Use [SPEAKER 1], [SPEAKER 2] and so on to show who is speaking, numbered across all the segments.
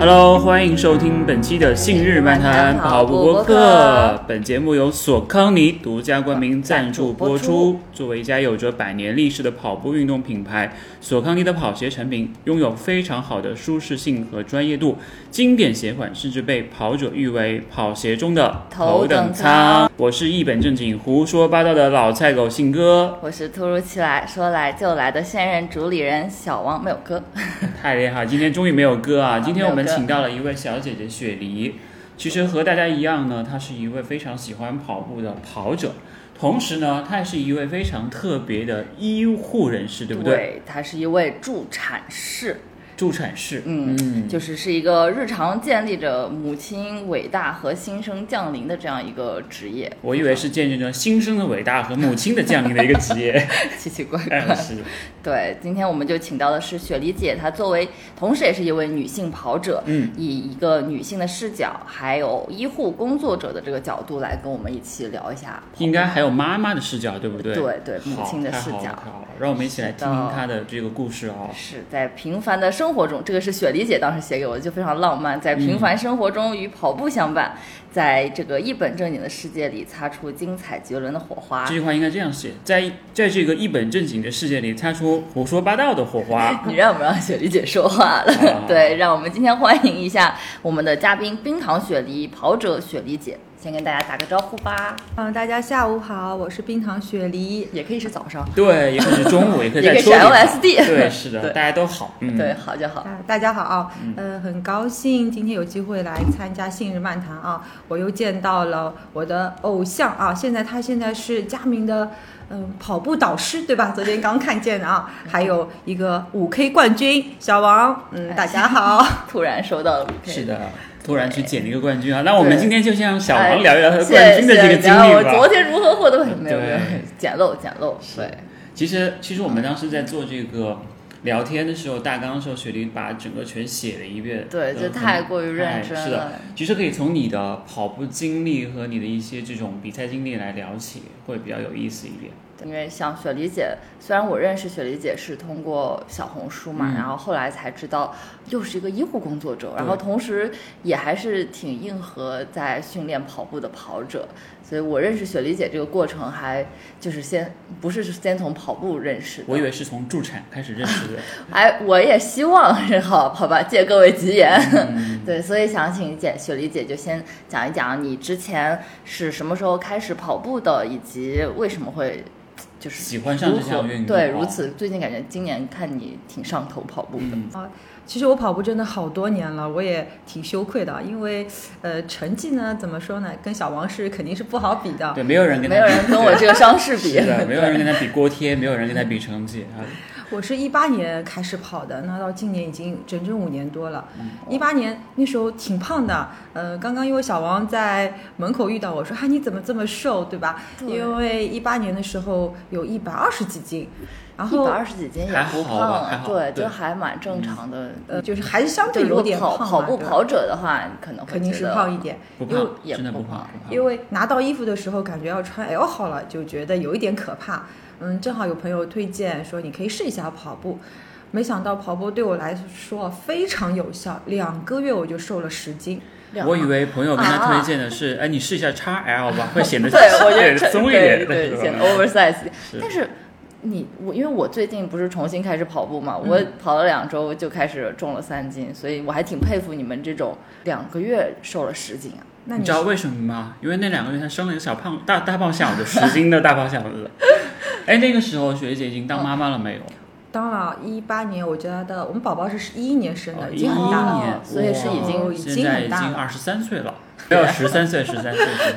[SPEAKER 1] Hello，欢迎收听本期的《信日漫谈》跑步播客。本节目由索康尼独家冠名赞助播出。作为一家有着百年历史的跑步运动品牌，索康尼的跑鞋产品拥有非常好的舒适性和专业度，经典鞋款甚至被跑者誉为跑鞋中的头等舱。我是一本正经胡说八道的老菜狗信哥，
[SPEAKER 2] 我是突如其来说来就来的现任主理人小王没有哥。
[SPEAKER 1] 太厉害！今天终于没有歌啊！今天我们
[SPEAKER 2] 没有歌
[SPEAKER 1] 请到了一位小姐姐雪梨，其实和大家一样呢，她是一位非常喜欢跑步的跑者，同时呢，她也是一位非常特别的医护人士，对不对？
[SPEAKER 2] 他是一位助产士，
[SPEAKER 1] 助产士，
[SPEAKER 2] 嗯，
[SPEAKER 1] 嗯
[SPEAKER 2] 就是是一个日常建立着母亲伟大和新生降临的这样一个职业，
[SPEAKER 1] 我以为是见证着新生的伟大和母亲的降临的一个职 业，
[SPEAKER 2] 奇 奇怪怪
[SPEAKER 1] 但。是
[SPEAKER 2] 对，今天我们就请到的是雪梨姐，她作为同时也是一位女性跑者，
[SPEAKER 1] 嗯，
[SPEAKER 2] 以一个女性的视角，还有医护工作者的这个角度来跟我们一起聊一下跑步。
[SPEAKER 1] 应该还有妈妈的视角，对不对？
[SPEAKER 2] 对对
[SPEAKER 1] 好
[SPEAKER 2] 母亲的视角
[SPEAKER 1] 太好了太好了让我们一起来听
[SPEAKER 2] 是
[SPEAKER 1] 听
[SPEAKER 2] 的
[SPEAKER 1] 她的这个故事哦。
[SPEAKER 2] 是在平凡的生活中，这个是雪梨姐当时写给我的，就非常浪漫。
[SPEAKER 1] 嗯
[SPEAKER 2] 在平凡生活中与跑步相伴，在这个一本正经的世界里擦出精彩绝伦的火花
[SPEAKER 1] 这。句话应该这样写：在在这个一本正经的世界里，擦出胡说八道的火花。
[SPEAKER 2] 你让不让雪梨姐说话
[SPEAKER 1] 啊
[SPEAKER 2] 了？对，让我们今天欢迎一下我们的嘉宾冰糖雪梨跑者雪梨姐，先跟大家打个招呼吧，
[SPEAKER 3] 嗯，大家下午好，我是冰糖雪梨。
[SPEAKER 2] 也可以是早上，
[SPEAKER 1] 对，也可以是中午，也可以 在
[SPEAKER 2] 也可以
[SPEAKER 1] 车
[SPEAKER 2] 是
[SPEAKER 1] 里
[SPEAKER 2] LSD
[SPEAKER 1] 对，是的，
[SPEAKER 2] 对
[SPEAKER 1] 大家都好。嗯，
[SPEAKER 2] 对，，好就好。
[SPEAKER 3] 啊，大家好啊，呃，很高兴今天有机会来参加《信日漫谈》啊，我又见到了我的偶像啊，现在他现在是佳明的嗯跑步导师对吧？昨天刚看见的啊，还有一个五 K 冠军小王，嗯，大家好，
[SPEAKER 2] 突然收到了，
[SPEAKER 1] 是的。突然去捡了一个冠军啊！那我们今天就像小王聊一聊他的
[SPEAKER 2] 谢
[SPEAKER 1] 冠军的这个
[SPEAKER 2] 哎谢
[SPEAKER 1] 经
[SPEAKER 2] 然后
[SPEAKER 1] 历
[SPEAKER 2] 我昨
[SPEAKER 1] 吧。
[SPEAKER 2] 天如何获得？没有没有
[SPEAKER 1] 对，
[SPEAKER 2] 简陋简陋，对。
[SPEAKER 1] 其实，其实我们当时在做这个聊天的时候，大纲的时候，雪梨把整个全写了一遍。
[SPEAKER 2] 对
[SPEAKER 1] 呃
[SPEAKER 2] 这太过于认真
[SPEAKER 1] 哎是的
[SPEAKER 2] 了，
[SPEAKER 1] 其实可以从你的跑步经历和你的一些这种比赛经历来聊起，会比较有意思一点。
[SPEAKER 2] 因为像雪梨姐，虽然我认识雪梨姐是通过小红书嘛，
[SPEAKER 1] 嗯
[SPEAKER 2] 然后后来才知道又是一个医护工作者，
[SPEAKER 1] 对
[SPEAKER 2] 然后同时也还是挺硬核在训练跑步的跑者，所以我认识雪梨姐这个过程还就是先不是先从跑步认识的，
[SPEAKER 1] 我以为是从助产开始认识 的。
[SPEAKER 2] 哎，我也希望是好，好吧，借各位吉言。
[SPEAKER 1] 嗯
[SPEAKER 2] 对，所以想请姐雪梨姐就先讲一讲你之前是什么时候开始跑步的，以及为什么会就是
[SPEAKER 1] 喜欢上这
[SPEAKER 2] 如何
[SPEAKER 1] 项运动
[SPEAKER 2] 对，
[SPEAKER 1] 哦
[SPEAKER 2] 如此最近感觉今年看你挺上头跑步的，
[SPEAKER 1] 嗯，
[SPEAKER 3] 其实我跑步真的好多年了，我也挺羞愧的，因为呃成绩呢怎么说呢，跟小王是肯定是不好比的，
[SPEAKER 1] 对，没有人跟他
[SPEAKER 2] 没有人跟我 这个伤势比
[SPEAKER 1] 是。的，没有人跟他比锅贴，没有人跟他比成绩啊。
[SPEAKER 3] 我是一八年开始跑的，那到今年已经整整五年多了。一八年那时候挺胖的，呃，刚刚因为小王在门口遇到我说：“哈、你怎么这么瘦，对吧？”
[SPEAKER 2] 对
[SPEAKER 3] 因为一八年的时候有一百二十几斤，然
[SPEAKER 2] 一百
[SPEAKER 3] 后
[SPEAKER 2] 二十几斤也
[SPEAKER 1] 还
[SPEAKER 3] 啊
[SPEAKER 2] 不
[SPEAKER 1] 好吧还
[SPEAKER 2] 胖，
[SPEAKER 1] 好
[SPEAKER 2] 对，
[SPEAKER 1] 对
[SPEAKER 2] 就还蛮正常的。
[SPEAKER 3] 呃，就是还是相
[SPEAKER 2] 就
[SPEAKER 3] 对
[SPEAKER 2] 如果
[SPEAKER 3] 有点
[SPEAKER 2] 跑
[SPEAKER 3] 胖嘛啊
[SPEAKER 2] 跑步
[SPEAKER 3] 对吧
[SPEAKER 2] 跑者的话，你可能会
[SPEAKER 3] 肯定是
[SPEAKER 2] 觉得
[SPEAKER 3] 胖一点，
[SPEAKER 1] 不
[SPEAKER 3] 因为
[SPEAKER 1] 胖，
[SPEAKER 2] 也
[SPEAKER 1] 真的
[SPEAKER 2] 不
[SPEAKER 1] 不
[SPEAKER 2] 胖
[SPEAKER 1] 不胖。
[SPEAKER 3] 因为拿到衣服的时候感觉要穿 L 号了，就觉得有一点可怕。嗯，正好有朋友推荐说你可以试一下跑步，没想到跑步对我来说非常有效，两个月我就瘦了十斤。
[SPEAKER 2] 两
[SPEAKER 1] 我以为朋友跟他推
[SPEAKER 2] 啊
[SPEAKER 1] 荐的是，哎，你试一下 x L 吧，会 显得
[SPEAKER 2] 对，我觉得
[SPEAKER 1] 显得
[SPEAKER 2] 这
[SPEAKER 1] 松一
[SPEAKER 2] 对
[SPEAKER 1] 点，
[SPEAKER 2] 对，
[SPEAKER 1] 是
[SPEAKER 2] 显
[SPEAKER 1] 吧
[SPEAKER 2] 得 oversize 一点
[SPEAKER 1] 是
[SPEAKER 2] 但是你我，因为我最近不是重新开始跑步嘛，
[SPEAKER 1] 嗯
[SPEAKER 2] 我跑了两周就开始重了三斤，所以我还挺佩服你们这种两个月瘦了十斤啊。
[SPEAKER 3] 那
[SPEAKER 1] 你
[SPEAKER 3] 你
[SPEAKER 1] 知道为什么吗？因为那两个月他生了一个小胖大大胖小子，十斤的大胖小 子。哎，那个时候雪姐已经当妈妈了没有？
[SPEAKER 3] 当了一八年，我觉得我们宝宝是一一年生的，
[SPEAKER 1] 哦
[SPEAKER 3] 已
[SPEAKER 1] 一
[SPEAKER 3] 经很大
[SPEAKER 2] 11
[SPEAKER 3] 了。
[SPEAKER 1] 年，
[SPEAKER 2] 所以是已经
[SPEAKER 1] 哇
[SPEAKER 3] 已经
[SPEAKER 1] 现在已经
[SPEAKER 3] 很大了
[SPEAKER 1] 二十三岁了，没有十三岁，十三岁，十三岁。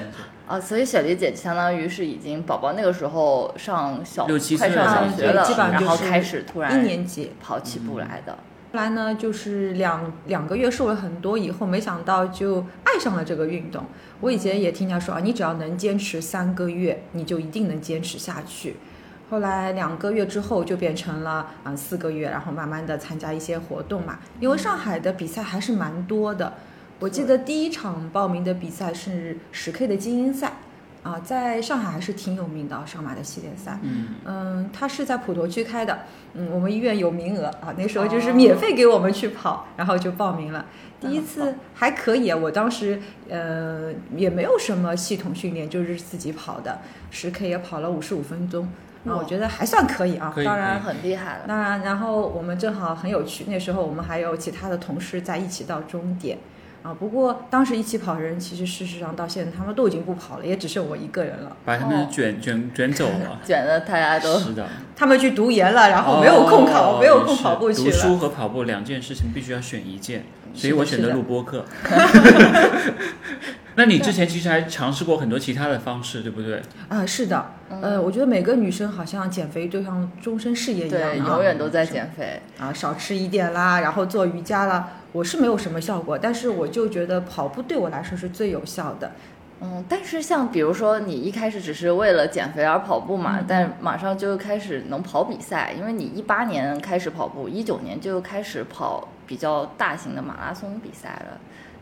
[SPEAKER 2] 啊，所以小丽姐相当于是已经宝宝那个时候上小
[SPEAKER 1] 六七
[SPEAKER 2] 快
[SPEAKER 1] 岁
[SPEAKER 2] 上
[SPEAKER 1] 了
[SPEAKER 2] 小
[SPEAKER 1] 嗯
[SPEAKER 2] 学
[SPEAKER 1] 对
[SPEAKER 2] 了，
[SPEAKER 1] 基本上嗯
[SPEAKER 2] 然后
[SPEAKER 3] 就是
[SPEAKER 2] 开始突
[SPEAKER 3] 一
[SPEAKER 2] 然
[SPEAKER 3] 年级，
[SPEAKER 2] 跑起步来的。
[SPEAKER 3] 后来呢，就是两两个月瘦了很多，以后没想到就爱上了这个运动。我以前也听人家说啊，你只要能坚持三个月，你就一定能坚持下去。后来两个月之后就变成了啊、呃四个月，然后慢慢的参加一些活动嘛，因为上海的比赛还是蛮多的。我记得第一场报名的比赛是十 K 的精英赛，啊、在上海还是挺有名的上马的系列赛。
[SPEAKER 1] 嗯
[SPEAKER 3] 嗯，它是在普陀区开的，嗯，我们医院有名额啊，那时候就是免费给我们去跑，然后就报名了。第一
[SPEAKER 2] 哦那很
[SPEAKER 3] 次还可以，我当时呃也没有什么系统训练，就是自己跑的，十 K 也跑了五十五分钟，啊，
[SPEAKER 2] 哇
[SPEAKER 3] 我觉得还算可以啊。
[SPEAKER 1] 可以
[SPEAKER 3] 当
[SPEAKER 1] 可以
[SPEAKER 3] 然
[SPEAKER 2] 很厉害了。
[SPEAKER 3] 当然，然后我们正好很有趣，那时候我们还有其他的同事在一起到终点。啊，不过当时一起跑的人，其实事实上到现在他们都已经不跑了，也只剩我一个人了。
[SPEAKER 1] 把他
[SPEAKER 2] 哦
[SPEAKER 1] 们卷、卷卷走了。
[SPEAKER 2] 卷得大家 都
[SPEAKER 1] 嗯是的，
[SPEAKER 3] 他们去读研了，然后没有空考，
[SPEAKER 1] 哦
[SPEAKER 3] 没有
[SPEAKER 1] 也
[SPEAKER 3] 空
[SPEAKER 1] 是
[SPEAKER 3] 跑步去
[SPEAKER 1] 读
[SPEAKER 3] 了。
[SPEAKER 1] 书和跑步两件事情必须要选一件，
[SPEAKER 3] 是
[SPEAKER 1] 所以我
[SPEAKER 3] 的
[SPEAKER 1] 选
[SPEAKER 3] 是
[SPEAKER 1] 择
[SPEAKER 3] 的
[SPEAKER 1] 录播课。 那你之前其实还尝试过很多其他的方式，对不对？
[SPEAKER 3] 啊，是的，呃，
[SPEAKER 2] 嗯
[SPEAKER 3] 我觉得每个女生好像减肥就像终身事业一样啊，
[SPEAKER 2] 对，永远都在减肥。
[SPEAKER 3] 啊，少吃一点啦，然后做瑜伽啦。我是没有什么效果，但是我就觉得跑步对我来说是最有效 的。
[SPEAKER 2] 嗯，但是像比如说你一开始只是为了减肥而跑步嘛，
[SPEAKER 1] 嗯
[SPEAKER 2] 但马上就开始能跑比赛，因为你一八年开始跑步，一九年就开始跑比较大型的马拉松比赛了。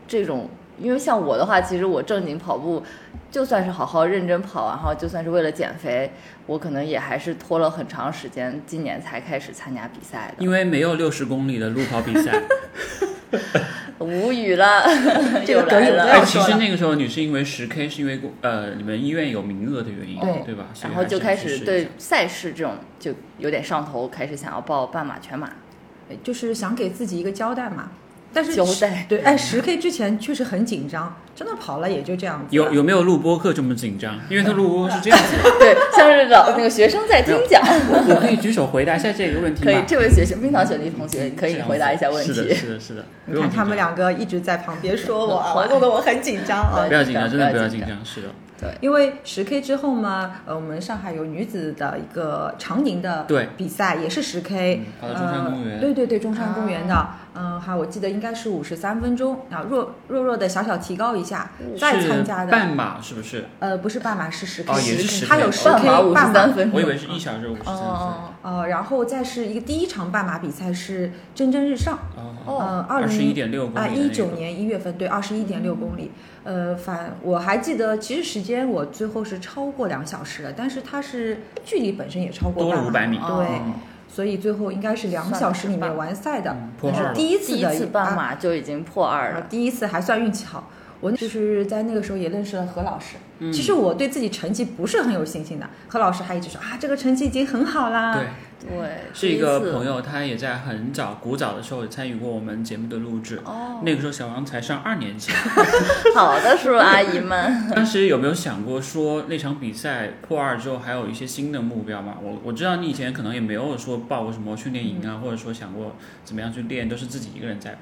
[SPEAKER 2] 这种，因为像我的话，其实我正经跑步，就算是好好认真跑，然后就算是为了减肥，我可能也还是拖了很长时间，今年才开始参加比赛的。
[SPEAKER 1] 因为没有六十公里的路跑比 赛。
[SPEAKER 2] 无语了，
[SPEAKER 3] 这个
[SPEAKER 2] 又
[SPEAKER 3] 梗
[SPEAKER 2] 来
[SPEAKER 3] 有
[SPEAKER 2] 了哎
[SPEAKER 3] 料
[SPEAKER 1] 但
[SPEAKER 3] 要
[SPEAKER 1] 哎其
[SPEAKER 3] 说
[SPEAKER 1] 实
[SPEAKER 3] 了
[SPEAKER 1] 那个时候你是因为十 K 是因为呃你们医院有名额的原因，
[SPEAKER 3] 对
[SPEAKER 1] 哦对吧？所以还
[SPEAKER 2] 然后
[SPEAKER 1] 是
[SPEAKER 2] 就
[SPEAKER 1] 要
[SPEAKER 2] 开
[SPEAKER 1] 去
[SPEAKER 2] 始
[SPEAKER 1] 试一
[SPEAKER 2] 对
[SPEAKER 1] 下
[SPEAKER 2] 赛事这种就有点上头，开始想要报半马、全马。
[SPEAKER 3] 就是想给自己一个交代嘛。但是
[SPEAKER 2] 交
[SPEAKER 3] 十
[SPEAKER 2] 代
[SPEAKER 3] 对，哎，十 K 之前确实很紧张，真的跑了也就这样子了。啊
[SPEAKER 1] 有有没有录播课这么紧张？因为他录播是这样子 的，
[SPEAKER 2] 对，像是老那个学生在听讲。
[SPEAKER 1] 我我可以举手回答一下这个问题
[SPEAKER 2] 可以
[SPEAKER 1] 吗，？
[SPEAKER 2] 这位学生冰糖雪梨同学可
[SPEAKER 1] 嗯这
[SPEAKER 2] 以
[SPEAKER 1] 样
[SPEAKER 2] 回答
[SPEAKER 1] 子
[SPEAKER 2] 一下问
[SPEAKER 1] 是的，
[SPEAKER 2] 题。
[SPEAKER 1] 是的，是的。不
[SPEAKER 3] 你
[SPEAKER 1] 用
[SPEAKER 3] 看
[SPEAKER 1] 紧
[SPEAKER 3] 他们
[SPEAKER 1] 张
[SPEAKER 3] 两个一直在旁边说我啊，
[SPEAKER 2] 很坏
[SPEAKER 3] 我弄得我很紧张啊
[SPEAKER 1] 不。要紧
[SPEAKER 2] 不
[SPEAKER 1] 张，
[SPEAKER 2] 要
[SPEAKER 1] 真的不
[SPEAKER 2] 紧
[SPEAKER 1] 要
[SPEAKER 2] 张
[SPEAKER 1] 紧张，是的。
[SPEAKER 3] 因为十 K 之后嘛，呃，我们上海有女子的一个长宁的
[SPEAKER 1] 对嗯
[SPEAKER 3] 比赛，也是十 K，、
[SPEAKER 1] 跑到中山公园
[SPEAKER 3] 呃，对对对，中山公园的，
[SPEAKER 2] 啊
[SPEAKER 3] 嗯、还我记得应该是五十三分钟啊，弱弱弱的小小提高一下，
[SPEAKER 2] 嗯
[SPEAKER 3] 再参加
[SPEAKER 1] 是
[SPEAKER 3] 的，
[SPEAKER 1] 半马是不是？
[SPEAKER 3] 呃，不是半马是十 K，、
[SPEAKER 1] 哦也是 10K
[SPEAKER 3] 它有十
[SPEAKER 2] 半
[SPEAKER 3] K
[SPEAKER 2] 马五十
[SPEAKER 3] 半
[SPEAKER 2] 三
[SPEAKER 3] 马。
[SPEAKER 2] 分钟，
[SPEAKER 1] 我以为是一小时五十三分。
[SPEAKER 2] 哦
[SPEAKER 3] 呃，然后再是一个第一场半马比赛是蒸蒸日上，
[SPEAKER 1] 哦，
[SPEAKER 2] 哦
[SPEAKER 3] 呃，二
[SPEAKER 1] 二十一
[SPEAKER 3] 零
[SPEAKER 1] 点六公
[SPEAKER 3] 啊，
[SPEAKER 1] 里的那
[SPEAKER 3] 一
[SPEAKER 1] 个
[SPEAKER 3] 九年一月份，对，二十一点六公里。呃，反我还记得，其实时间我最后是超过两小时了，但是它是距离本身也超过
[SPEAKER 1] 多了五
[SPEAKER 3] 半马
[SPEAKER 1] 百米，
[SPEAKER 2] 哦
[SPEAKER 3] 对，
[SPEAKER 1] 嗯
[SPEAKER 3] 所以最后应该是两小时里面完赛的
[SPEAKER 1] 嗯，破
[SPEAKER 3] 但
[SPEAKER 1] 二
[SPEAKER 3] 是
[SPEAKER 1] 了
[SPEAKER 3] 第一次
[SPEAKER 2] 第一
[SPEAKER 3] 的
[SPEAKER 2] 次半马就已经破二
[SPEAKER 3] 啊
[SPEAKER 2] 了，
[SPEAKER 3] 第一次还算运气好。我就是在那个时候也认识了何老师。
[SPEAKER 1] 嗯
[SPEAKER 3] 其实我对自己成绩不是很有信心的，何老师还一直说啊，这个成绩已经很好啦。
[SPEAKER 1] 对，
[SPEAKER 2] 对，
[SPEAKER 1] 是
[SPEAKER 2] 第
[SPEAKER 1] 一个
[SPEAKER 2] 次
[SPEAKER 1] 朋友，他也在很早古早的时候参与过我们节目的录制。
[SPEAKER 2] 哦，
[SPEAKER 1] 那个时候小王才上二年级，
[SPEAKER 2] 好的叔叔阿 姨们，
[SPEAKER 1] 当时有没有想过说那场比赛破二之后还有一些新的目标吗？我我知道你以前可能也没有说报过什么训练营
[SPEAKER 3] 嗯
[SPEAKER 1] 啊，或者说想过怎么样去练，都是自己一个人在跑，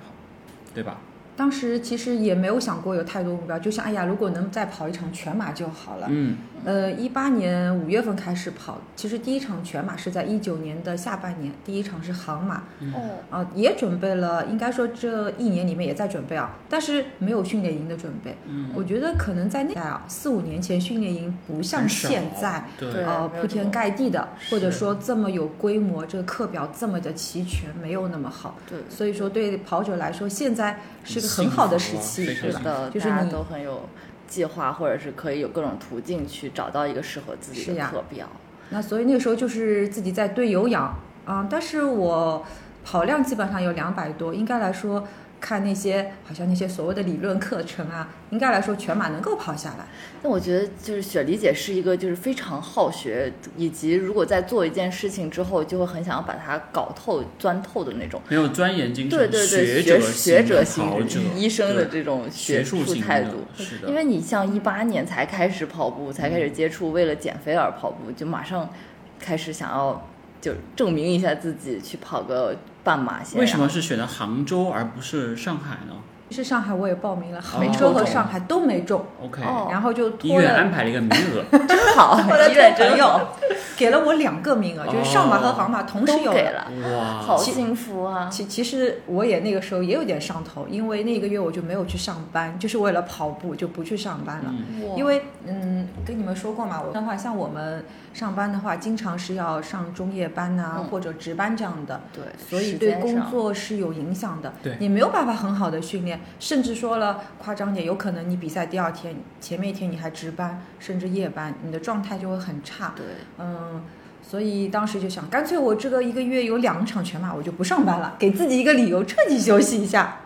[SPEAKER 1] 对吧？
[SPEAKER 3] 当时其实也没有想过有太多目标，就像哎呀，如果能再跑一场全马就好了。
[SPEAKER 1] 嗯，
[SPEAKER 3] 呃，一八年五月份开始跑，其实第一场全马是在一九年的下半年，第一场是杭马
[SPEAKER 1] 嗯
[SPEAKER 2] 哦，
[SPEAKER 3] 啊、也准备了，应该说这一年里面也在准备啊，但是没有训练营的准备。
[SPEAKER 1] 嗯，
[SPEAKER 3] 我觉得可能在那啊四五年前训练营不像
[SPEAKER 1] 很少
[SPEAKER 3] 现在。
[SPEAKER 1] 对
[SPEAKER 2] 对
[SPEAKER 3] 呃，
[SPEAKER 2] 没有
[SPEAKER 3] 铺
[SPEAKER 2] 这么
[SPEAKER 3] 天盖地的，或者
[SPEAKER 1] 是
[SPEAKER 3] 说这么有规模，这个课表这么的齐全，没有那么好。
[SPEAKER 2] 对，
[SPEAKER 3] 所以说，对跑者来说，现在是个很
[SPEAKER 1] 幸
[SPEAKER 3] 好的
[SPEAKER 1] 福
[SPEAKER 3] 时
[SPEAKER 1] 啊
[SPEAKER 3] 期，
[SPEAKER 1] 非
[SPEAKER 2] 是
[SPEAKER 1] 常
[SPEAKER 3] 对吧？
[SPEAKER 2] 的，
[SPEAKER 3] 就是
[SPEAKER 2] 大家
[SPEAKER 3] 你
[SPEAKER 2] 都很有计划，或者是可以有各种途径去找到一个适合自己
[SPEAKER 3] 是
[SPEAKER 2] 的
[SPEAKER 3] 呀
[SPEAKER 2] 课表。
[SPEAKER 3] 那所以那个时候就是自己在堆有氧啊、但是我跑量基本上有两百多，应该来说看那些好像那些所谓的理论课程啊，应该来说全马能够跑下来。
[SPEAKER 2] 但我觉得，就是雪梨姐是一个就是非常好学，以及如果在做一件事情之后，就会很想要把它搞透、钻透的那种。
[SPEAKER 1] 很有钻研精神，
[SPEAKER 2] 对对对，
[SPEAKER 1] 者
[SPEAKER 2] 学
[SPEAKER 1] 学
[SPEAKER 2] 学者型
[SPEAKER 1] 好者，
[SPEAKER 2] 医生的
[SPEAKER 1] 对
[SPEAKER 2] 这种
[SPEAKER 1] 学
[SPEAKER 2] 术
[SPEAKER 1] 型
[SPEAKER 2] 态
[SPEAKER 1] 的
[SPEAKER 2] 度。
[SPEAKER 1] 是的，
[SPEAKER 2] 因为你像一八年才开始跑步，才开始接触为了减肥而跑步，就马上开始想要就证明一下自己，去跑个半马先。
[SPEAKER 1] 为什么是选择杭州而不是上海呢
[SPEAKER 3] 其实上海我也报名了，
[SPEAKER 1] 没
[SPEAKER 3] 杭州
[SPEAKER 1] 哦中
[SPEAKER 3] 和上海都没中，
[SPEAKER 1] ？OK，、
[SPEAKER 2] 哦
[SPEAKER 3] 然后就
[SPEAKER 1] 医
[SPEAKER 3] 拖
[SPEAKER 1] 院
[SPEAKER 3] 了
[SPEAKER 1] 安排了一个名额，
[SPEAKER 2] 啊 然后好？
[SPEAKER 3] 拖了
[SPEAKER 2] 医院真
[SPEAKER 3] 朋友
[SPEAKER 2] 好。
[SPEAKER 3] 给了我两个名额，就是上
[SPEAKER 1] 哦
[SPEAKER 3] 马和杭马同时有
[SPEAKER 2] 都给了，
[SPEAKER 1] 哇，
[SPEAKER 2] 好幸福啊！
[SPEAKER 3] 其其实我也那个时候也有点上头，因为那个月我就没有去上班，就是为了跑步就不去上班了。
[SPEAKER 1] 嗯
[SPEAKER 2] 哇
[SPEAKER 3] 因为嗯，跟你们说过嘛，我的话像我们上班的话，经常是要上中夜班呐、
[SPEAKER 2] 嗯
[SPEAKER 3] 或者值班这样的，
[SPEAKER 2] 对，
[SPEAKER 3] 所以
[SPEAKER 2] 时
[SPEAKER 3] 对
[SPEAKER 2] 间
[SPEAKER 3] 工
[SPEAKER 2] 上
[SPEAKER 3] 作是有影响的。
[SPEAKER 1] 对
[SPEAKER 3] 你没有办法很好的训练，甚至说了夸张点，有可能你比赛第二天，前面一天你还值班，甚至夜班，你的状态就会很差。
[SPEAKER 2] 对，
[SPEAKER 3] 嗯，所以当时就想，干脆我这个一个月有两场全马，我就不上班了，给自己一个理由，彻底休息一下，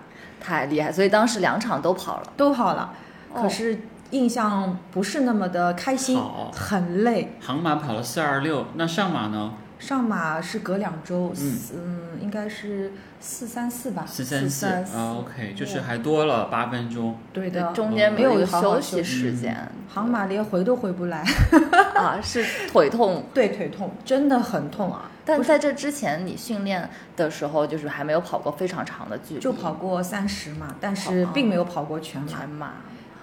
[SPEAKER 2] 太厉害！所以当时两场都跑了，
[SPEAKER 3] 都好了。
[SPEAKER 2] 哦
[SPEAKER 3] 可是印象不是那么的开心，
[SPEAKER 1] 好
[SPEAKER 3] 很累。
[SPEAKER 1] 杭马跑了四二六，那上马呢？
[SPEAKER 3] 上马是隔两周，
[SPEAKER 1] 嗯
[SPEAKER 3] 四嗯，应该是四三四吧，
[SPEAKER 1] 四三四
[SPEAKER 3] 434
[SPEAKER 1] 啊，OK，就是还多了八分钟。
[SPEAKER 3] 对
[SPEAKER 2] 对
[SPEAKER 3] 的，
[SPEAKER 2] 中
[SPEAKER 1] 嗯
[SPEAKER 2] 间没有一
[SPEAKER 3] 没
[SPEAKER 2] 个
[SPEAKER 3] 有好好
[SPEAKER 2] 休
[SPEAKER 3] 休
[SPEAKER 2] 息时间，
[SPEAKER 3] 杭马连回都回不来，
[SPEAKER 2] 啊是腿痛。
[SPEAKER 3] 对腿痛，真的很痛啊！
[SPEAKER 2] 但
[SPEAKER 3] 不是
[SPEAKER 2] 在这之前，你训练的时候就是还没有跑过非常长的距离，
[SPEAKER 3] 就跑过三十嘛，但是
[SPEAKER 2] 哦
[SPEAKER 3] 并没有跑过全马
[SPEAKER 2] 全。马。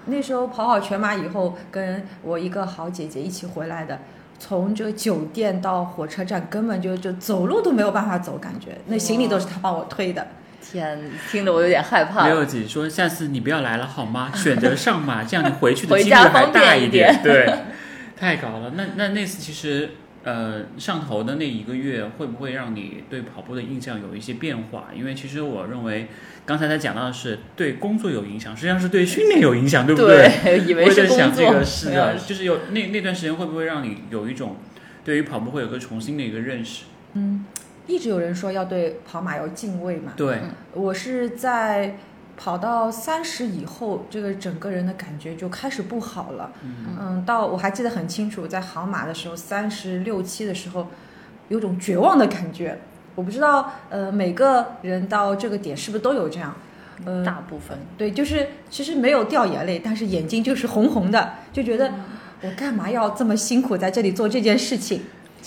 [SPEAKER 3] 那时候跑好全马以后，跟我一个好姐姐一起回来的，从这个酒店到火车站根本就就走路都没有办法走，感觉那行李都是她帮我推的。
[SPEAKER 2] 天，听得我有点害怕
[SPEAKER 1] 没
[SPEAKER 2] 了。
[SPEAKER 1] 有姐说，下次你不要来了好 吗？选择上马，这样你回去的
[SPEAKER 2] 回
[SPEAKER 1] 几率
[SPEAKER 2] 家
[SPEAKER 1] 还
[SPEAKER 2] 方便
[SPEAKER 1] 大
[SPEAKER 2] 一
[SPEAKER 1] 点。对， 太搞了。那那那次其实，呃，上头的那一个月，会不会让你对跑步的印象有一些变化？因为其实我认为，刚才他讲到的是对工作有影响，实际上是对训练有影响，对不对？
[SPEAKER 2] 对，以
[SPEAKER 1] 我
[SPEAKER 2] 为
[SPEAKER 1] 也
[SPEAKER 2] 是啊
[SPEAKER 1] 在
[SPEAKER 2] 工
[SPEAKER 1] 想这
[SPEAKER 2] 作，
[SPEAKER 1] 个啊是
[SPEAKER 2] 没有
[SPEAKER 1] 的，就是有那那段时间会不会让你有一种对于跑步会有个重新的一个认识？
[SPEAKER 3] 嗯，一直有人说要对跑马要敬畏嘛，
[SPEAKER 1] 对，
[SPEAKER 3] 我是在跑到三十以后，这个整个人的感觉就开始不好了。
[SPEAKER 1] 嗯
[SPEAKER 3] 嗯，到我还记得很清楚，在杭马的时候，三十六七的时候，有种绝望的感觉。我不知道，呃，每个人到这个点是不是都有这样？嗯、
[SPEAKER 2] 大部分
[SPEAKER 3] 对，就是其实没有掉眼泪，但是眼睛就是红红的，就觉得我干嘛要这么辛苦在这里做这件事情？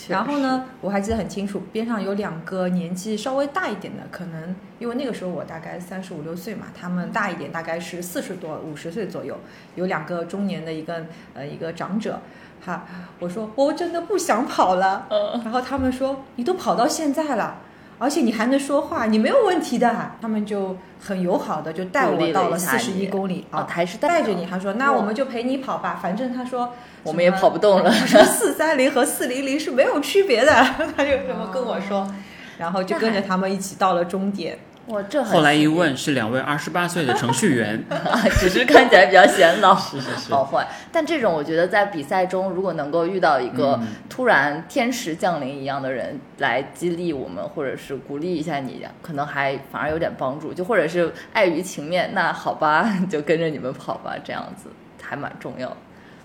[SPEAKER 3] 然后呢，我还记得很清楚，边上有两个年纪稍微大一点的，可能因为那个时候我大概三十五六岁嘛，他们大一点，大概是四十多、五十岁左右，有两个中年的一个呃一个长者，哈，我说我真的不想跑了，
[SPEAKER 2] 嗯
[SPEAKER 3] 然后他们说你都跑到现在了。而且你还能说话，你没有问题的。他们就很友好的就带
[SPEAKER 2] 鼓励
[SPEAKER 3] 我
[SPEAKER 2] 了
[SPEAKER 3] 到
[SPEAKER 2] 一
[SPEAKER 3] 了
[SPEAKER 2] 下
[SPEAKER 3] 四十
[SPEAKER 2] 你
[SPEAKER 3] 一公里
[SPEAKER 2] 啊，
[SPEAKER 3] 啊，
[SPEAKER 2] 还是
[SPEAKER 3] 带着你，，他说那
[SPEAKER 2] 哇
[SPEAKER 3] 我们就陪你跑吧，反正他说
[SPEAKER 2] 我们也
[SPEAKER 3] 什么
[SPEAKER 2] 跑不动了，
[SPEAKER 3] 他说四三零和四零零是没有区别的， 他就这么跟我说，
[SPEAKER 2] 哦
[SPEAKER 3] 然后就跟着他们一起到了终点。
[SPEAKER 2] 哇，这很
[SPEAKER 1] 后来一
[SPEAKER 2] 幸运
[SPEAKER 1] 问，是两位二十八岁的程序 员。
[SPEAKER 2] 啊，只是看起来比较显老。
[SPEAKER 1] 是是是，
[SPEAKER 2] 好坏，但这种我觉得在比赛中，如果能够遇到一个
[SPEAKER 1] 嗯
[SPEAKER 2] 突然天使降临一样的人来激励我们，或者是鼓励一下你，可能还反而有点帮助。就或者是碍于情面，那好吧， 就跟着你们跑吧，这样子还蛮重要的。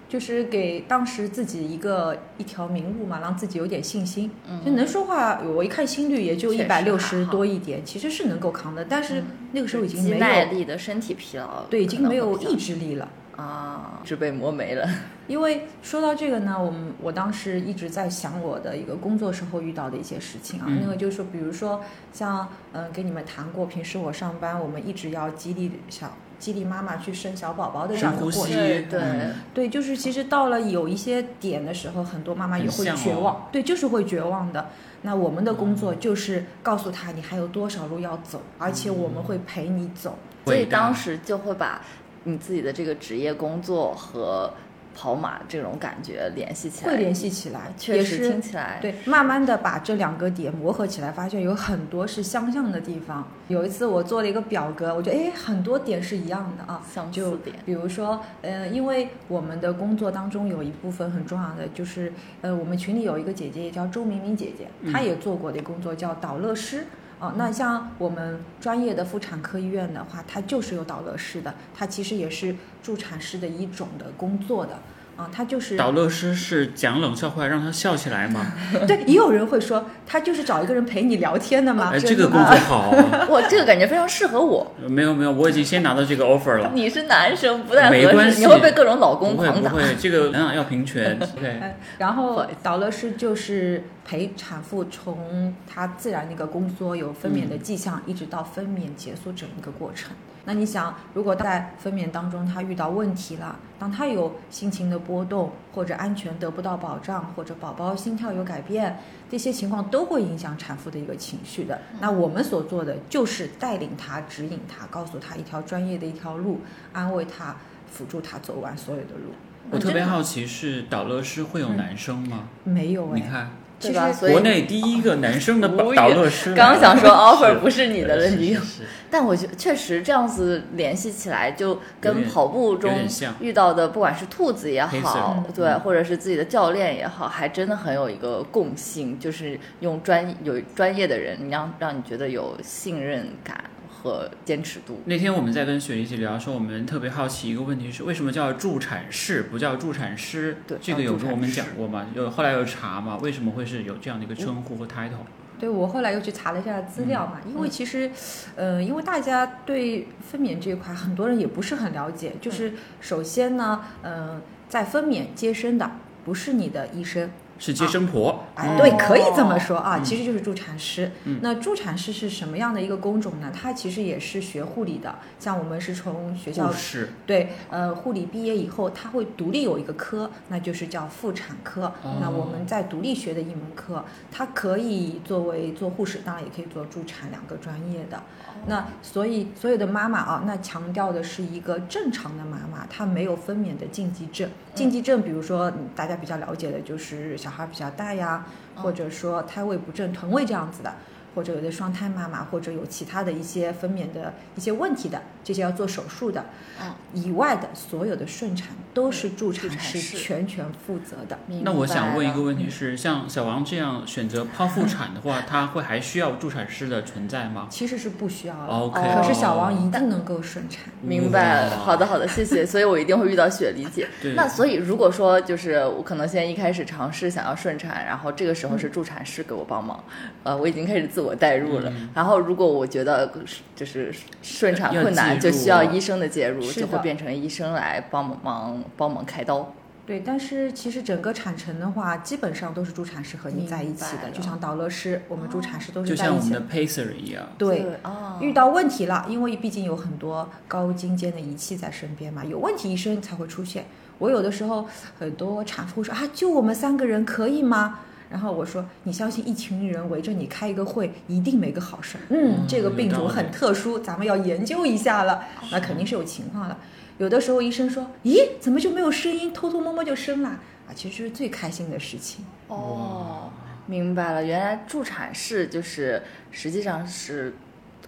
[SPEAKER 3] 就是给当时自己一个一条明路嘛，让自己有点信心。
[SPEAKER 2] 嗯
[SPEAKER 3] 就能说话，我一看心率也就
[SPEAKER 2] 确
[SPEAKER 3] 一
[SPEAKER 2] 实
[SPEAKER 3] 百六
[SPEAKER 2] 还
[SPEAKER 3] 十
[SPEAKER 2] 好
[SPEAKER 3] 多一点，其实是能够扛的，但是那个时候已经
[SPEAKER 2] 肌
[SPEAKER 3] 没
[SPEAKER 2] 耐
[SPEAKER 3] 有
[SPEAKER 2] 力的身体疲劳，
[SPEAKER 3] 对，已经没有意
[SPEAKER 2] 一
[SPEAKER 3] 志力了。
[SPEAKER 2] 啊，是被磨没了。
[SPEAKER 3] 因为说到这个呢，我们我当时一直在想我的一个工作时候遇到的一些事情啊，
[SPEAKER 1] 嗯
[SPEAKER 3] 那个就是说，比如说像嗯、呃跟你们谈过，平时我上班我们一直要激励小激励妈妈去生小宝宝的这
[SPEAKER 1] 深
[SPEAKER 3] 样一个
[SPEAKER 1] 呼
[SPEAKER 3] 过
[SPEAKER 1] 吸，
[SPEAKER 3] 程。
[SPEAKER 2] 对对
[SPEAKER 1] 嗯
[SPEAKER 3] 对，就是其实到了有一些点的时候，很多妈妈也
[SPEAKER 1] 很
[SPEAKER 3] 会
[SPEAKER 1] 向
[SPEAKER 3] 绝
[SPEAKER 1] 往嗯
[SPEAKER 3] 望，对，就是会绝望的。那我们的工作就是告诉她你还有多少路要走，而且我
[SPEAKER 1] 嗯
[SPEAKER 3] 们会陪你走。
[SPEAKER 2] 所以
[SPEAKER 1] 伟大
[SPEAKER 2] 当时就会把你自己的这个职业工作和跑马这种感觉联系起来，
[SPEAKER 3] 会联系起来，
[SPEAKER 2] 确
[SPEAKER 3] 也
[SPEAKER 2] 实
[SPEAKER 3] 是
[SPEAKER 2] 听起来
[SPEAKER 3] 对，慢慢的把这两个点磨合起来，发现有很多是相像的地方。有一次我做了一个表格，我觉得哎，很多点是一样的啊，
[SPEAKER 2] 相
[SPEAKER 3] 就
[SPEAKER 2] 似点
[SPEAKER 3] 比如说，呃，因为我们的工作当中有一部分很重要的就是，呃，我们群里有一个姐姐也叫周明明姐姐，她
[SPEAKER 1] 嗯
[SPEAKER 3] 也做过的工作叫导乐师。啊，那像我们专业的妇产科医院的话，它就是有导乐师的，它其实也是助产师的一种的工作的，啊，它就是
[SPEAKER 1] 导乐师是讲冷笑话让他笑起来吗？
[SPEAKER 2] 嗯
[SPEAKER 3] 对，也有人会说，他就是找一个人陪你聊天的嘛。
[SPEAKER 1] 哎，
[SPEAKER 3] 就
[SPEAKER 1] 这个
[SPEAKER 3] 是
[SPEAKER 1] 工作好啊、
[SPEAKER 2] 哇，这个感觉非常适合我。
[SPEAKER 1] 没有没有，我已经先拿到这个 offer 了。
[SPEAKER 2] 你是男生不太
[SPEAKER 1] 没
[SPEAKER 2] 合
[SPEAKER 1] 关
[SPEAKER 2] 适，
[SPEAKER 1] 系
[SPEAKER 2] 你会被各种老 公
[SPEAKER 1] 不会
[SPEAKER 2] 狂
[SPEAKER 1] 不
[SPEAKER 2] 打。
[SPEAKER 1] 会，这个两两要平 权。OK，
[SPEAKER 3] 哎然后导乐师就是陪产妇
[SPEAKER 1] 嗯
[SPEAKER 3] 从她自然那个宫缩有分娩的迹象，一直到分娩结束整一个过程。那你想，如果在分娩当中他遇到问题了，当他有心情的波动，或者安全得不到保障，或者宝宝心跳有改变，这些情况都会影响产妇的一个情绪的。
[SPEAKER 1] 嗯
[SPEAKER 3] 那我们所做的就是带领他、指引他，告诉他一条专业的一条路，安慰他，辅助他走完所有的路。
[SPEAKER 1] 我特别好奇，是导乐师会有男生吗？
[SPEAKER 3] 没有
[SPEAKER 1] 你
[SPEAKER 3] 哎，
[SPEAKER 1] 看，
[SPEAKER 3] 其
[SPEAKER 2] 嗯对
[SPEAKER 3] 实
[SPEAKER 2] 吧？所以
[SPEAKER 1] 国内第一个男生的
[SPEAKER 2] 无语
[SPEAKER 1] 导乐师来了，
[SPEAKER 2] 刚想说 offer 不
[SPEAKER 1] 是
[SPEAKER 2] 是你的了，
[SPEAKER 1] 是
[SPEAKER 2] 你
[SPEAKER 1] 是
[SPEAKER 2] 有。
[SPEAKER 1] 是
[SPEAKER 2] 但我觉得确实这样子联系起来，就
[SPEAKER 1] 有
[SPEAKER 2] 跟
[SPEAKER 1] 点
[SPEAKER 2] 跑步中
[SPEAKER 1] 有点像
[SPEAKER 2] 遇到的，不管是兔子也
[SPEAKER 1] 黑色
[SPEAKER 2] 好
[SPEAKER 3] 嗯，
[SPEAKER 2] 对，或者是自己的教练也好，还真的很有一个共性，就是用专有专业的人，让让你觉得有信任感和坚持度。
[SPEAKER 1] 那天我们在跟雪梨一起聊的时候，我们特别好奇一个问题是，为什么叫助产士不叫助产师？
[SPEAKER 2] 对
[SPEAKER 1] 这个
[SPEAKER 2] 叫
[SPEAKER 1] 有
[SPEAKER 2] 助
[SPEAKER 1] 跟我
[SPEAKER 2] 产
[SPEAKER 1] 们
[SPEAKER 2] 士
[SPEAKER 1] 讲过吗？有后来有查吗？为什么会是有这样的一个称呼和 title？
[SPEAKER 3] 对我后来又去查了一下资料嘛，
[SPEAKER 1] 嗯
[SPEAKER 3] 因为其实，呃，因为大家对分娩这一块，很多人也不是很了解。就是首先呢，呃，在分娩接生的不是你的医生，
[SPEAKER 1] 是
[SPEAKER 2] 啊
[SPEAKER 1] 接生婆？
[SPEAKER 3] 哎，
[SPEAKER 1] 嗯
[SPEAKER 3] 对，可以这么说啊，
[SPEAKER 1] 嗯
[SPEAKER 3] 其实就是助产师。
[SPEAKER 1] 嗯
[SPEAKER 3] 那助产师是什么样的一个工种呢？他其实也是学护理的，像我们是从学校
[SPEAKER 1] 护士。
[SPEAKER 3] 对，呃，护理毕业以后，他会独立有一个科，那就是叫妇产科。那我们在独立学的一门课，它可以作为做护士，当然也可以做助产两个专业的。那所以所有的妈妈啊，那强调的是一个正常的妈妈，她没有分娩的禁忌症。禁忌症，比如说嗯大家比较了解的就是小孩比较大呀，或
[SPEAKER 2] 嗯
[SPEAKER 3] 者说胎位不正、臀位这样子的。或者有的双胎妈妈，或者有其他的一些分娩的一些问题的，这些要做手术的，
[SPEAKER 2] 嗯
[SPEAKER 3] 以外的所有的顺产都是助产
[SPEAKER 2] 助
[SPEAKER 3] 师
[SPEAKER 2] 产师
[SPEAKER 3] 全权负责的。
[SPEAKER 2] 明
[SPEAKER 1] 那我想问一个
[SPEAKER 2] 白了嗯
[SPEAKER 1] 问题是，像小王这样选择剖腹产的 话，他会还需要助产师的存在吗
[SPEAKER 3] 其实是不需要的。
[SPEAKER 1] ？OK，
[SPEAKER 2] 哦
[SPEAKER 3] 可是小王一定能够顺产。
[SPEAKER 2] 明白了，
[SPEAKER 1] 哇
[SPEAKER 2] 好的好的，谢谢。所以我一定会遇到雪梨姐。
[SPEAKER 1] 嗯对
[SPEAKER 2] 那所以如果说就是我可能先一开始尝试想要顺产，然后这个时候
[SPEAKER 1] 嗯
[SPEAKER 2] 是助产师给我帮忙，呃，我已经开始自我代入了。然后如果我觉得就是顺产困难，
[SPEAKER 1] 嗯要介入
[SPEAKER 2] 就
[SPEAKER 1] 哦
[SPEAKER 2] 需要医生的介入，
[SPEAKER 3] 是的
[SPEAKER 2] 就会变成医生来帮忙帮忙开刀。
[SPEAKER 3] 对，但是其实整个产程的话，基本上都是助产师和你在一起
[SPEAKER 2] 明白
[SPEAKER 3] 的，
[SPEAKER 2] 了哦
[SPEAKER 3] 就像导乐师，我们助产师都
[SPEAKER 1] 就是
[SPEAKER 3] 在
[SPEAKER 1] 像
[SPEAKER 3] 一
[SPEAKER 1] 我们
[SPEAKER 3] 起
[SPEAKER 1] 的 pacer 一样，
[SPEAKER 3] 对，
[SPEAKER 2] 啊，
[SPEAKER 3] 遇到问题了，因为毕竟有很多高精尖的仪器在身边嘛，有问题医生才会出现。我有的时候很多产妇说啊，就我们三个人可以吗？然后我说，你相信一群人围着你开一个会，一定没个好事儿。嗯，这个病
[SPEAKER 1] 有道
[SPEAKER 3] 毒
[SPEAKER 1] 理
[SPEAKER 3] 很特殊，咱们要研究一下了。那肯定是有情况的。有的时候医生说，咦，怎么就没有声音？偷偷摸摸就生了啊，其实是最开心的事情。
[SPEAKER 2] 哦，明白了，原来助产士就是实际上是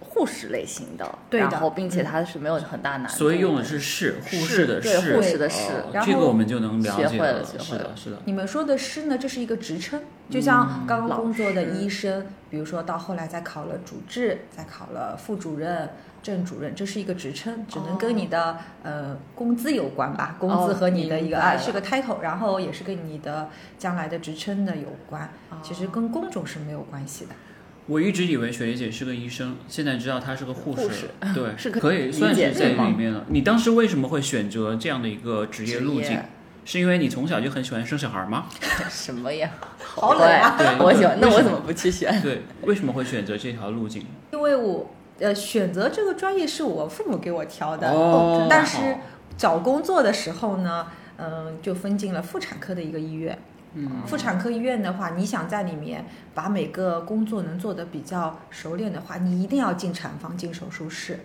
[SPEAKER 2] 护士类型的，
[SPEAKER 3] 对的
[SPEAKER 2] 然后并且它是没有很大难度的，
[SPEAKER 1] 嗯所以用的是士，护
[SPEAKER 2] 是
[SPEAKER 1] 士的
[SPEAKER 2] 对
[SPEAKER 1] 士，
[SPEAKER 2] 护士的士
[SPEAKER 1] 哦
[SPEAKER 3] 然后
[SPEAKER 1] 这个我们就能了
[SPEAKER 2] 学
[SPEAKER 1] 解
[SPEAKER 2] 会了学
[SPEAKER 1] 是
[SPEAKER 2] 会
[SPEAKER 1] 的，
[SPEAKER 2] 了
[SPEAKER 1] 是的。
[SPEAKER 3] 你们说的师呢，这是一个职称，就像刚
[SPEAKER 2] 嗯老
[SPEAKER 3] 刚工作的
[SPEAKER 2] 师
[SPEAKER 3] 医生，比如说到后来再考了主治，再考了副主任、正主任，这是一个职称，只能跟你的、呃工资有关吧，工资
[SPEAKER 2] 哦
[SPEAKER 3] 和你的一
[SPEAKER 2] 明
[SPEAKER 3] 个
[SPEAKER 2] 白
[SPEAKER 3] 啊、
[SPEAKER 2] 了
[SPEAKER 3] 是个 title，然后也是跟你的将来的职称的有关，
[SPEAKER 2] 哦
[SPEAKER 3] 其实跟工种是没有关系的。
[SPEAKER 1] 我一直以为雪梨姐是个医生，现在知道她是个护士，
[SPEAKER 2] 护士
[SPEAKER 1] 对，
[SPEAKER 2] 是可
[SPEAKER 1] 可
[SPEAKER 2] 以理
[SPEAKER 1] 以算
[SPEAKER 2] 解
[SPEAKER 1] 是
[SPEAKER 2] 的
[SPEAKER 1] 在
[SPEAKER 2] 吗
[SPEAKER 1] 里面了。你当时为什么会选择这样的一个职业
[SPEAKER 2] 职
[SPEAKER 1] 路
[SPEAKER 2] 业
[SPEAKER 1] 径？是因为你从小就很喜欢生小孩吗？
[SPEAKER 2] 什么呀？
[SPEAKER 3] 好冷啊
[SPEAKER 2] 对
[SPEAKER 1] 对
[SPEAKER 2] 我喜欢，那
[SPEAKER 1] 为
[SPEAKER 2] 我
[SPEAKER 1] 什
[SPEAKER 2] 怎
[SPEAKER 1] 么
[SPEAKER 2] 么不去选？
[SPEAKER 1] 对，为什么会选择这条路径？
[SPEAKER 3] 因为我呃选择这个专业是我父母给我挑的，
[SPEAKER 1] 哦
[SPEAKER 3] 但
[SPEAKER 1] 真
[SPEAKER 3] 是
[SPEAKER 1] 好
[SPEAKER 3] 找工作的时候呢，嗯、就分进了妇产科的一个医院。嗯，妇产科医院的话，你想在里面把每个工作能做得比较熟练的话，你一定要进产房、进手术室。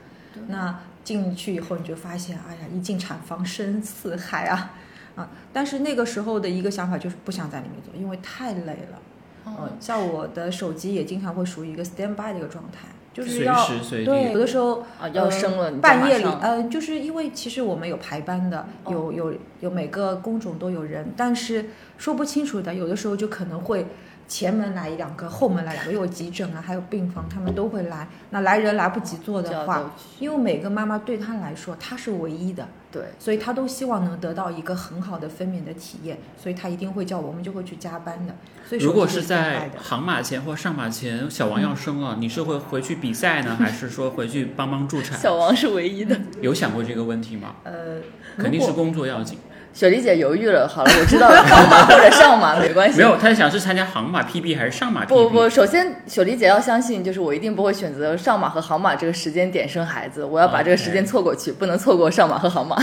[SPEAKER 3] 那进去以后，你就发现，哎呀，一进产房深似海啊，啊！但是那个时候的一个想法就是不想在里面做，因为太累了。
[SPEAKER 1] 哦
[SPEAKER 2] 哦
[SPEAKER 3] 嗯，像我的手机也经常会属于一个 stand by 的一个状态，就是
[SPEAKER 1] 随
[SPEAKER 3] 要
[SPEAKER 1] 时随
[SPEAKER 3] 对，有
[SPEAKER 1] 地。
[SPEAKER 3] 的时候
[SPEAKER 2] 啊要
[SPEAKER 3] 呃
[SPEAKER 2] 生了你就马
[SPEAKER 3] 半夜里
[SPEAKER 2] 上，
[SPEAKER 3] 呃，就是因为其实我们有排班的，
[SPEAKER 2] 哦
[SPEAKER 3] 有有有每个工种都有人，但是说不清楚的，有的时候就可能会前门来一两个，后门来两个，又有急诊啊，还有病房，他们都会来。那来人来不及做
[SPEAKER 2] 就要
[SPEAKER 3] 的
[SPEAKER 2] 都
[SPEAKER 3] 话，因为每个妈妈对她来说，她是唯一的，
[SPEAKER 2] 对，
[SPEAKER 3] 所以她都希望能得到一个很好的分娩的体验，所以她一定会叫我们就会去加班的。所以
[SPEAKER 1] 如果
[SPEAKER 3] 手
[SPEAKER 1] 是
[SPEAKER 3] 机就standby
[SPEAKER 1] 在
[SPEAKER 3] 的嗯
[SPEAKER 1] 航马前或上马前，小王要生了，你是会回去比赛呢，还是说回去帮忙助产？
[SPEAKER 2] 小王是唯一的，
[SPEAKER 1] 有想过这个问题吗？
[SPEAKER 3] 呃，
[SPEAKER 1] 肯定
[SPEAKER 3] 如
[SPEAKER 1] 是
[SPEAKER 3] 果
[SPEAKER 1] 工作要紧。
[SPEAKER 2] 雪梨姐犹豫了，好了，我知道了，跑马或者 上马没关系。
[SPEAKER 1] 没有，他想是参加航马 PB 还是上马 PB？
[SPEAKER 2] 不不，首先雪梨姐要相信，就是我一定不会选择上马和航马这个时间点生孩子，我要把这个时间错过去，不能错过上马和航马。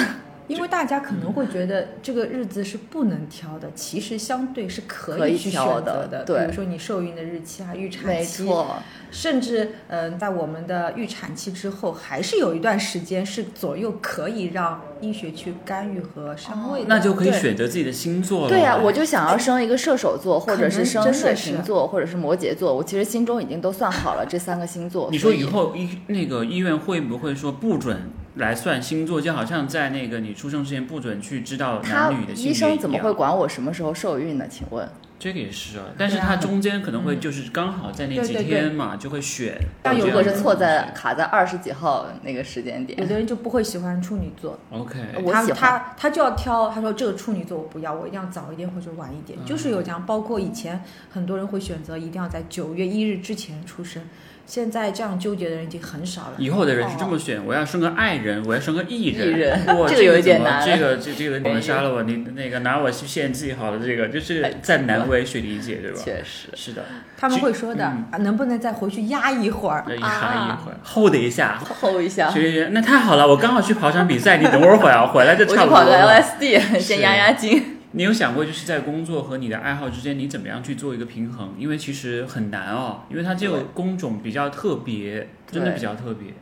[SPEAKER 3] 因为大家可能会觉得这个日子是不能挑的，其实相对是可以去选择
[SPEAKER 2] 的。
[SPEAKER 3] 比如说你受孕的日期啊、预 产
[SPEAKER 2] 没
[SPEAKER 3] 期，
[SPEAKER 2] 错，
[SPEAKER 3] 甚至嗯、在我们的预产期之后，还是有一段时间是左右可以让医学去干预和上位的。
[SPEAKER 1] 哦那就可以
[SPEAKER 2] 对
[SPEAKER 1] 选择自己的星座了。哦哎
[SPEAKER 2] 对呀、我就想要生一个射手座，或者是
[SPEAKER 3] 可
[SPEAKER 2] 生
[SPEAKER 3] 能真
[SPEAKER 2] 水
[SPEAKER 3] 的是
[SPEAKER 2] 瓶座，或者是摩羯座。我其实心中已经都算好了这三个星座。
[SPEAKER 1] 你说
[SPEAKER 2] 所
[SPEAKER 1] 以后医那个医院会不会说不准来算星座，就好像在那个你出生之前不准去知道
[SPEAKER 2] 他
[SPEAKER 1] 男女的性别
[SPEAKER 2] 医生怎么
[SPEAKER 1] 一
[SPEAKER 2] 会
[SPEAKER 1] 样？
[SPEAKER 2] 管我什么时候受孕呢？请问，
[SPEAKER 1] 这个也是啊，但是
[SPEAKER 3] 对啊
[SPEAKER 1] 他中间可能
[SPEAKER 2] 嗯
[SPEAKER 1] 会就是刚好在那
[SPEAKER 3] 对
[SPEAKER 1] 几
[SPEAKER 3] 对对
[SPEAKER 1] 天嘛，就会选。
[SPEAKER 3] 但有
[SPEAKER 1] 这
[SPEAKER 2] 如
[SPEAKER 1] 样
[SPEAKER 2] 果
[SPEAKER 1] 的
[SPEAKER 2] 是错在
[SPEAKER 1] 东
[SPEAKER 2] 卡在二十几号那个时间
[SPEAKER 3] 有
[SPEAKER 2] 点，
[SPEAKER 3] 的人就不会喜欢处女座，
[SPEAKER 1] 西 OK，
[SPEAKER 2] 我
[SPEAKER 3] 他
[SPEAKER 2] 喜欢。
[SPEAKER 3] 他他就要挑，他说这个处女座我不要，我一定要早一点或者晚一点，就是有这样。包括以前很多人会选择一定要在九月一日之前出生，现在这样纠结的人已经很少了。
[SPEAKER 1] 以后的人是这么选：我要生个爱人，我要生个艺
[SPEAKER 2] 艺人
[SPEAKER 1] 哇，
[SPEAKER 2] 这
[SPEAKER 1] 这
[SPEAKER 2] 个有一点
[SPEAKER 1] 怎么
[SPEAKER 2] 难
[SPEAKER 1] 这个这这个你们杀了我，你那个拿我去献祭好了，这个就是在难为去理解，对吧？
[SPEAKER 2] 确实，
[SPEAKER 1] 是的，
[SPEAKER 3] 他们会说的、
[SPEAKER 2] 嗯
[SPEAKER 3] 啊，能不能再回去压一会儿
[SPEAKER 1] 那？一哈
[SPEAKER 2] 啊
[SPEAKER 1] 一会儿，hold 一下，
[SPEAKER 2] 吼一下，
[SPEAKER 1] 学姐，那太好了，我刚好去跑场比赛，你等会儿回来，回来就
[SPEAKER 2] 我去
[SPEAKER 1] 差不多
[SPEAKER 2] 跑个
[SPEAKER 1] 了。
[SPEAKER 2] LSD，先压压惊。
[SPEAKER 1] 你有想过，就是在工作和你的爱好之间，你怎么样去做一个平衡？因为其实很难哦，因为它这个
[SPEAKER 2] 对
[SPEAKER 1] 工种比较特别，真的
[SPEAKER 2] 对
[SPEAKER 1] 比较特别。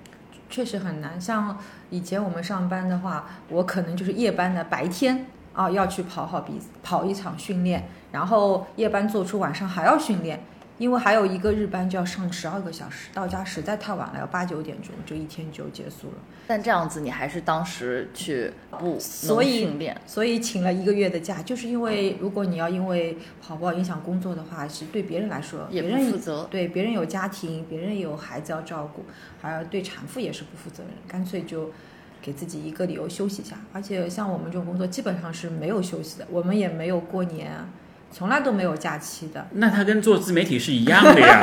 [SPEAKER 3] 确实很难。像以前我们上班的话，我可能就是夜班的，白天啊要去跑好比跑一场训练，然后夜班做出晚上还要训练，因为还有一个日班就要上十二个小时，到家实在太晚了，要八九点钟，就一天就结束了。
[SPEAKER 2] 但这样子，你还是当时去不
[SPEAKER 3] 所以
[SPEAKER 2] 能训练，
[SPEAKER 3] 所以请了一个月的假，就是因为如果你要因为跑步而啊影响工作的话，是对别人来说，
[SPEAKER 2] 也
[SPEAKER 3] 别
[SPEAKER 2] 不
[SPEAKER 3] 人
[SPEAKER 2] 负 责。
[SPEAKER 3] 对别人有家庭，别人有孩子要照顾，还有对产妇也是不负责任，干脆就给自己一个理由休息一下。而且像我们这种工作，基本上是没有休息的，我们也没有过年，从来都没有假期的。
[SPEAKER 1] 那它跟做自媒体是一样的呀。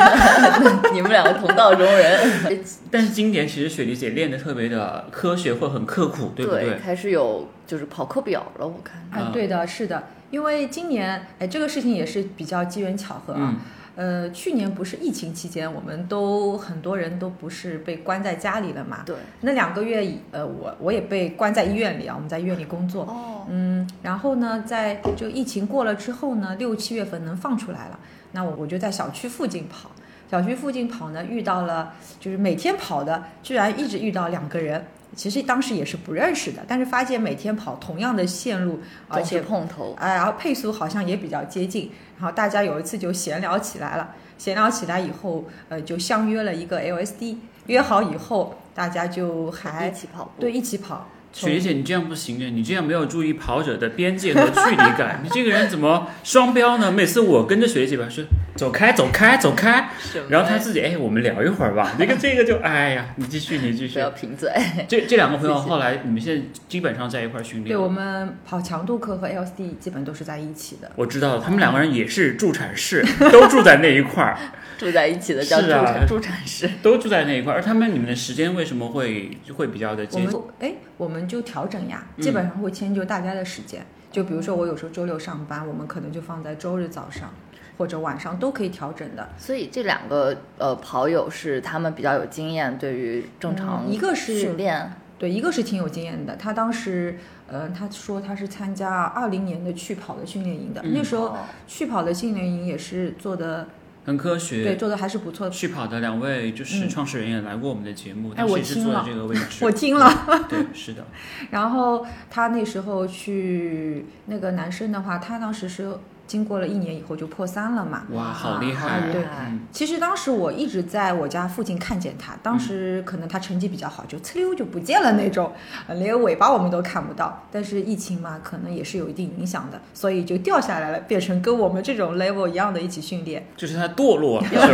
[SPEAKER 2] 你们两个同道中人，
[SPEAKER 1] 但是今年其实雪梨姐练的特别的科学或很刻苦，对不对？
[SPEAKER 2] 开始有就是跑课表了，我看。
[SPEAKER 1] 啊
[SPEAKER 3] 啊，对的，是的，因为今年哎，这个事情也是比较机缘巧合啊。
[SPEAKER 1] 嗯，
[SPEAKER 3] 呃，去年不是疫情期间，我们都很多人都不是被关在家里了嘛。
[SPEAKER 2] 对，
[SPEAKER 3] 那两个月以，呃，我我也被关在医院里啊，我们在医院里工作。
[SPEAKER 2] 哦，
[SPEAKER 3] 嗯，然后呢，在这个疫情过了之后呢，六七月份能放出来了，那我我就在小区附近跑。小区附近跑呢，遇到了就是每天跑的，居然一直遇到两个人。其实当时也是不认识的，但是发现每天跑同样的线路，而
[SPEAKER 2] 总
[SPEAKER 3] 且
[SPEAKER 2] 是碰头，
[SPEAKER 3] 哎，然后配速好像也比较接近，然后大家有一次就闲聊起来了，闲聊起来以后，呃，就相约了一个 LSD，约好以后，大家就
[SPEAKER 2] 一
[SPEAKER 3] 还
[SPEAKER 2] 起跑步。
[SPEAKER 3] 对一起跑，
[SPEAKER 1] 雪梨姐，你这样不行的，你这样没有注意跑者的边界和距离感， 你这个人怎么双标呢？每次我跟着雪梨姐吧，说走开，走开，走开，
[SPEAKER 2] 什么
[SPEAKER 1] 然后他自己哎，我们聊一会儿吧。这 个这个就哎呀，你继续，你继
[SPEAKER 2] 不
[SPEAKER 1] 续
[SPEAKER 2] 要。贫嘴，
[SPEAKER 1] 这这两个朋友
[SPEAKER 2] 谢谢
[SPEAKER 1] 后来你们现在基本上在一块儿训
[SPEAKER 3] 对
[SPEAKER 1] 练。
[SPEAKER 3] 我们跑强度课和 LSD 基本都是在一起的。
[SPEAKER 1] 我知道了，他们两个人也是助产士，都住在那一块儿，
[SPEAKER 2] 住在一起的叫助
[SPEAKER 1] 是啊
[SPEAKER 2] 产助产士。
[SPEAKER 1] 都住在那一块儿。而他们你们的时间为什么会就会比较的
[SPEAKER 3] 我
[SPEAKER 1] 接
[SPEAKER 3] 们
[SPEAKER 1] 近？
[SPEAKER 3] 哎，我们就调整呀，
[SPEAKER 1] 嗯
[SPEAKER 3] 基本上会迁就大家的时间。就比如说我有时候周六上班，我们可能就放在周日早上或者晚上都可以调整的。
[SPEAKER 2] 所以这两个呃跑友是他们比较有经验，对于正常
[SPEAKER 3] 嗯一个是
[SPEAKER 2] 训练，
[SPEAKER 3] 对，一个是挺有经验的，他当时，呃，他说他是参加二零年的去跑的训练营的，
[SPEAKER 1] 嗯
[SPEAKER 3] 那时候
[SPEAKER 2] 哦
[SPEAKER 3] 去跑的训练营也是做的，
[SPEAKER 1] 很科
[SPEAKER 3] 对，
[SPEAKER 1] 学。
[SPEAKER 3] 做的还是不错的。
[SPEAKER 1] 去跑的两位就是
[SPEAKER 3] 嗯
[SPEAKER 1] 创始人也来过我们的节目，
[SPEAKER 3] 哎
[SPEAKER 1] 当时
[SPEAKER 3] 我
[SPEAKER 1] 也是
[SPEAKER 3] 听
[SPEAKER 1] 坐在
[SPEAKER 3] 了
[SPEAKER 1] 这个位置。
[SPEAKER 3] 我听了，
[SPEAKER 1] 对，是 的。
[SPEAKER 3] 然后他那时候去那个男生的话，他当时是经过了一年以后就破三了嘛，啊
[SPEAKER 1] 哇，好厉
[SPEAKER 2] 好
[SPEAKER 1] 害！
[SPEAKER 2] 厉
[SPEAKER 3] 对
[SPEAKER 2] 害
[SPEAKER 1] 嗯
[SPEAKER 3] 其实当时我一直在我家附近看见他，当
[SPEAKER 1] 嗯
[SPEAKER 3] 时可能他成绩比较好，就呲溜就不见了那种，呃连尾巴我们都看不到。但是疫情嘛，可能也是有一定影响的，所以就掉下来了，变成跟我们这种 level 一样的一起训练。
[SPEAKER 1] 就是他堕落了，是吧？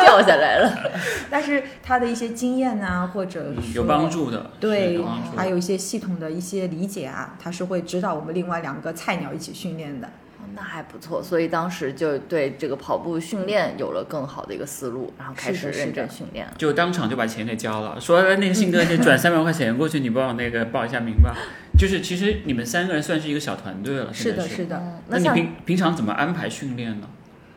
[SPEAKER 2] 掉下来了。
[SPEAKER 3] 但是他的一些经验呐、或者
[SPEAKER 1] 嗯
[SPEAKER 3] 说
[SPEAKER 1] 有帮。助的，是
[SPEAKER 3] 对
[SPEAKER 1] 有帮助，的
[SPEAKER 3] 还有一些系统的一些理解啊，他是会指导我们另外两个菜鸟一起训练的。
[SPEAKER 2] 那还不错。所以当时就对这个跑步训练有了更好的一个思路，然后开
[SPEAKER 3] 是
[SPEAKER 2] 始
[SPEAKER 3] 的是
[SPEAKER 2] 认真
[SPEAKER 3] 的
[SPEAKER 2] 训练。
[SPEAKER 1] 就当场就把钱给交了，说哎那个信哥，你转三百块钱过去，你帮我那个报一下名吧。 就是其实你们三个人算是一个小团队了，
[SPEAKER 3] 是
[SPEAKER 1] 现在
[SPEAKER 3] 的，是的。
[SPEAKER 2] 嗯，
[SPEAKER 1] 那
[SPEAKER 2] 那
[SPEAKER 1] 你
[SPEAKER 2] 像
[SPEAKER 1] 平平常怎么安排训练呢？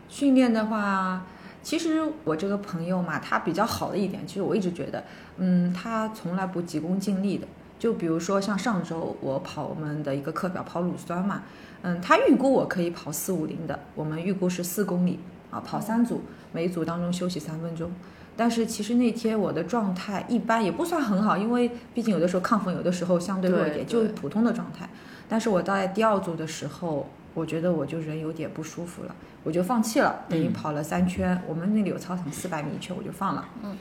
[SPEAKER 3] 训练的话，其实我这个朋友嘛，他比较好的一点，其实我一直觉得，嗯，他从来不急功近利的。就比如说像上周我跑我们的一个课表跑乳酸嘛，嗯，他预估我可以跑四五零的，我们预估是四公里啊，跑三组，每一组当中休息三分钟。但是其实那天我的状态一般，也不算很好，因为毕竟有的时候亢奋，有的时候相对弱一
[SPEAKER 2] 对
[SPEAKER 3] 点，
[SPEAKER 2] 对
[SPEAKER 3] 就普通的状态。但是我在第二组的时候，我觉得我就人有点不舒服了，我就放弃了，等于
[SPEAKER 1] 嗯
[SPEAKER 3] 跑了三圈。我们那里有操场四百米一圈，我就放了。嗯，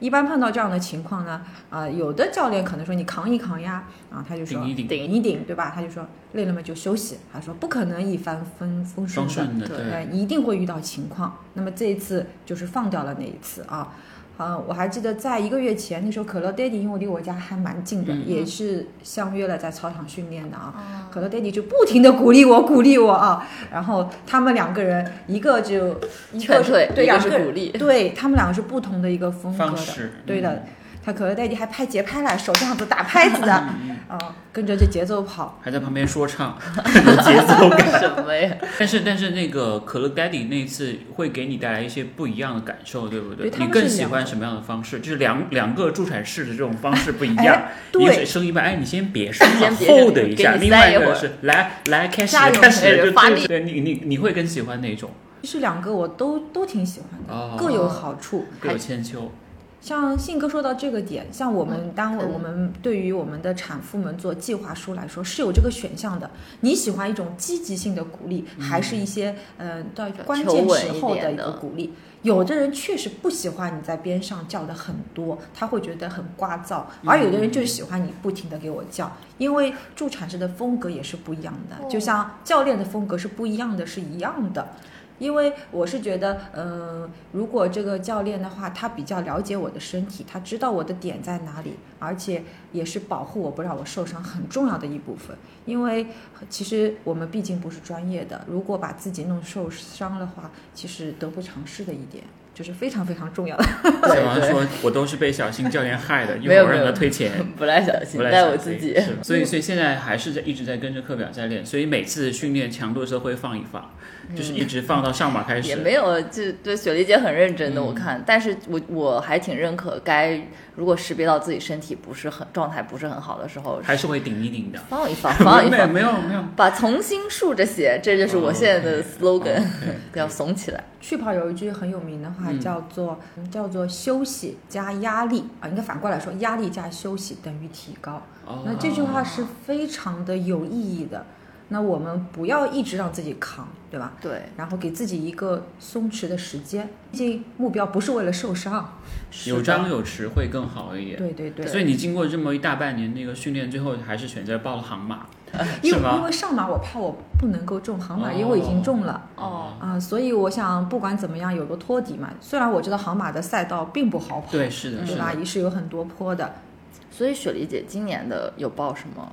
[SPEAKER 3] 一般碰到这样的情况呢，啊、有的教练可能说你扛一扛呀，啊，他就说
[SPEAKER 1] 顶一顶，
[SPEAKER 2] 顶
[SPEAKER 3] 顶一顶，对吧？他就说累了嘛就休息，他说不可能一帆风风顺
[SPEAKER 1] 双顺
[SPEAKER 3] 的，
[SPEAKER 1] 的，
[SPEAKER 2] 对
[SPEAKER 1] 对，
[SPEAKER 3] 呃，一定会遇到情况。那么这一次就是放掉了那一次啊。啊，我还记得在一个月前，那时候可乐 daddy 因为离我家还蛮近的，
[SPEAKER 1] 嗯哦
[SPEAKER 3] 也是相约了在操场训练的啊。
[SPEAKER 2] 啊
[SPEAKER 3] 可乐 daddy 就不停的鼓励我，鼓励我啊。然后他们两个人，一个就一
[SPEAKER 2] 劝
[SPEAKER 3] 个
[SPEAKER 2] 退，
[SPEAKER 3] 对，
[SPEAKER 2] 一个
[SPEAKER 3] 两
[SPEAKER 2] 是
[SPEAKER 3] 个人
[SPEAKER 2] 鼓励，
[SPEAKER 3] 对他们两个是不同的一个风格
[SPEAKER 1] 方
[SPEAKER 3] 的。
[SPEAKER 1] 式，
[SPEAKER 3] 对的
[SPEAKER 1] 嗯，
[SPEAKER 3] 他可乐 daddy 还拍节拍来，手这样子打拍子的啊、
[SPEAKER 1] 嗯嗯
[SPEAKER 3] 跟着这节奏跑。
[SPEAKER 1] 还在旁边说唱，有节奏感。
[SPEAKER 2] 什么呀？
[SPEAKER 1] 但是但是那个可乐 Daddy 那次会给你带来一些不一样的感受，对不对？
[SPEAKER 3] 对他
[SPEAKER 1] 你
[SPEAKER 3] 们
[SPEAKER 1] 更
[SPEAKER 3] 是
[SPEAKER 1] 喜
[SPEAKER 3] 两
[SPEAKER 1] 欢
[SPEAKER 3] 种
[SPEAKER 1] 什么样的方式？就是两两个助产士的这种方式不一
[SPEAKER 3] 哎
[SPEAKER 1] 样。一个
[SPEAKER 3] 对
[SPEAKER 1] 是生一半，哎，你先别生了，
[SPEAKER 2] 先别生
[SPEAKER 1] 厚的一下；
[SPEAKER 2] 给你
[SPEAKER 1] 另外一
[SPEAKER 2] 塞一会
[SPEAKER 1] 个
[SPEAKER 2] 儿
[SPEAKER 1] 是来来开始
[SPEAKER 2] 加油
[SPEAKER 1] 开始，
[SPEAKER 2] 开始
[SPEAKER 1] 就
[SPEAKER 2] 发
[SPEAKER 1] 对
[SPEAKER 2] 力
[SPEAKER 1] 对，你你你会更喜欢哪种？
[SPEAKER 3] 其实两个我都都挺喜欢的，
[SPEAKER 1] 哦
[SPEAKER 3] 各有好处。
[SPEAKER 1] 各有千秋。
[SPEAKER 3] 像信哥说到这个点，像我们单位，
[SPEAKER 2] 嗯
[SPEAKER 3] 我们对于我们的产妇们做计划书来说是有这个选项的。你喜欢一种积极性的鼓励，还是一些呃到关键时候的一个鼓励？有的人确实不喜欢你在边上叫的很多，他会觉得很聒噪；而有的人就是喜欢你不停的给我叫，因为助产士的风格也是不一样的，
[SPEAKER 2] 哦
[SPEAKER 3] 就像教练的风格是不一样的，是一样的。因为我是觉得，嗯、如果这个教练的话，他比较了解我的身体，他知道我的点在哪里，而且也是保护我不让我受伤很重要的一部分。因为其实我们毕竟不是专业的，如果把自己弄受伤的话，其实得不偿失的一点，这是非常非常重要的。
[SPEAKER 1] 小王
[SPEAKER 2] 对对，
[SPEAKER 1] 说：“我都是被小新教练害的，因为
[SPEAKER 2] 没有
[SPEAKER 1] 我让
[SPEAKER 2] 没
[SPEAKER 1] 他
[SPEAKER 2] 有
[SPEAKER 1] 退钱。”
[SPEAKER 2] 不太小心，
[SPEAKER 1] 我来
[SPEAKER 2] 带
[SPEAKER 1] 想
[SPEAKER 2] 我自己。
[SPEAKER 1] 是的所以所以现在还是在一直在跟着课表在练，所以每次训练强度的时候会放一放，就是
[SPEAKER 2] 嗯
[SPEAKER 1] 一直放到上马开始。嗯
[SPEAKER 2] 也没有，就对雪莉姐很认真的，我看，但是我我还挺认可该，如果识别到自己身体不是很状态不是很好的时候，
[SPEAKER 1] 还是会顶一顶 的。
[SPEAKER 2] 放一放，放 一
[SPEAKER 1] 没有
[SPEAKER 2] 放，
[SPEAKER 1] 没有没有，
[SPEAKER 2] 把从心竖着写，这就是我现 在
[SPEAKER 1] 哦
[SPEAKER 2] 的 slogan，、要 怂起来。
[SPEAKER 3] 去跑有一句很有名的话，
[SPEAKER 1] 嗯
[SPEAKER 3] 叫做、嗯叫做休息加压力啊，应该反过来说，压力加休息等于提高。
[SPEAKER 1] 哦
[SPEAKER 3] 那这句话是非常的有意义的。那我们不要一直让自己扛，对吧？
[SPEAKER 2] 对，
[SPEAKER 3] 然后给自己一个松弛的时间，毕竟目标不是为了受伤。
[SPEAKER 1] 有张有弛会更好一点。
[SPEAKER 3] 对对对，
[SPEAKER 1] 所以你经过这么一大半年那个训练，最后还是选择报了航
[SPEAKER 2] 啊
[SPEAKER 1] 马，
[SPEAKER 3] 因
[SPEAKER 1] 是
[SPEAKER 3] 为因
[SPEAKER 2] 哦
[SPEAKER 1] 吗？
[SPEAKER 3] 为上马我怕我不能够中航马，
[SPEAKER 1] 哦
[SPEAKER 3] 因为我已经中了。
[SPEAKER 2] 哦，
[SPEAKER 3] 啊、所以我想不管怎么样有个托底嘛。虽然我知道航马的赛道并不好跑，
[SPEAKER 1] 对，是
[SPEAKER 2] 嗯
[SPEAKER 1] 的，是
[SPEAKER 3] 对吧？
[SPEAKER 1] 的。
[SPEAKER 3] 也是有很多坡的。
[SPEAKER 2] 所以雪莉姐今年的有报什么？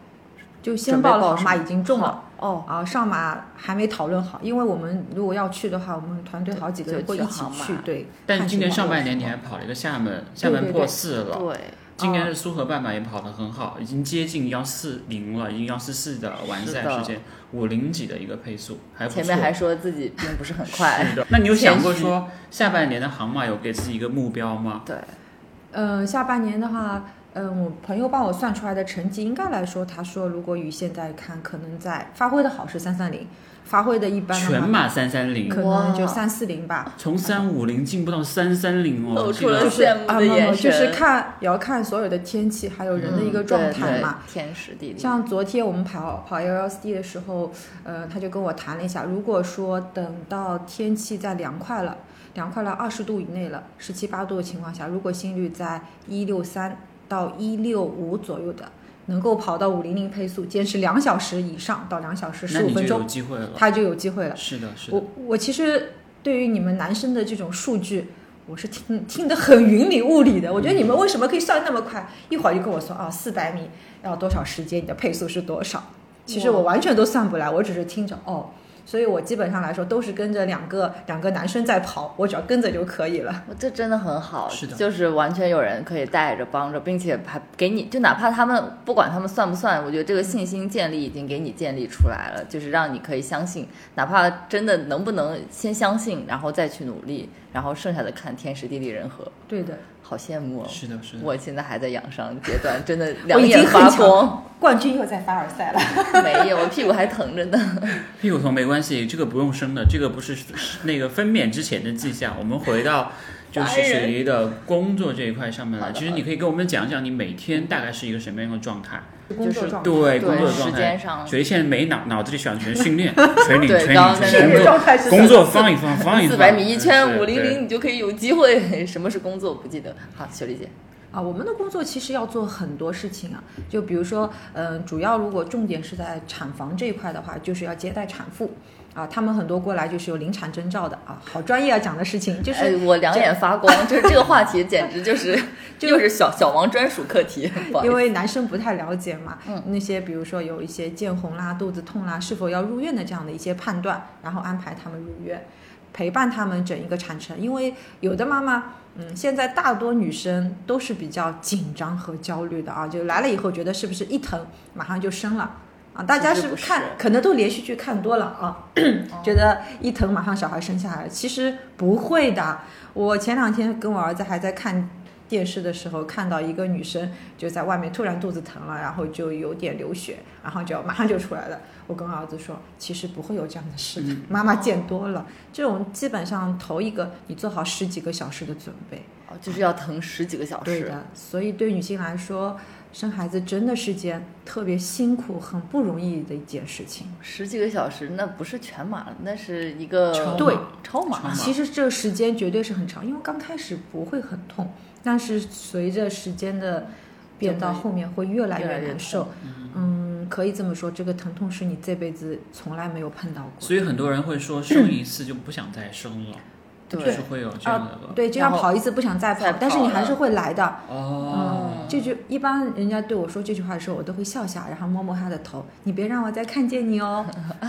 [SPEAKER 3] 就
[SPEAKER 2] 准
[SPEAKER 3] 先
[SPEAKER 2] 备
[SPEAKER 3] 报了
[SPEAKER 2] 报
[SPEAKER 3] 航马
[SPEAKER 2] 什
[SPEAKER 3] 已经中了，
[SPEAKER 2] 哦，
[SPEAKER 3] 啊，上马还没讨论好，因为我们如果要去的话，我们团队好几个人
[SPEAKER 2] 就
[SPEAKER 3] 会
[SPEAKER 2] 去
[SPEAKER 3] 一起
[SPEAKER 2] 杭马
[SPEAKER 3] 去。对，
[SPEAKER 1] 但
[SPEAKER 3] 看
[SPEAKER 1] 今
[SPEAKER 3] 情
[SPEAKER 1] 年
[SPEAKER 3] 况
[SPEAKER 1] 上半年你还跑了一个厦门，厦门破四了。
[SPEAKER 2] 对，啊
[SPEAKER 1] 今年的苏荷半马也跑得很好，已经接近幺四零了，已经幺四四的完赛时间，五零几的一个配速，还不错。
[SPEAKER 2] 前面还说自己并不是很快，
[SPEAKER 1] 是的那你有想过说下半年的航马有给自己一个目标吗？
[SPEAKER 2] 对，
[SPEAKER 3] 呃，下半年的话，嗯、我朋友帮我算出来的成绩，应该来说，他说如果与现在看，可能在发挥的好是三三零，发挥的一般的
[SPEAKER 1] 全
[SPEAKER 3] 话，
[SPEAKER 1] 马三三零，
[SPEAKER 3] 可能
[SPEAKER 2] 哇
[SPEAKER 3] 就三四零吧。
[SPEAKER 1] 从三五零进步到三三零哦，
[SPEAKER 2] 露
[SPEAKER 1] 我记
[SPEAKER 2] 出
[SPEAKER 1] 得
[SPEAKER 2] 了羡慕
[SPEAKER 3] 啊，
[SPEAKER 2] 的
[SPEAKER 3] 没有没有
[SPEAKER 2] 眼
[SPEAKER 3] 就
[SPEAKER 2] 神，
[SPEAKER 3] 是看也要看所有的天气，还有人的一个
[SPEAKER 2] 嗯
[SPEAKER 3] 状
[SPEAKER 2] 对
[SPEAKER 3] 态
[SPEAKER 2] 对
[SPEAKER 3] 嘛。
[SPEAKER 2] 天时地利，
[SPEAKER 3] 像昨天我们跑跑 LSD 的时候，呃，他就跟我谈了一下，如果说等到天气在凉快了，凉快了二十度以内了，十七八度的情况下，如果心率在一六三到一六五左右的，能够跑到五零零配速，坚持两小时以上到两小时
[SPEAKER 1] 那
[SPEAKER 3] 十五
[SPEAKER 1] 你
[SPEAKER 3] 分
[SPEAKER 1] 就有
[SPEAKER 3] 钟，
[SPEAKER 1] 机会了。
[SPEAKER 3] 他就有机会了。
[SPEAKER 1] 是的，是的
[SPEAKER 3] 我，我其实对于你们男生的这种数据，我是听听得很云里雾里的。我觉得你
[SPEAKER 1] 嗯
[SPEAKER 3] 们为什么可以算那么快？一会儿就跟我说啊，四百米要多少时间，你的配速是多少？其实
[SPEAKER 2] 哇
[SPEAKER 3] 我完全都算不来，我只是听着哦，所以我基本上来说都是跟着两个两个男生在跑，我只要跟着就可以了。
[SPEAKER 2] 我这真的很好，
[SPEAKER 1] 是的
[SPEAKER 2] 就是完全有人可以带着帮着，并且还给你，就哪怕他们不管他们算不算，我觉得这个信心建立已经给你建立出来了，就是让你可以相信，哪怕真的能不能先相信，然后再去努力，然后剩下的看天时地利人和，
[SPEAKER 3] 对的，
[SPEAKER 2] 好羡慕哦。
[SPEAKER 1] 是的，是的。
[SPEAKER 2] 我现在还在养伤阶段，真 的
[SPEAKER 3] 我
[SPEAKER 2] 两
[SPEAKER 3] 已经
[SPEAKER 2] 眼
[SPEAKER 3] 很
[SPEAKER 2] 发光，
[SPEAKER 3] 强，冠军又在凡尔赛了。
[SPEAKER 2] 没有，我屁股还 疼着呢。
[SPEAKER 1] 屁股痛没关系，这个不用生的，这个不是那个分娩之前的迹象。我们回到就是雪梨的工作这一块上面
[SPEAKER 2] 好
[SPEAKER 1] 来，
[SPEAKER 2] 的
[SPEAKER 1] 其实你可以给我们讲讲你每天大概是一个什么样的状态？
[SPEAKER 3] 工作状态，
[SPEAKER 1] 对工作
[SPEAKER 2] 对，
[SPEAKER 1] 的
[SPEAKER 2] 时
[SPEAKER 1] 状
[SPEAKER 2] 间
[SPEAKER 1] 态。
[SPEAKER 2] 上
[SPEAKER 1] 雪梨现在没脑脑子里想全训 练，全领
[SPEAKER 2] 对
[SPEAKER 1] 全
[SPEAKER 2] 然后
[SPEAKER 1] 领
[SPEAKER 2] 在那
[SPEAKER 1] 全
[SPEAKER 2] 边
[SPEAKER 1] 领工作
[SPEAKER 3] 状态是
[SPEAKER 1] 工作放一放放一放，
[SPEAKER 2] 四百米一圈，
[SPEAKER 1] 是
[SPEAKER 2] 五零零，你就可以有机会。什么是工作？我不记得。好，雪莉姐，
[SPEAKER 3] 啊，我们的工作其实要做很多事情啊，就比如说，嗯、主要如果重点是在产房这一块的话，就是要接待产妇啊，他们很多过来就是有临产征兆的啊，好专业啊，讲的事情就是、
[SPEAKER 2] 哎，我两眼发光，就是这个话题简直 就是又是小小王专属课题，不好意
[SPEAKER 3] 因
[SPEAKER 2] 思。嗯
[SPEAKER 3] 为男生不太了解嘛，那些比如说有一些见红啦、肚子痛啦，是否要入院的这样的一些判断，然后安排他们入院，陪伴他们整一个产程。因为有的妈妈，嗯，现在大多女生都是比较紧张和焦虑的啊，就来了以后觉得是不是一疼马上就生了。啊，大家
[SPEAKER 2] 其
[SPEAKER 3] 是
[SPEAKER 2] 实
[SPEAKER 3] 不
[SPEAKER 2] 不
[SPEAKER 3] 是看
[SPEAKER 2] 是
[SPEAKER 3] 可能都连续剧看多了啊， 觉得一疼马上小孩生下来了，其实不会的。我前两天跟我儿子还在看电视的时候，看到一个女生就在外面突然肚子疼了，然后就有点流血，然后就马上就出来了。我跟我儿子说，其实不会有这样的事的，妈妈见多了。这种基本上头一个你做好十几个小时的准备，
[SPEAKER 2] 哦就是要疼十几个小
[SPEAKER 3] 对
[SPEAKER 2] 时，
[SPEAKER 3] 的。所以对女性来说，生孩子真的是件特别辛苦、很不容易的一件事情。
[SPEAKER 2] 十几个小时，那不是全马了，那是一个
[SPEAKER 1] 超马
[SPEAKER 3] 对
[SPEAKER 2] 超马
[SPEAKER 1] 超马
[SPEAKER 3] 其实这个时间绝对是很长，因为刚开始不会很痛，但是随着时间的变，到后面会越来
[SPEAKER 2] 越来越
[SPEAKER 3] 难受
[SPEAKER 2] 痛。
[SPEAKER 3] 嗯，可以这么说，这个疼痛是你这辈子从来没有碰到过。
[SPEAKER 1] 所以很多人会 说生一次就不想再生了，就是
[SPEAKER 2] 对，
[SPEAKER 1] 会有这样的
[SPEAKER 3] 对，就
[SPEAKER 2] 然
[SPEAKER 3] 像
[SPEAKER 2] 后
[SPEAKER 3] 跑一次不想再
[SPEAKER 2] 再
[SPEAKER 3] 跑但是你
[SPEAKER 2] 跑
[SPEAKER 3] 还
[SPEAKER 2] 了
[SPEAKER 3] 是会来的。
[SPEAKER 1] 哦，
[SPEAKER 3] 这句一般人家对我说这句话的时候，我都会笑笑，然后摸摸他的头，你别让我再看见 你哦。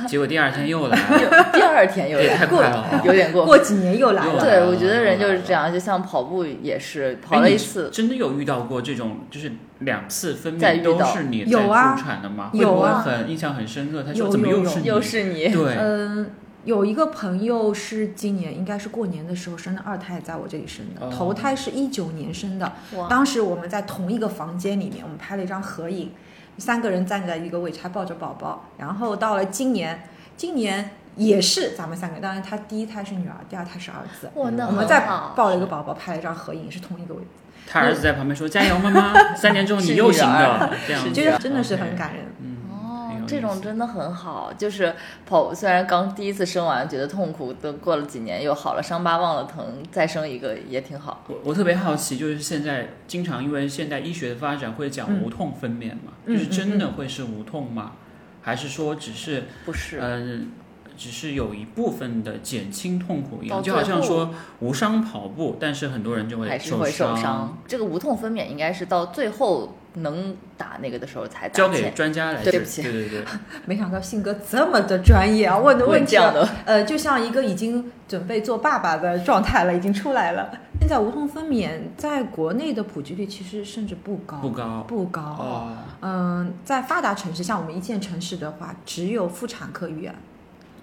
[SPEAKER 1] 结果第二天又来 了，
[SPEAKER 2] 第二天有
[SPEAKER 1] 这也
[SPEAKER 2] 点
[SPEAKER 1] 太
[SPEAKER 2] 过
[SPEAKER 1] 快，了啊。
[SPEAKER 2] 有点过
[SPEAKER 3] 过几年又来
[SPEAKER 1] 又
[SPEAKER 3] 了，
[SPEAKER 1] 来
[SPEAKER 2] 对，
[SPEAKER 1] 了
[SPEAKER 2] 我觉得人就是这样，就像跑步也是，跑
[SPEAKER 1] 哎
[SPEAKER 2] 了
[SPEAKER 1] 你
[SPEAKER 2] 一次，
[SPEAKER 1] 真的有遇到过这种，就是两次分
[SPEAKER 2] 再遇
[SPEAKER 1] 娩都
[SPEAKER 2] 到
[SPEAKER 1] 是你在
[SPEAKER 3] 有啊
[SPEAKER 1] 助产的吗？
[SPEAKER 3] 有啊
[SPEAKER 1] 会不会很印象很深刻？他说
[SPEAKER 3] 有
[SPEAKER 1] 怎么又
[SPEAKER 3] 有
[SPEAKER 1] 是你？
[SPEAKER 2] 又是你，
[SPEAKER 1] 对，
[SPEAKER 3] 嗯，有一个朋友是今年应该是过年的时候生的二胎，在我这里生的，
[SPEAKER 1] 哦
[SPEAKER 3] 头胎是一九年生的。
[SPEAKER 2] 哇
[SPEAKER 3] 当时我们在同一个房间里面，我们拍了一张合影，三个人站在一个位置，还抱着宝宝。然后到了今年，今年也是咱们三个，当然他第一胎是女儿，第二胎是儿子。
[SPEAKER 2] 哇，
[SPEAKER 1] 嗯
[SPEAKER 2] 那
[SPEAKER 3] 我们
[SPEAKER 2] 很
[SPEAKER 3] 再
[SPEAKER 2] 好
[SPEAKER 3] 抱了一
[SPEAKER 1] 哦
[SPEAKER 3] 个宝宝，拍了一张合影，也是同一个位置，
[SPEAKER 1] 他儿子在旁边
[SPEAKER 3] 嗯
[SPEAKER 1] 说：“加油，妈 妈，三年之后你又行的。”这样子
[SPEAKER 3] 觉得真啊的是很
[SPEAKER 1] OK，
[SPEAKER 3] 感人。
[SPEAKER 1] 嗯，很有
[SPEAKER 2] 哦
[SPEAKER 1] 意，思
[SPEAKER 2] 这种真的很好，就是跑，虽然刚第一次生完觉得痛苦，等过了几年又好了，伤疤忘了疼，再生一个也挺好。
[SPEAKER 1] 我我特别好奇，就是现在经常因为现代医学的发展会讲
[SPEAKER 3] 嗯
[SPEAKER 1] 无痛分娩嘛，
[SPEAKER 3] 嗯
[SPEAKER 1] 就是真的会是无痛吗？还是说只是
[SPEAKER 2] 不是，
[SPEAKER 1] 嗯、只是有一部分的减轻痛苦一样，
[SPEAKER 2] 到
[SPEAKER 1] 就
[SPEAKER 2] 最
[SPEAKER 1] 好像
[SPEAKER 2] 后
[SPEAKER 1] 说无伤跑步，但是很多人就嗯会
[SPEAKER 2] 还是会受伤。这个无痛分娩应该是到最后能打那个的时候才打
[SPEAKER 1] 交给
[SPEAKER 2] 钱
[SPEAKER 1] 专家来治，
[SPEAKER 2] 对
[SPEAKER 1] 对
[SPEAKER 2] 不起
[SPEAKER 1] 对对，
[SPEAKER 3] 没想到信哥这么的专业啊，问的问
[SPEAKER 2] 问
[SPEAKER 3] 题
[SPEAKER 2] 这
[SPEAKER 3] 啊
[SPEAKER 2] 样的，
[SPEAKER 3] 呃，就像一个已经准备做爸爸的状态了，已经出来了。现在无痛分娩在国内的普及率其实甚至不高，
[SPEAKER 1] 不高
[SPEAKER 3] 不高。
[SPEAKER 1] 哦，
[SPEAKER 3] 嗯，在发达城市，像我们一线城市的话，只有妇产科医院，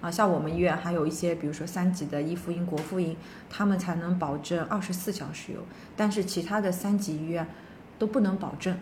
[SPEAKER 3] 啊，像我们医院还有一些，比如说三级的一妇婴、国妇婴，他们才能保证二十四小时有，但是其他的三级医院都不能保证，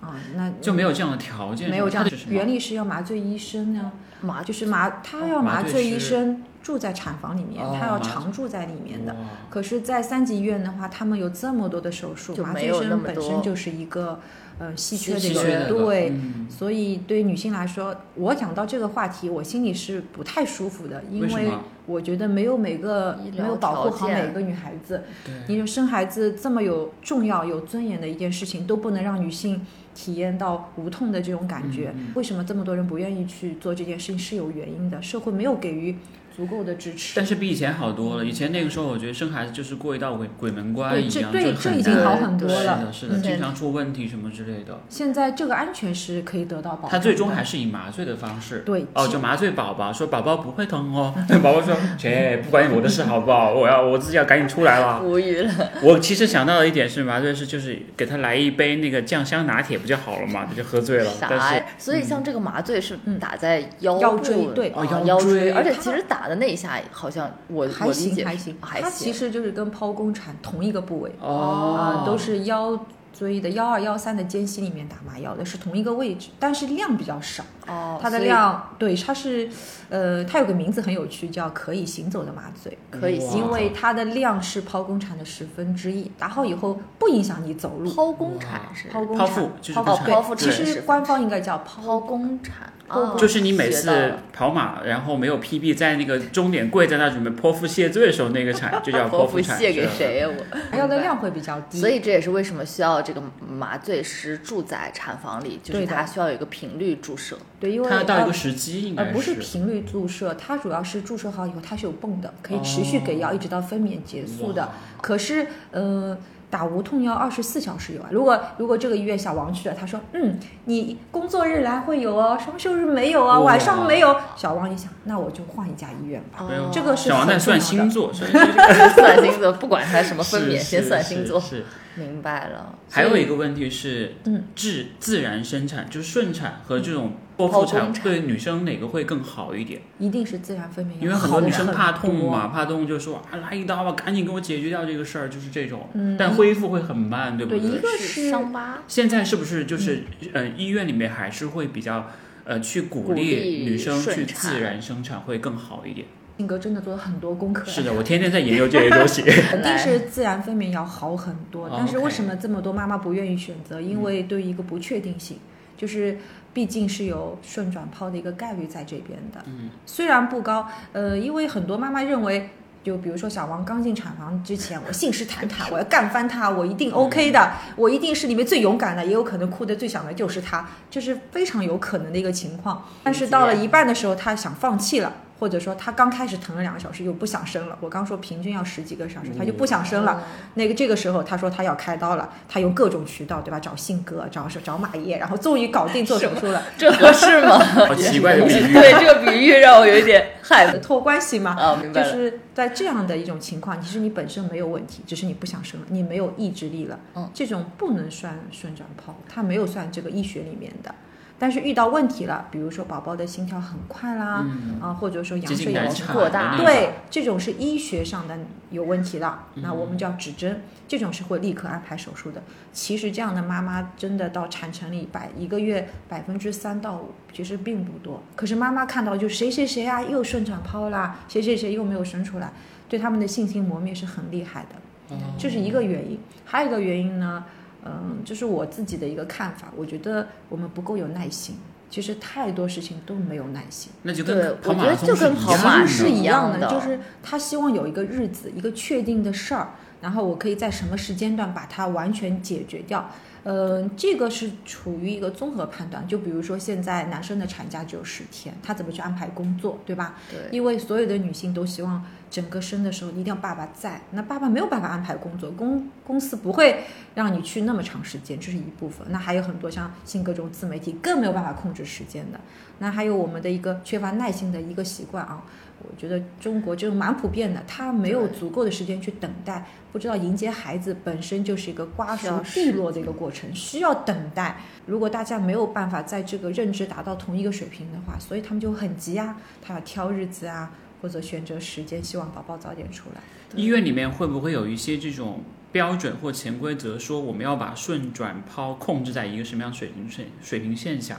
[SPEAKER 3] 啊，那
[SPEAKER 1] 就没有这样的条件，
[SPEAKER 3] 没有这样
[SPEAKER 1] 它是什么
[SPEAKER 3] 原理是要麻醉医生呢、
[SPEAKER 2] 麻
[SPEAKER 3] 就是麻，他要
[SPEAKER 1] 麻
[SPEAKER 3] 麻
[SPEAKER 1] 醉
[SPEAKER 3] 醉医
[SPEAKER 1] 师
[SPEAKER 3] 生住在产房里面，
[SPEAKER 1] 哦
[SPEAKER 3] 他要
[SPEAKER 1] 麻嗯
[SPEAKER 3] 常住在里面的。
[SPEAKER 1] 哇
[SPEAKER 3] 可是，在三级医院的话，他们有这么多的手术，
[SPEAKER 2] 就
[SPEAKER 3] 麻
[SPEAKER 2] 没
[SPEAKER 3] 醉医
[SPEAKER 2] 有那
[SPEAKER 3] 生
[SPEAKER 2] 么
[SPEAKER 3] 本
[SPEAKER 2] 多
[SPEAKER 3] 身就是一个呃稀缺的
[SPEAKER 2] 稀
[SPEAKER 3] 一
[SPEAKER 1] 稀
[SPEAKER 3] 个
[SPEAKER 1] 缺
[SPEAKER 3] 人，
[SPEAKER 1] 的
[SPEAKER 3] 对。
[SPEAKER 1] 嗯
[SPEAKER 3] 所以，对于女性来说，我讲到这个话题，我心里是不太舒服的，因
[SPEAKER 1] 为什
[SPEAKER 3] 为
[SPEAKER 1] 么
[SPEAKER 3] 我觉得没有每个
[SPEAKER 2] 医疗
[SPEAKER 3] 没有保护
[SPEAKER 2] 条
[SPEAKER 3] 好
[SPEAKER 2] 件
[SPEAKER 3] 每个女孩子，
[SPEAKER 1] 对
[SPEAKER 3] 你说生孩子这么有重要、有尊严的一件事情，都不能让女性体验到无痛的这种感觉，
[SPEAKER 1] 嗯嗯
[SPEAKER 3] 为什么这么多人不愿意去做这件事情是有原因的？社会没有给予足够的支持。
[SPEAKER 1] 但是比以前好多了。以前那个时候，我觉得生孩子就是过一道鬼鬼门关
[SPEAKER 3] 嗯对，
[SPEAKER 1] 一
[SPEAKER 3] 这
[SPEAKER 1] 样，
[SPEAKER 3] 对
[SPEAKER 1] 就
[SPEAKER 3] 这
[SPEAKER 1] 很
[SPEAKER 3] 已经
[SPEAKER 1] 难
[SPEAKER 3] 好很多
[SPEAKER 1] 是
[SPEAKER 3] 了。
[SPEAKER 1] 的，是的，
[SPEAKER 2] 嗯
[SPEAKER 1] 经常出问题什么之类的。
[SPEAKER 3] 现在这个安全是可以得到保障的。
[SPEAKER 1] 他最终还是以麻醉的方式，
[SPEAKER 3] 对
[SPEAKER 1] 哦，
[SPEAKER 3] 其
[SPEAKER 1] 就麻醉宝宝，说宝宝不会疼哦。 宝宝说：“切，不关我的事，好不好？我要我自己要赶紧出来 了。
[SPEAKER 2] 无语了，”
[SPEAKER 1] 我其实想到的一点是，麻醉师就是给他来一杯那个酱香拿铁不就好了嘛，他就喝醉了。
[SPEAKER 2] 啥
[SPEAKER 1] 但是
[SPEAKER 2] 呀？所以像这个麻醉是
[SPEAKER 3] 嗯
[SPEAKER 2] 打在腰
[SPEAKER 3] 腰
[SPEAKER 2] 部啊
[SPEAKER 3] 椎对
[SPEAKER 1] 哦
[SPEAKER 2] 腰
[SPEAKER 1] 腰椎
[SPEAKER 2] 而且
[SPEAKER 3] 它
[SPEAKER 2] 其实打的那一下，好像我
[SPEAKER 3] 还
[SPEAKER 2] 我理
[SPEAKER 3] 行
[SPEAKER 2] 解
[SPEAKER 3] 还行，
[SPEAKER 2] 还
[SPEAKER 3] 它其
[SPEAKER 2] 行，
[SPEAKER 3] 实就是跟剖宫产同一个部位啊、
[SPEAKER 1] 哦，
[SPEAKER 3] 都是腰椎的幺二幺三的间隙里面打麻药的，是同一个位置，但是量比较少。
[SPEAKER 2] 哦，
[SPEAKER 3] 它的
[SPEAKER 2] 所以
[SPEAKER 3] 量对它是，呃，它有个名字很有趣，叫可以行走的麻醉，
[SPEAKER 2] 可以
[SPEAKER 1] 哇
[SPEAKER 2] 行
[SPEAKER 3] 因为它的量是剖宫产的十分之一，打好以后不影响你走路。
[SPEAKER 2] 剖宫产是
[SPEAKER 3] 剖宫
[SPEAKER 1] 剖
[SPEAKER 3] 产
[SPEAKER 1] 腹就是
[SPEAKER 3] 剖
[SPEAKER 2] 剖
[SPEAKER 3] 腹
[SPEAKER 2] 腹
[SPEAKER 3] 对
[SPEAKER 2] 剖腹
[SPEAKER 3] 其
[SPEAKER 2] 产
[SPEAKER 3] 实
[SPEAKER 2] 是
[SPEAKER 3] 官方应该叫剖
[SPEAKER 2] 剖宫产，
[SPEAKER 3] 剖宫
[SPEAKER 2] 哦
[SPEAKER 1] 就是你每
[SPEAKER 2] 学到
[SPEAKER 1] 次
[SPEAKER 2] 了
[SPEAKER 1] 跑马，然后没有 PB，在那个终点跪在那准备泼妇谢罪的时候，那个产 就叫
[SPEAKER 2] 剖
[SPEAKER 1] 腹
[SPEAKER 2] 腹
[SPEAKER 1] 产。
[SPEAKER 2] 卸给
[SPEAKER 1] 是吧？
[SPEAKER 2] 谁呀？ 我
[SPEAKER 3] 麻药的量会比较 低，
[SPEAKER 2] 所以这也是为什么需要这个麻醉师住在产房里，就
[SPEAKER 3] 对
[SPEAKER 2] 是
[SPEAKER 3] 的
[SPEAKER 2] 他需要有一个频率注射。
[SPEAKER 3] 对，因为
[SPEAKER 1] 他要到一
[SPEAKER 2] 啊
[SPEAKER 3] 呃
[SPEAKER 1] 个时机，应该
[SPEAKER 3] 呃，不是频率注射，它主要是注射好以后它是有泵的，可以持续给药一直到分娩结束的。
[SPEAKER 1] 哦哇
[SPEAKER 3] 可是，呃，打无痛药二十四小时有啊。如果如果这个医院小王去了，他说，嗯，你工作日来会有哦，什么时候是没有啊？
[SPEAKER 1] 哇
[SPEAKER 3] 晚上没有。小王一想，那我就换一家医院吧。
[SPEAKER 1] 没有
[SPEAKER 2] 哦
[SPEAKER 3] 这个是
[SPEAKER 1] 小王在
[SPEAKER 3] 很重要
[SPEAKER 1] 算
[SPEAKER 3] 的
[SPEAKER 1] 星座， 所以
[SPEAKER 2] 算星座，不管他什么分娩，
[SPEAKER 1] 是
[SPEAKER 2] 先
[SPEAKER 1] 是
[SPEAKER 2] 算
[SPEAKER 1] 是
[SPEAKER 2] 星座。
[SPEAKER 1] 是
[SPEAKER 2] 明白了。
[SPEAKER 1] 还有
[SPEAKER 2] 所以
[SPEAKER 1] 一个问题是，
[SPEAKER 3] 嗯，
[SPEAKER 1] 自自然生产就是顺产和这种剖腹
[SPEAKER 2] 嗯剖
[SPEAKER 1] 产
[SPEAKER 2] 宫产哎
[SPEAKER 1] 对女生哪个会更好一点？
[SPEAKER 3] 一定是自然分娩药，
[SPEAKER 1] 因为很多女生
[SPEAKER 3] 好得
[SPEAKER 1] 怕
[SPEAKER 3] 很
[SPEAKER 1] 痛
[SPEAKER 3] 多
[SPEAKER 1] 嘛，怕痛就说啊来一刀吧，赶紧给我解决掉这个事儿，就是这种。
[SPEAKER 3] 嗯
[SPEAKER 1] 但恢复会很慢，对不
[SPEAKER 3] 对一个是
[SPEAKER 2] 是伤疤，
[SPEAKER 1] 现在是不是就是
[SPEAKER 2] 嗯
[SPEAKER 1] 呃医院里面还是会比较呃去鼓
[SPEAKER 2] 鼓
[SPEAKER 1] 励
[SPEAKER 2] 励
[SPEAKER 1] 女生去
[SPEAKER 2] 顺产
[SPEAKER 1] 自然生产会更好一点？
[SPEAKER 3] 性格真的做了很多功课。
[SPEAKER 1] 是的，我天天在研究这些东 西。
[SPEAKER 3] 肯
[SPEAKER 2] 本
[SPEAKER 3] 定
[SPEAKER 2] 来
[SPEAKER 3] 是自然分娩要好很多，
[SPEAKER 1] 哦
[SPEAKER 3] 但是
[SPEAKER 1] OK 嗯
[SPEAKER 3] 为什么这么多妈妈不愿意选择？因为对于一个不确定性，就是毕竟是有顺转剖的一个概率在这边的，
[SPEAKER 1] 嗯，
[SPEAKER 3] 虽然不高，呃，因为很多妈妈认为。就比如说小王刚进产房之前，我信誓旦旦，我要干翻他，我一
[SPEAKER 1] 嗯
[SPEAKER 3] 定 OK 的，我一定是里面最勇敢的，也有可能哭得最响的就是他，这是非常有可能的一个情况。但是到了一半的时候，他想放弃了，或者说他刚开始疼了两个小时又不想生了。我刚说平均要十几个小时，他就不想生了。那个这个时候他说他要开刀了，他用各种渠道对吧，找信哥，找找马爷，然后终于搞定做手术 了，
[SPEAKER 2] 这合适吗？
[SPEAKER 1] 好 奇怪的比喻。
[SPEAKER 2] 对这个比喻让我有一点害 怕。
[SPEAKER 3] 托关系嘛。
[SPEAKER 2] 啊，明
[SPEAKER 3] 就
[SPEAKER 2] 白了。
[SPEAKER 3] 是在这样的一种情况，其实你本身没有问题，只是你不想生了，你没有意志力了。
[SPEAKER 2] 嗯，
[SPEAKER 3] 这种不能算顺转剖，它没有算这个医学里面的。但是遇到问题了，比如说宝宝的心跳很快啦，
[SPEAKER 1] 嗯
[SPEAKER 3] 啊，或者说羊
[SPEAKER 1] 接
[SPEAKER 3] 水
[SPEAKER 1] 近
[SPEAKER 3] 有
[SPEAKER 1] 难
[SPEAKER 2] 羊
[SPEAKER 1] 产
[SPEAKER 2] 扩
[SPEAKER 1] 的
[SPEAKER 2] 大
[SPEAKER 1] 那种
[SPEAKER 3] 对，这种是医学上的有问题了，
[SPEAKER 1] 嗯
[SPEAKER 3] 那我们就要指针，这种是会立刻安排手术的。其实这样的妈妈真的到产程里百一个月百分之三到五，其实并不多。可是妈妈看到就谁谁谁啊又顺产剖啦，谁谁谁又没有生出来，对他们的信心磨灭是很厉害的。
[SPEAKER 1] 哦
[SPEAKER 3] 这是一个原因，还有一个原因呢，嗯，就是我自己的一个看法，我觉得我们不够有耐心，其实太多事情都没有耐心。
[SPEAKER 1] 那就
[SPEAKER 2] 对
[SPEAKER 1] 跟跑
[SPEAKER 2] 我
[SPEAKER 1] 马
[SPEAKER 2] 觉
[SPEAKER 1] 拉
[SPEAKER 2] 得
[SPEAKER 1] 松
[SPEAKER 2] 就是跟
[SPEAKER 1] 一
[SPEAKER 2] 跑
[SPEAKER 1] 样
[SPEAKER 2] 马
[SPEAKER 1] 的
[SPEAKER 2] 拉
[SPEAKER 3] 其实是一样
[SPEAKER 2] 一样的
[SPEAKER 3] 就是他希望有一个日子，一个确定的事儿，然后我可以在什么时间段把它完全解决掉。呃，这个是处于一个综合判断，就比如说现在男生的产假只有十天，他怎么去安排工作，对吧？
[SPEAKER 2] 对，
[SPEAKER 3] 因为所有的女性都希望整个生的时候一定要爸爸在，那爸爸没有办法安排工作，公公司不会让你去那么长时间，这是一部分。那还有很多像性格这种自媒体更没有办法控制时间的。那还有我们的一个缺乏耐心的一个习惯啊，我觉得中国这种蛮普遍的，他没有
[SPEAKER 2] 对
[SPEAKER 3] 足够的时间去等待，不知道迎接孩子本身就是一个瓜
[SPEAKER 2] 需
[SPEAKER 3] 熟
[SPEAKER 2] 要
[SPEAKER 3] 蒂落的一个过程，需要等待。如果大家没有办法在这个认知达到同一个水平的话，所以他们就很急啊，他要挑日子啊，或者选择时间，希望宝宝早点出来。
[SPEAKER 1] 医院里面会不会有一些这种标准或潜规则，说我们要把顺转抛控制在一个什么样水平水水平线下？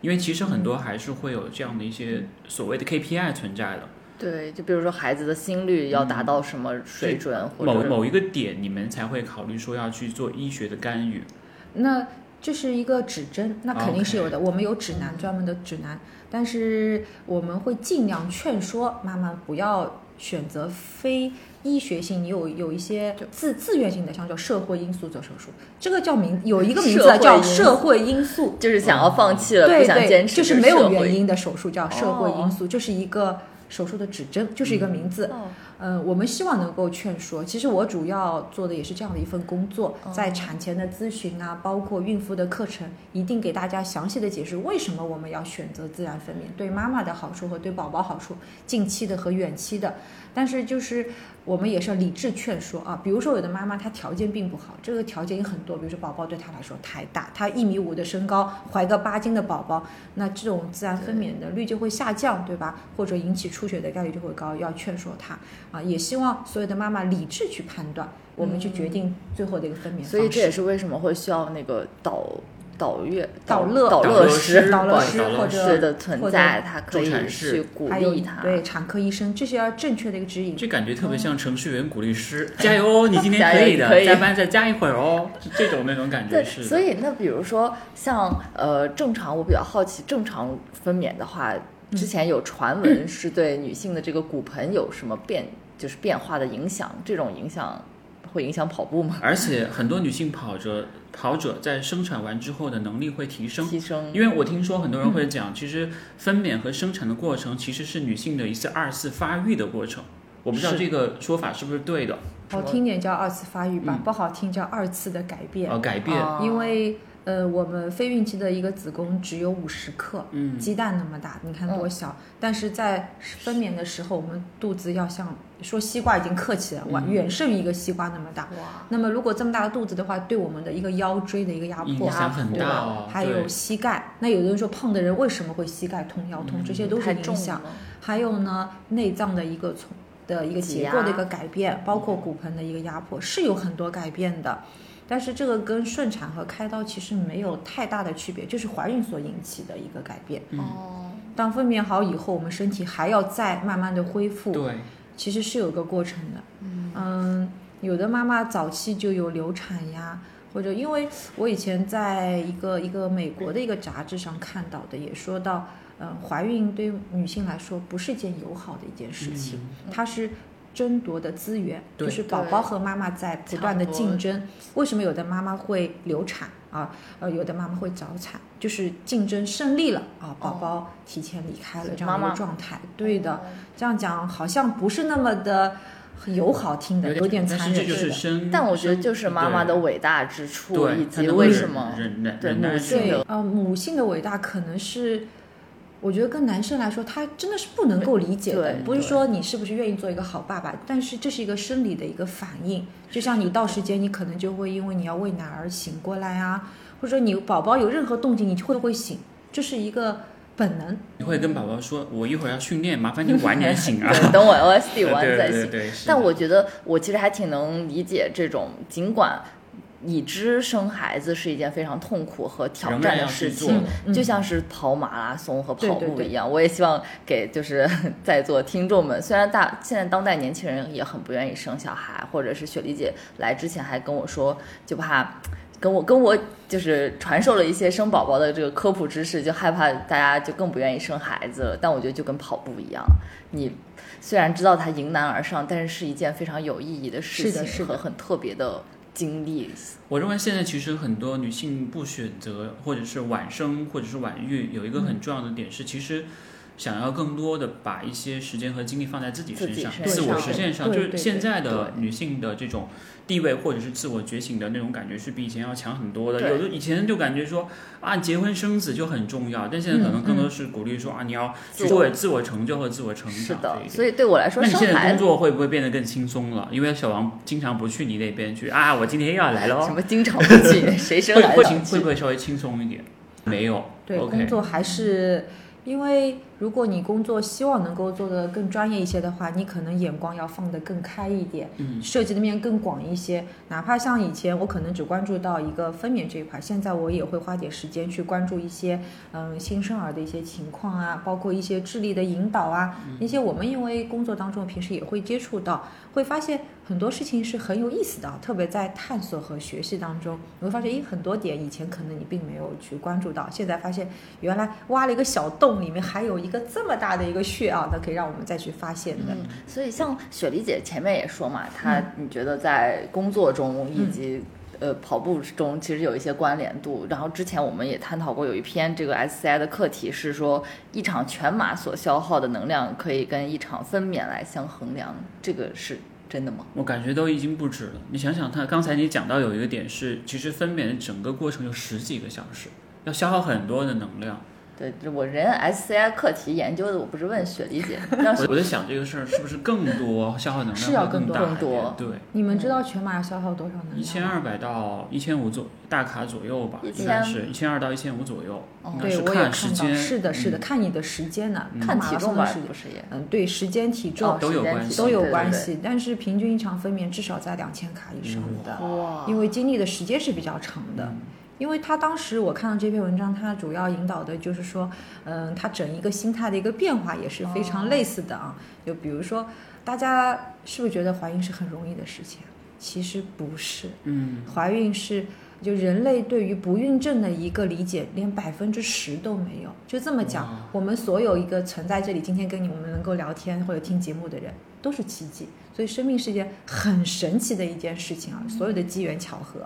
[SPEAKER 1] 因为其实很多还是会有这样的一
[SPEAKER 2] 嗯
[SPEAKER 1] 些所谓的 KPI 存在的，
[SPEAKER 2] 对，就比如说孩子的心率要达到什么水准，
[SPEAKER 1] 嗯
[SPEAKER 2] 或
[SPEAKER 1] 某
[SPEAKER 2] 者
[SPEAKER 1] 某一个点你们才会考虑说要去做医学的干预。
[SPEAKER 3] 那这是一个指针，那肯定是有的。我们有指南，专门的指南，但是我们会尽量劝说妈妈不要选择非医学性，你有有一些自自愿性的，像叫社会因素做手术，这个叫名有一个名字啊
[SPEAKER 2] 社会
[SPEAKER 3] 叫
[SPEAKER 2] 因素
[SPEAKER 3] 社会 因素。
[SPEAKER 2] 就是想要放弃了，
[SPEAKER 3] 对
[SPEAKER 2] 不想
[SPEAKER 3] 对，
[SPEAKER 2] 坚持，
[SPEAKER 3] 就是没有
[SPEAKER 2] 社会
[SPEAKER 3] 原因的手术叫社会因素，这是一个手术的指针，就是一个名字。
[SPEAKER 2] 哦
[SPEAKER 3] 呃，我们希望能够劝说。其实我主要做的也是这样的一份工作
[SPEAKER 2] 哦，
[SPEAKER 3] 在产前的咨询啊，包括孕妇的课程，一定给大家详细的解释为什么我们要选择自然分娩，对妈妈的好处和对宝宝好处，近期的和远期的。但是就是我们也是要理智劝说啊，比如说有的妈妈她条件并不好，这个条件有很多，比如说宝宝对她来说太大，她一米五的身高怀个八斤的宝宝，那这种自然分娩的率就会下降，对吧？或者引起出血的概率就会高，要劝说她啊，也希望所有的妈妈理智去判断，我们去决定最后的一个分娩方式。
[SPEAKER 2] 嗯所以这也是为什么会需要那个导导乐
[SPEAKER 3] 导乐
[SPEAKER 2] 导
[SPEAKER 1] 导
[SPEAKER 2] 乐
[SPEAKER 1] 乐
[SPEAKER 2] 师
[SPEAKER 1] 师
[SPEAKER 3] 导
[SPEAKER 1] 导
[SPEAKER 3] 乐
[SPEAKER 1] 乐
[SPEAKER 3] 师
[SPEAKER 1] 导乐
[SPEAKER 3] 或
[SPEAKER 1] 师
[SPEAKER 3] 者
[SPEAKER 2] 的存
[SPEAKER 3] 或者
[SPEAKER 2] 在，他可
[SPEAKER 1] 助
[SPEAKER 2] 以
[SPEAKER 1] 产
[SPEAKER 2] 去
[SPEAKER 1] 士
[SPEAKER 2] 鼓
[SPEAKER 3] 还有
[SPEAKER 2] 励他。
[SPEAKER 3] 对产科医生，这是要正确的一个指引。
[SPEAKER 1] 这感觉特别像程序员鼓励 师，加油哦，你今天
[SPEAKER 2] 嗯加
[SPEAKER 1] 可
[SPEAKER 2] 油
[SPEAKER 1] 以的，
[SPEAKER 2] 可以
[SPEAKER 1] 加班再加一会儿 哦，这种那种感觉
[SPEAKER 2] 对，
[SPEAKER 1] 是的。
[SPEAKER 2] 所以那比如说像呃正常，我比较好奇，正常分娩的话，
[SPEAKER 3] 嗯
[SPEAKER 2] 之前有传 闻是对女性的这个骨盆有什么变，就是变化的影响，这种影响会影响跑步吗？
[SPEAKER 1] 而且很多女性跑者跑者在生产完之后的能力会提升，
[SPEAKER 2] 提升，
[SPEAKER 1] 因为我听说很多人
[SPEAKER 2] 嗯
[SPEAKER 1] 会讲，其实分娩和生产的过程其实是女性的一次二次发育的过程。我不知道
[SPEAKER 2] 是
[SPEAKER 1] 这个说法是不是对的，
[SPEAKER 3] 好听点叫二次发育吧，
[SPEAKER 1] 嗯
[SPEAKER 3] 不好听叫二次的改变。
[SPEAKER 1] 呃，改变，
[SPEAKER 2] 哦
[SPEAKER 3] 啊因为呃，我们非孕期的一个子宫只有五十克，
[SPEAKER 1] 嗯，
[SPEAKER 3] 鸡蛋那么大，你看
[SPEAKER 2] 嗯
[SPEAKER 3] 多小。但是在分娩的时候，我们肚子要像说西瓜已经客气了，哇，
[SPEAKER 1] 嗯
[SPEAKER 3] 远胜于一个西瓜那么大。
[SPEAKER 2] 哇，
[SPEAKER 3] 那么如果这么大的肚子的话，对我们的一个腰椎的一个压迫
[SPEAKER 1] 影响很
[SPEAKER 3] 对
[SPEAKER 1] 大
[SPEAKER 3] 吧
[SPEAKER 1] 哦
[SPEAKER 3] 还
[SPEAKER 1] 对
[SPEAKER 3] 有膝盖。那有的人说胖的人为什么会膝盖痛、腰痛，这些都是
[SPEAKER 2] 太
[SPEAKER 3] 影
[SPEAKER 2] 重
[SPEAKER 3] 响。
[SPEAKER 2] 了，
[SPEAKER 3] 还有呢，内脏的一个从的一个
[SPEAKER 2] 挤
[SPEAKER 3] 结
[SPEAKER 2] 压
[SPEAKER 3] 构的一个改变，包括骨盆的一个压迫，是有很多改变的。但是这个跟顺产和开刀其实没有太大的区别，就是怀孕所引起的一个改变。
[SPEAKER 1] 嗯，
[SPEAKER 2] 哦，
[SPEAKER 3] 当分娩好以后，我们身体还要再慢慢的恢复，
[SPEAKER 1] 对，
[SPEAKER 3] 其实是有一个过程的。
[SPEAKER 2] 嗯
[SPEAKER 3] 嗯，有的妈妈早期就有流产呀，或者因为我以前在一个一个美国的一个杂志上看到的，也说到，嗯，怀孕对女性来说不是一件友好的一件事情，
[SPEAKER 1] 嗯
[SPEAKER 3] 它是。争夺的资源，
[SPEAKER 1] 对
[SPEAKER 3] 就是宝
[SPEAKER 2] 对
[SPEAKER 3] 宝和妈妈在不断的
[SPEAKER 2] 抢夺
[SPEAKER 3] 竞争。为什么有的妈妈会流产啊？呃，有的妈妈会早产，就是竞争胜利了啊，宝
[SPEAKER 2] 哦
[SPEAKER 3] 宝提前离开了
[SPEAKER 2] 是
[SPEAKER 3] 这样
[SPEAKER 2] 妈
[SPEAKER 3] 一
[SPEAKER 2] 妈
[SPEAKER 3] 个状态。对的，
[SPEAKER 2] 哦
[SPEAKER 3] 这样讲好像不是那么的友好听的，有点
[SPEAKER 1] 嗯但
[SPEAKER 3] 残
[SPEAKER 1] 是这
[SPEAKER 3] 忍
[SPEAKER 1] 就
[SPEAKER 3] 似
[SPEAKER 1] 是
[SPEAKER 3] 的。
[SPEAKER 1] 生，
[SPEAKER 2] 但我觉得就是妈妈的
[SPEAKER 1] 嗯对
[SPEAKER 2] 伟大之处，
[SPEAKER 1] 对
[SPEAKER 2] 以
[SPEAKER 1] 她
[SPEAKER 2] 及
[SPEAKER 1] 能
[SPEAKER 2] 为
[SPEAKER 1] 忍
[SPEAKER 2] 什么
[SPEAKER 1] 忍耐
[SPEAKER 2] 对
[SPEAKER 1] 忍耐
[SPEAKER 2] 母
[SPEAKER 1] 住
[SPEAKER 2] 性
[SPEAKER 3] 对
[SPEAKER 2] 的
[SPEAKER 3] 啊、母性的伟大可能是，我觉得跟男生来说，他真的是不能够理解的
[SPEAKER 2] 对。
[SPEAKER 3] 不是
[SPEAKER 1] 对
[SPEAKER 3] 说你是不是愿意做一个好爸爸，但是这是一个生理的一个反应。就像你到时间，你可能就会因为你要喂奶而醒过来啊，或者你宝宝有任何动静，你就会会醒，这是一个本能。
[SPEAKER 1] 你会跟宝宝说，我一会儿要训练，麻烦你晚点醒啊。
[SPEAKER 2] 对，等我我洗
[SPEAKER 1] 对
[SPEAKER 2] 完
[SPEAKER 1] 对
[SPEAKER 2] 再
[SPEAKER 1] 对
[SPEAKER 2] 洗。
[SPEAKER 1] 对，是
[SPEAKER 2] 但
[SPEAKER 1] 的
[SPEAKER 2] 我觉得我其实还挺能理解这种，尽管已知生孩子是一件非常痛苦和挑
[SPEAKER 1] 仍
[SPEAKER 2] 战
[SPEAKER 1] 然
[SPEAKER 2] 的
[SPEAKER 1] 要
[SPEAKER 2] 事
[SPEAKER 1] 去做
[SPEAKER 2] 情，
[SPEAKER 3] 嗯
[SPEAKER 2] 就像是跑马拉松和
[SPEAKER 3] 对
[SPEAKER 2] 跑
[SPEAKER 3] 对
[SPEAKER 2] 步
[SPEAKER 3] 对
[SPEAKER 2] 一样。我也希望给就是 在座听众们，虽然大现在当代年轻人也很不愿意生小孩，或者是雪梨姐来之前还跟我说，就怕。跟我跟我就是传授了一些生宝宝的这个科普知识，就害怕大家就更不愿意生孩子了。但我觉得就跟跑步一样，你虽然知道它迎难而上，但是是一件非常有意义的事
[SPEAKER 3] 是的
[SPEAKER 2] 情
[SPEAKER 3] 是的
[SPEAKER 2] 和很特别的经历。
[SPEAKER 1] 我认为现在其实很多女性不选择或者是晚生或者是晚育，有一个
[SPEAKER 2] 嗯
[SPEAKER 1] 很重要的点是，其实想要更多的把一些时间和精力放在自己身上
[SPEAKER 2] 自己，身
[SPEAKER 1] 自我
[SPEAKER 2] 上
[SPEAKER 1] 实现上，
[SPEAKER 3] 对
[SPEAKER 1] 就是
[SPEAKER 3] 对
[SPEAKER 1] 现在
[SPEAKER 2] 对
[SPEAKER 1] 的女性的这种地位或者是自我觉醒的那种感觉是比以前要强很多的。
[SPEAKER 2] 对
[SPEAKER 1] 有的以前就感觉说啊，结婚生子就很重要，但现在可能更多是鼓励说啊，你要
[SPEAKER 2] 嗯自
[SPEAKER 1] 去
[SPEAKER 2] 我
[SPEAKER 1] 做自我成就和自我成
[SPEAKER 2] 是
[SPEAKER 1] 长
[SPEAKER 2] 的
[SPEAKER 1] 这一，点。
[SPEAKER 2] 所以对我来说，
[SPEAKER 1] 那你
[SPEAKER 2] 生
[SPEAKER 1] 现在
[SPEAKER 2] 孩
[SPEAKER 1] 工
[SPEAKER 2] 子
[SPEAKER 1] 作会不会变得更轻松了？因为小王经常不去你那边去啊，我今天又要来了哦
[SPEAKER 2] 什。么经常不去，谁生
[SPEAKER 1] 会
[SPEAKER 2] 孩
[SPEAKER 1] 会
[SPEAKER 2] 子
[SPEAKER 1] 轻会不会稍微轻松一点？没有，
[SPEAKER 3] 嗯对
[SPEAKER 1] o k
[SPEAKER 3] 工作还是因为如果你工作希望能够做得更专业一些的话，你可能眼光要放得更开一点，
[SPEAKER 1] 嗯
[SPEAKER 3] 涉及的面更广一些。哪怕像以前我可能只关注到一个分娩这一块，现在我也会花点时间去关注一些嗯新生儿的一些情况啊，包括一些智力的引导啊，
[SPEAKER 1] 嗯
[SPEAKER 3] 那些我们因为工作当中平时也会接触到，会发现很多事情是很有意思的啊，特别在探索和学习当中，你会发现，咦，很多点以前可能你并没有去关注到，现在发现原来挖了一个小洞，里面还有一个这么大的一个穴啊，那可以让我们再去发现的。
[SPEAKER 2] 嗯，
[SPEAKER 3] 嗯
[SPEAKER 2] 所以像雪梨姐前面也说嘛，她你觉得在工作中以及呃跑步中其实有一些关联度。然后之前我们也探讨过，有一篇这个 SCI 的课题是说，一场全马所消耗的能量可以跟一场分娩来相衡量，这个是真的吗？
[SPEAKER 1] 我感觉都已经不止了。你想想看，刚才你讲到有一个点是，其实分娩的整个过程有十几个小时，要消耗很多的能量。
[SPEAKER 2] 对，我人 SCI 课题研究的，我不是问雪理 姐，但
[SPEAKER 1] 我我在想这个事儿是不是更多消耗能量
[SPEAKER 3] 是要
[SPEAKER 1] 会
[SPEAKER 3] 更
[SPEAKER 1] 更
[SPEAKER 3] 多
[SPEAKER 1] 大一
[SPEAKER 2] 更多
[SPEAKER 1] 点对，
[SPEAKER 3] 你们知道全马要消耗多少能量？
[SPEAKER 1] 嗯一千。二百到一千五左大卡左右吧，
[SPEAKER 2] 1000
[SPEAKER 1] 应该是一千二到一千五左右，
[SPEAKER 2] 哦
[SPEAKER 1] 应该
[SPEAKER 3] 对，
[SPEAKER 1] 是
[SPEAKER 3] 我也看
[SPEAKER 1] 时
[SPEAKER 3] 到，
[SPEAKER 1] 间，
[SPEAKER 3] 是的，是的，
[SPEAKER 1] 嗯，
[SPEAKER 3] 看你的时间呢、
[SPEAKER 1] 嗯
[SPEAKER 2] 看
[SPEAKER 3] 马
[SPEAKER 2] 体
[SPEAKER 3] 拉松
[SPEAKER 2] 重
[SPEAKER 3] 的
[SPEAKER 2] 吧
[SPEAKER 3] 时，
[SPEAKER 2] 不是也
[SPEAKER 3] 嗯，对，时间、体重、
[SPEAKER 2] 哦
[SPEAKER 1] 都有
[SPEAKER 2] 时间
[SPEAKER 1] 关
[SPEAKER 2] 体
[SPEAKER 1] 系
[SPEAKER 2] 重
[SPEAKER 3] 都有
[SPEAKER 2] 对对
[SPEAKER 3] 关
[SPEAKER 2] 对
[SPEAKER 3] 系，但是平均一场分娩至少在两千卡以上的，
[SPEAKER 2] 哇，
[SPEAKER 3] 因为经历的时间是比较长的。因为他当时我看到这篇文章，他主要引导的就是说，嗯，他整一个心态的一个变化也是非常类似的啊。就比如说，大家是不是觉得怀孕是很容易的事情？其实不是，
[SPEAKER 1] 嗯，
[SPEAKER 3] 怀孕是就人类对于不孕症的一个理解，连百分之十都没有。就这么讲
[SPEAKER 1] 哇，
[SPEAKER 3] 我们所有一个存在这里，今天跟你我们能够聊天或者听节目的人，都是奇迹。所以生命是一件很神奇的一件事情啊，
[SPEAKER 2] 嗯
[SPEAKER 3] 所有的机缘巧合。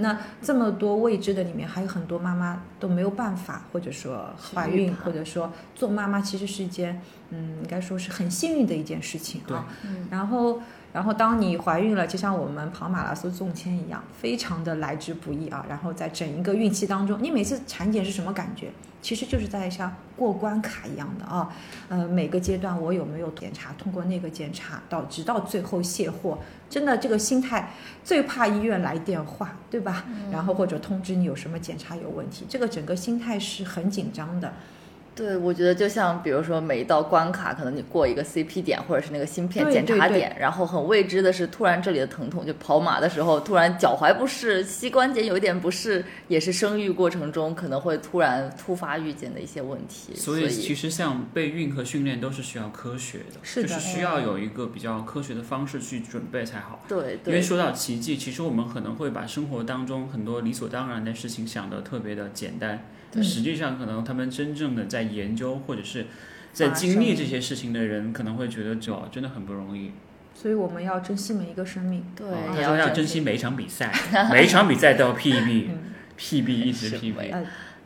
[SPEAKER 3] 那这么多未知的里面，还有很多妈妈都没有办法，或者说怀
[SPEAKER 2] 去预
[SPEAKER 3] 孕，
[SPEAKER 2] 判
[SPEAKER 3] 或者说做妈妈，其实是一件，嗯，应该说是很幸运的一件事情
[SPEAKER 1] 对
[SPEAKER 3] 啊。
[SPEAKER 2] 嗯
[SPEAKER 3] 然后，然后当你怀孕了，就像我们跑马拉松中签一样，非常的来之不易啊。然后在整一个孕期当中，你每次产检是什么感觉？其实就是在像过关卡一样的啊。呃，每个阶段我有没有检查，通过那个检查，到直到最后卸货，真的这个心态最怕医院来电话，对吧？然后或者通知你有什么检查有问题，这个整个心态是很紧张的。
[SPEAKER 2] 对，我觉得就像比如说每一道关卡，可能你过一个 CP 点或者是那个芯片
[SPEAKER 3] 对
[SPEAKER 2] 检查
[SPEAKER 3] 对对
[SPEAKER 2] 点，然后很未知的是，突然这里的疼痛，就跑马的时候突然脚踝不适、膝关节有一点不适，也是生育过程中可能会突然突发遇见的一些问题。
[SPEAKER 1] 所
[SPEAKER 2] 所
[SPEAKER 1] 以其实像备孕和训练都是需要科学的，
[SPEAKER 3] 是的
[SPEAKER 1] 就是需要有一个比较科学的方式去准备才好。
[SPEAKER 2] 对
[SPEAKER 1] 因为
[SPEAKER 2] 对
[SPEAKER 1] 说到奇迹，其实我们可能会把生活当中很多理所当然的事情想得特别的简单，但实际上可能他们真正的在研究或者是在
[SPEAKER 3] 发
[SPEAKER 1] 经历
[SPEAKER 3] 生
[SPEAKER 1] 这些事情的人，可能会觉得这哦真的很不容易。
[SPEAKER 3] 所以我们要珍惜每一个生命。
[SPEAKER 2] 对
[SPEAKER 1] 哦，
[SPEAKER 2] 也
[SPEAKER 1] 他说要珍惜每一场比赛，每一场比赛都要 PB，PB 一直
[SPEAKER 2] 是
[SPEAKER 1] PB。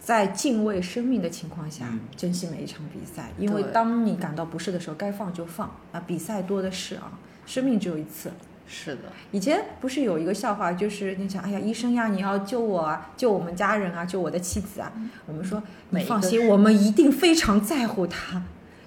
[SPEAKER 3] 在敬畏生命的情况下
[SPEAKER 1] 嗯，
[SPEAKER 3] 珍惜每一场比赛，因为
[SPEAKER 2] 对
[SPEAKER 3] 当你感到不适的时候，该放就放啊，比赛多的是啊，生命只有一次。
[SPEAKER 2] 是的，
[SPEAKER 3] 以前不是有一个笑话，就是你想，哎呀，医生呀，你要救我啊，救我们家人啊，救我的妻子啊。我们说，
[SPEAKER 2] 嗯
[SPEAKER 3] 你
[SPEAKER 2] 每一个
[SPEAKER 3] 放
[SPEAKER 2] 是
[SPEAKER 3] 心，我们一定非常在乎他。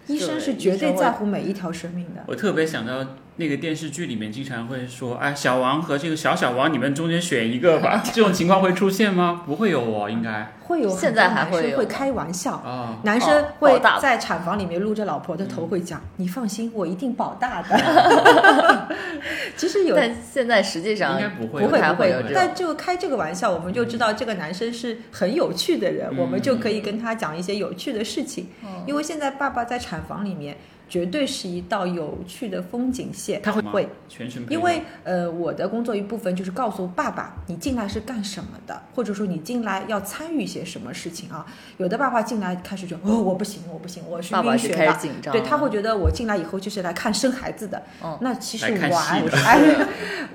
[SPEAKER 3] 医生是绝
[SPEAKER 2] 医
[SPEAKER 3] 对
[SPEAKER 2] 生会
[SPEAKER 3] 在乎每一条生命的。
[SPEAKER 1] 我特别想到那个电视剧里面经常会说，哎，小王和这个小小王，你们中间选一个吧。 这种情况会出现吗？不会有哦，应该
[SPEAKER 3] 会有很多
[SPEAKER 2] 现在还
[SPEAKER 3] 男生
[SPEAKER 2] 会有
[SPEAKER 3] 会
[SPEAKER 2] 吗
[SPEAKER 3] 开玩笑，
[SPEAKER 1] 啊。
[SPEAKER 3] 男生
[SPEAKER 2] 哦嗯保
[SPEAKER 3] 会
[SPEAKER 2] 大
[SPEAKER 3] 在产房里面撸着老婆的头，会讲：“你放心，我一定保大的。” 其实有
[SPEAKER 2] 但现在实际上
[SPEAKER 1] 应该不会
[SPEAKER 3] 不会
[SPEAKER 2] 太
[SPEAKER 3] 不
[SPEAKER 2] 会有
[SPEAKER 3] 会
[SPEAKER 2] 这，种
[SPEAKER 3] 但就开这个玩笑，我们就知道这个男生是很有趣的人，
[SPEAKER 1] 嗯
[SPEAKER 3] 我们就可以跟他讲一些有趣的事情。
[SPEAKER 2] 嗯
[SPEAKER 3] 因为现在爸爸在产房里面，绝对是一道有趣的风景线。
[SPEAKER 1] 他会吗
[SPEAKER 3] 会，
[SPEAKER 1] 全程陪
[SPEAKER 3] 因为呃，我的工作一部分就是告诉爸爸你进来是干什么的，或者说你进来要参与一些什么事情啊。有的爸爸进来开始就哦，我不行，我不行，我是
[SPEAKER 2] 爸爸
[SPEAKER 3] 晕
[SPEAKER 2] 就
[SPEAKER 3] 血
[SPEAKER 2] 开
[SPEAKER 3] 的
[SPEAKER 2] 始，紧张了，
[SPEAKER 3] 对他会觉得我进来以后就是来看生孩子的，
[SPEAKER 2] 嗯
[SPEAKER 3] 那其实
[SPEAKER 1] 来看
[SPEAKER 3] 完
[SPEAKER 1] 戏的
[SPEAKER 3] 哎，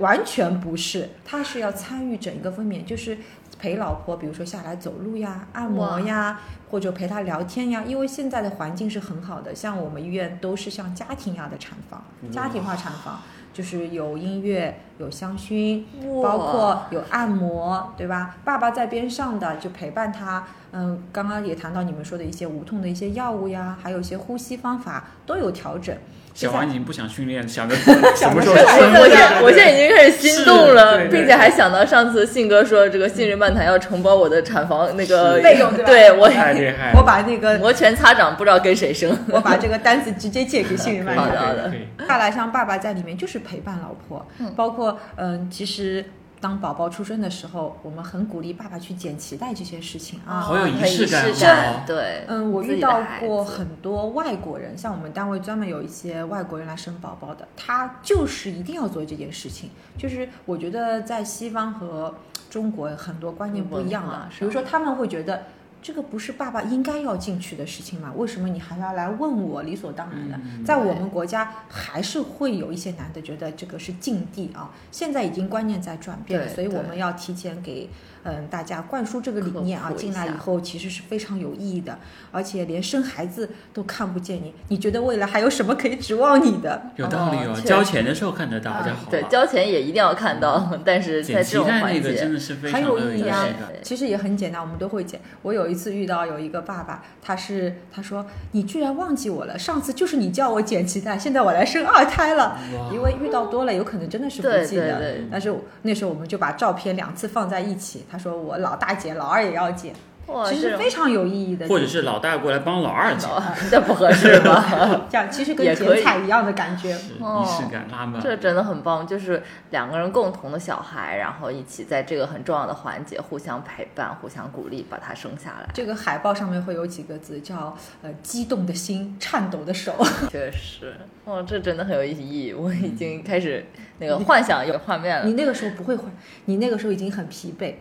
[SPEAKER 3] 完全不是，他是要参与整一个分娩，就是陪老婆，比如说下来走路呀、按摩呀，或者陪她聊天呀。因为现在的环境是很好的，像我们医院都是像家庭一样的产房，
[SPEAKER 1] 嗯
[SPEAKER 3] 家庭化产房，就是有音乐、有香薰，包括有按摩，对吧？爸爸在边上的就陪伴他。嗯，刚刚也谈到你们说的一些无痛的一些药物呀，还有一些呼吸方法都有调整。
[SPEAKER 1] 小王已经不想训练，想着 什
[SPEAKER 3] 想
[SPEAKER 1] 么
[SPEAKER 3] 着
[SPEAKER 1] 时候
[SPEAKER 3] 生孩
[SPEAKER 1] 生
[SPEAKER 3] 子
[SPEAKER 2] 我
[SPEAKER 1] 过
[SPEAKER 2] 现
[SPEAKER 1] 来。
[SPEAKER 2] 在我现在已经开始心动
[SPEAKER 1] 是对
[SPEAKER 2] 了，
[SPEAKER 1] 对
[SPEAKER 2] 并且还想到上次信哥说这个信任漫谈要承包我的产房那个
[SPEAKER 1] 是
[SPEAKER 3] 费用对吧
[SPEAKER 2] 对我
[SPEAKER 1] 太厉害了！
[SPEAKER 3] 我把那 个
[SPEAKER 2] 摩拳擦掌，不知道跟谁生。
[SPEAKER 3] 我 把这个单子直接借给信任
[SPEAKER 1] 可
[SPEAKER 3] 漫
[SPEAKER 1] 以
[SPEAKER 2] 好
[SPEAKER 3] 谈。
[SPEAKER 2] 的
[SPEAKER 1] 可以可以
[SPEAKER 3] 下来像爸爸在里面就是陪伴老婆，包括嗯、其实当宝宝出生的时候，我们很鼓励爸爸去剪脐带这些事情啊。
[SPEAKER 1] 好有仪式感
[SPEAKER 2] 很
[SPEAKER 1] 哦
[SPEAKER 2] 仪式 感对，
[SPEAKER 3] 嗯，我
[SPEAKER 2] 自
[SPEAKER 3] 遇
[SPEAKER 2] 己的
[SPEAKER 3] 到
[SPEAKER 2] 孩
[SPEAKER 3] 过
[SPEAKER 2] 子
[SPEAKER 3] 很多外国人，像我们单位专门有一些外国人来生宝宝的，他就是一定要做这件事情。就是我觉得在西方和中国很多观念不一样啊
[SPEAKER 2] 文化
[SPEAKER 3] 的
[SPEAKER 2] 上，
[SPEAKER 3] 比如说他们会觉得这个不是爸爸应该要进去的事情吗？为什么你还要来问我？理所当然的，
[SPEAKER 1] 嗯
[SPEAKER 3] 在我们国家还是会有一些男的觉得这个是禁地啊。现在已经观念在转变了，
[SPEAKER 2] 对
[SPEAKER 3] 所以
[SPEAKER 2] 对
[SPEAKER 3] 我们要提前给嗯大家灌输这个理念啊
[SPEAKER 2] 科。普一
[SPEAKER 3] 进来以
[SPEAKER 2] 下
[SPEAKER 3] 后其实是非常有意义的，而且连生孩子都看不见你，你觉得未来还有什么可以指望你的？
[SPEAKER 1] 有道理哦
[SPEAKER 2] 哦。确实嗯
[SPEAKER 1] 交钱的时候看得到，
[SPEAKER 3] 啊
[SPEAKER 1] 比较好
[SPEAKER 2] 对，
[SPEAKER 1] 吧。
[SPEAKER 2] 交钱也一定要看到，但是
[SPEAKER 1] 剪
[SPEAKER 2] 在这
[SPEAKER 1] 脐
[SPEAKER 2] 种
[SPEAKER 1] 带
[SPEAKER 2] 环
[SPEAKER 1] 那个真
[SPEAKER 2] 节，
[SPEAKER 1] 的是非
[SPEAKER 3] 还
[SPEAKER 1] 常
[SPEAKER 3] 有
[SPEAKER 1] 有
[SPEAKER 3] 意义啊
[SPEAKER 1] 思的。
[SPEAKER 3] 其实也很简单，我们都会剪。我有一次遇到有一个爸爸，他是他说你居然忘记我了，上次就是你叫我剪脐带，现在我来生二胎了。
[SPEAKER 1] 哇
[SPEAKER 3] 因为遇到多了，有可能真的是不
[SPEAKER 2] 对
[SPEAKER 3] 记
[SPEAKER 2] 对
[SPEAKER 3] 得。
[SPEAKER 2] 对，
[SPEAKER 1] 嗯
[SPEAKER 3] 但是那时候我们就把照片两次放在一起，他说我老大剪，老二也要剪，
[SPEAKER 2] 哇，
[SPEAKER 3] 其
[SPEAKER 2] 这
[SPEAKER 3] 实
[SPEAKER 2] 种
[SPEAKER 3] 非常有意义的。
[SPEAKER 1] 或者是老大过来帮老二剪，
[SPEAKER 2] 这不合适吧？
[SPEAKER 3] 这样，其实
[SPEAKER 2] 也
[SPEAKER 3] 跟
[SPEAKER 2] 可以
[SPEAKER 3] 剪彩一样的感觉。
[SPEAKER 1] 是
[SPEAKER 2] 哦
[SPEAKER 1] 仪式感拉满。
[SPEAKER 2] 这真的很棒，就是两个人共同的小孩，然后一起在这个很重要的环节互相陪伴、互相鼓励，把他生下来。
[SPEAKER 3] 这个海报上面会有几个字叫“呃，激动的心，颤抖的 手
[SPEAKER 2] 确实，哇，这真的很有意义。我已
[SPEAKER 1] 嗯
[SPEAKER 2] 经开始那个幻想有画面”。
[SPEAKER 3] 你
[SPEAKER 2] 了。
[SPEAKER 3] 那个时候不会换，你那个时候已经很疲惫，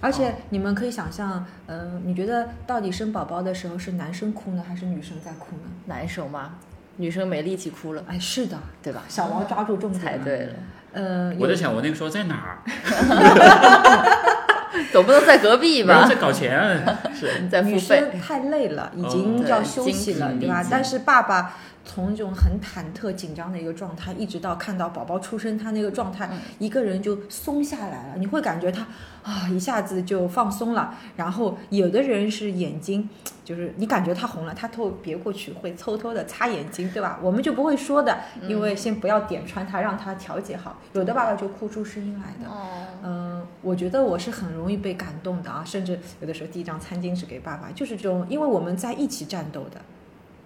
[SPEAKER 3] 而且你们可以想象，嗯、你觉得到底生宝宝的时候是男生哭呢，还是女生在哭呢？
[SPEAKER 2] 男生吗？女生没力气哭了，
[SPEAKER 3] 哎，是的，
[SPEAKER 2] 对吧？
[SPEAKER 3] 小王抓住重
[SPEAKER 2] 猜
[SPEAKER 3] 点了。
[SPEAKER 2] 对了，
[SPEAKER 3] 呃，
[SPEAKER 1] 我在
[SPEAKER 3] 有
[SPEAKER 1] 想，我那个时候在哪儿？嗯
[SPEAKER 2] 总不能在隔壁
[SPEAKER 1] 不要
[SPEAKER 2] 吧？
[SPEAKER 1] 在搞钱啊， 是
[SPEAKER 2] 在付
[SPEAKER 3] 女
[SPEAKER 2] 费
[SPEAKER 3] 生太累了，已
[SPEAKER 1] 哦
[SPEAKER 3] 经要休息了，
[SPEAKER 1] 对
[SPEAKER 3] 嗯对
[SPEAKER 1] 精疲力？
[SPEAKER 3] 吧
[SPEAKER 1] 尽
[SPEAKER 3] 但是爸爸从这种很忐忑、紧张的一个状态，一直到看到宝宝出生，他那个状态，
[SPEAKER 2] 嗯
[SPEAKER 3] 一个人就松下来了。你会感觉他啊，一下子就放松了。然后有的人是眼睛，就是你感觉他红了，他偷别过去会偷偷的擦眼睛，对吧？我们就不会说的，因为先不要点穿他，让他调节好。有的爸爸就哭出声音来的。
[SPEAKER 2] 哦，
[SPEAKER 3] 嗯，我觉得我是很容易被感动的啊，甚至有的时候递一张餐巾纸给爸爸，就是这种，因为我们在一起战斗的。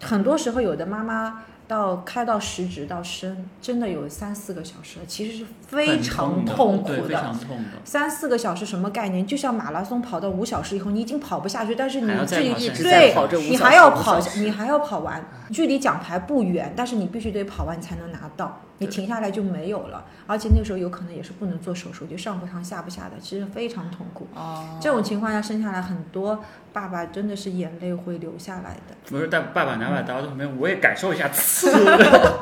[SPEAKER 3] 很多时候，有的妈妈到开到十指到生，真的有三四个小时，其实是非常
[SPEAKER 1] 很
[SPEAKER 3] 痛
[SPEAKER 1] 痛
[SPEAKER 3] 苦
[SPEAKER 1] 的，对，非
[SPEAKER 3] 的。
[SPEAKER 1] 常痛的。
[SPEAKER 3] 三四个小时什么概念？就像马拉松跑到五小时以后，你已经跑不下去，但是你
[SPEAKER 1] 还要再
[SPEAKER 3] 距离
[SPEAKER 1] 跑
[SPEAKER 2] 一直
[SPEAKER 1] 三
[SPEAKER 2] 在
[SPEAKER 1] 小
[SPEAKER 2] 跑
[SPEAKER 1] 时
[SPEAKER 2] 这五
[SPEAKER 3] 你
[SPEAKER 2] 小
[SPEAKER 3] 还
[SPEAKER 2] 时
[SPEAKER 3] 要
[SPEAKER 2] 五小
[SPEAKER 3] 跑
[SPEAKER 2] 时，
[SPEAKER 3] 你还要跑完，距离奖牌不远，但是你必须得跑完才能拿到，你
[SPEAKER 2] 对
[SPEAKER 3] 停下来就没有了。而且那时候有可能也是不能做手术，就上不上下不下的，其实非常痛苦。
[SPEAKER 2] 哦，
[SPEAKER 3] 这种情况下生下来，很多爸爸真的是眼泪会流下来的。
[SPEAKER 1] 我说大爸爸拿把刀在旁边，我也感受 一下刺。
[SPEAKER 2] 什么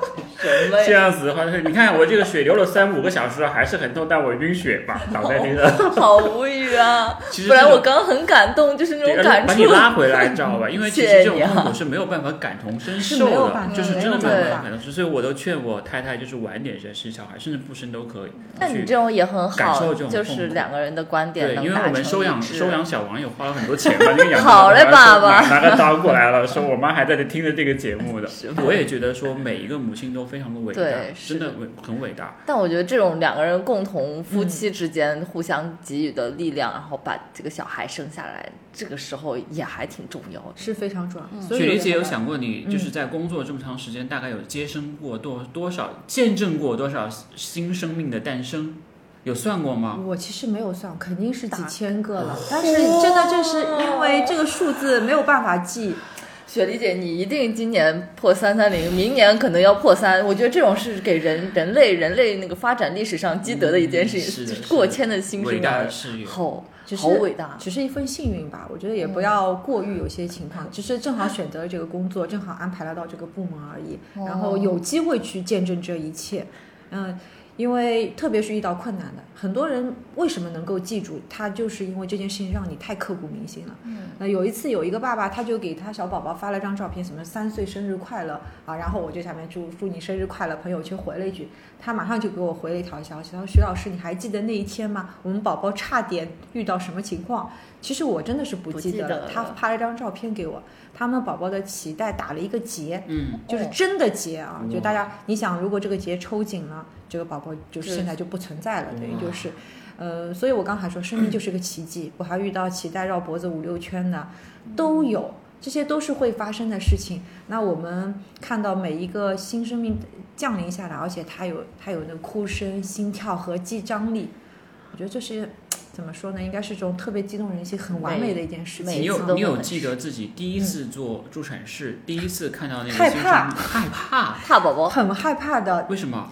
[SPEAKER 1] 这
[SPEAKER 2] 呀？
[SPEAKER 1] 样子的话，就是你看我这个血流了三五个小时了还是很痛，但我晕血吧， 倒在那个。
[SPEAKER 2] 好无语啊！
[SPEAKER 1] 其实
[SPEAKER 2] 本来
[SPEAKER 1] 这种
[SPEAKER 2] 哦我刚刚很感动，就是那
[SPEAKER 1] 对，而
[SPEAKER 2] 种
[SPEAKER 1] 且
[SPEAKER 2] 感
[SPEAKER 1] 把
[SPEAKER 2] 触
[SPEAKER 1] 你。拉回 来，你知道吧？因为其实
[SPEAKER 2] 谢谢
[SPEAKER 1] 这种
[SPEAKER 2] 你啊
[SPEAKER 1] 痛苦是没有办法感同身
[SPEAKER 3] 是
[SPEAKER 1] 受
[SPEAKER 3] 没有办
[SPEAKER 1] 的，
[SPEAKER 3] 法
[SPEAKER 1] 就是真的没有
[SPEAKER 2] 对
[SPEAKER 1] 办法感同身受。所以我都劝我太太，就是晚点生生小孩，甚至不生都可以。
[SPEAKER 2] 那你
[SPEAKER 1] 去
[SPEAKER 2] 这种也很
[SPEAKER 1] 感
[SPEAKER 2] 好
[SPEAKER 1] 受这，种
[SPEAKER 2] 就
[SPEAKER 1] 痛
[SPEAKER 2] 是
[SPEAKER 1] 苦
[SPEAKER 2] 两个人的观点
[SPEAKER 1] 对，
[SPEAKER 2] 能
[SPEAKER 1] 因为
[SPEAKER 2] 达
[SPEAKER 1] 我们
[SPEAKER 2] 成
[SPEAKER 1] 收
[SPEAKER 2] 一
[SPEAKER 1] 养
[SPEAKER 2] 致
[SPEAKER 1] 收养小王也花了很多钱 嘛，那个养
[SPEAKER 2] 好嘞
[SPEAKER 1] 小王
[SPEAKER 2] 爸爸
[SPEAKER 1] 拿拿个刀过来了，说我妈还在这听着这个节目的
[SPEAKER 2] 是吗。
[SPEAKER 1] 我也觉得说每一个母亲都非常的伟大
[SPEAKER 2] 对，是
[SPEAKER 1] 真的伟很伟大。
[SPEAKER 2] 但我觉得这种两个人共同
[SPEAKER 1] 嗯
[SPEAKER 2] 夫妻之间互相给予的力量，然后把这个小孩生下来，这个时候也还挺重要的。
[SPEAKER 3] 是非常重要。
[SPEAKER 2] 嗯
[SPEAKER 3] 所以
[SPEAKER 1] 雪
[SPEAKER 3] 的
[SPEAKER 1] 梨姐有
[SPEAKER 3] 爸爸
[SPEAKER 1] 想过你就是在工作这么长时间，大概有接生过多多少，见证过多少新生命的诞生，有算过
[SPEAKER 2] 嗯
[SPEAKER 1] 吗？
[SPEAKER 3] 我其实没有算，肯定是几
[SPEAKER 2] 打
[SPEAKER 3] 千个了，但是真的这是因
[SPEAKER 2] 啊
[SPEAKER 3] 为这个数字没有办法记，
[SPEAKER 2] 雪梨姐，你一定今年破三三零，明年可能要破三。我觉得这种是给人人类人类那个发展历史上积德的一件事
[SPEAKER 1] 嗯是
[SPEAKER 2] 情，
[SPEAKER 1] 的
[SPEAKER 2] 就是
[SPEAKER 1] 的
[SPEAKER 2] 过千的新
[SPEAKER 1] 伟
[SPEAKER 2] 生
[SPEAKER 1] 大
[SPEAKER 2] 儿
[SPEAKER 1] 的，事业，
[SPEAKER 2] 好
[SPEAKER 3] 只是
[SPEAKER 2] 好伟大。
[SPEAKER 3] 只是一份幸运吧。我觉得也不要过于有些情况，只是正好选择了这个工作，正好安排了到这个部门而已，
[SPEAKER 2] 哦
[SPEAKER 3] 然后有机会去见证这一切，嗯。因为特别是遇到困难的，很多人为什么能够记住他，就是因为这件事情让你太刻骨铭心了。
[SPEAKER 2] 嗯，
[SPEAKER 3] 那有一次有一个爸爸，他就给他小宝宝发了张照片，什么三岁生日快乐啊，然后我就下面祝祝你生日快乐，朋友圈回了一句，他马上就给我回了一条消息，他说徐老师你还记得那一天吗？我们宝宝差点遇到什么情况？其实我真的是不
[SPEAKER 2] 不
[SPEAKER 3] 记
[SPEAKER 2] 记
[SPEAKER 3] 得
[SPEAKER 2] 得
[SPEAKER 3] 了，他
[SPEAKER 2] 了
[SPEAKER 3] 拍了张照片给我，他们宝宝的脐带打了一个结。
[SPEAKER 1] 嗯，
[SPEAKER 3] 就是
[SPEAKER 2] 哦
[SPEAKER 3] 真的结啊！就
[SPEAKER 1] 哇
[SPEAKER 3] 大家，你想，如果这个结抽紧了，这个宝宝就是
[SPEAKER 2] 对
[SPEAKER 3] 现在就不存在了，等于
[SPEAKER 1] 哇
[SPEAKER 3] 就是，呃，所以我刚还说，生命就是个奇迹。我还遇到脐带绕脖子五六圈的，都有，这些都是会发生的事情。那我们看到每一个新生命降临下来，而且它有它有那个哭声、心跳和肌张力，我觉得这是怎么说呢？应该是这种特别激动人心、很完美的一件事
[SPEAKER 2] 每
[SPEAKER 3] 情。
[SPEAKER 1] 你
[SPEAKER 2] 次
[SPEAKER 1] 有
[SPEAKER 2] 都
[SPEAKER 1] 你
[SPEAKER 2] 会
[SPEAKER 1] 有
[SPEAKER 2] 很
[SPEAKER 1] 记得自己第一次做助产士，第一次看到那个
[SPEAKER 3] 害
[SPEAKER 1] 新生
[SPEAKER 3] 怕
[SPEAKER 1] 命害怕，
[SPEAKER 2] 怕宝宝
[SPEAKER 3] 很害怕的，
[SPEAKER 1] 为什么？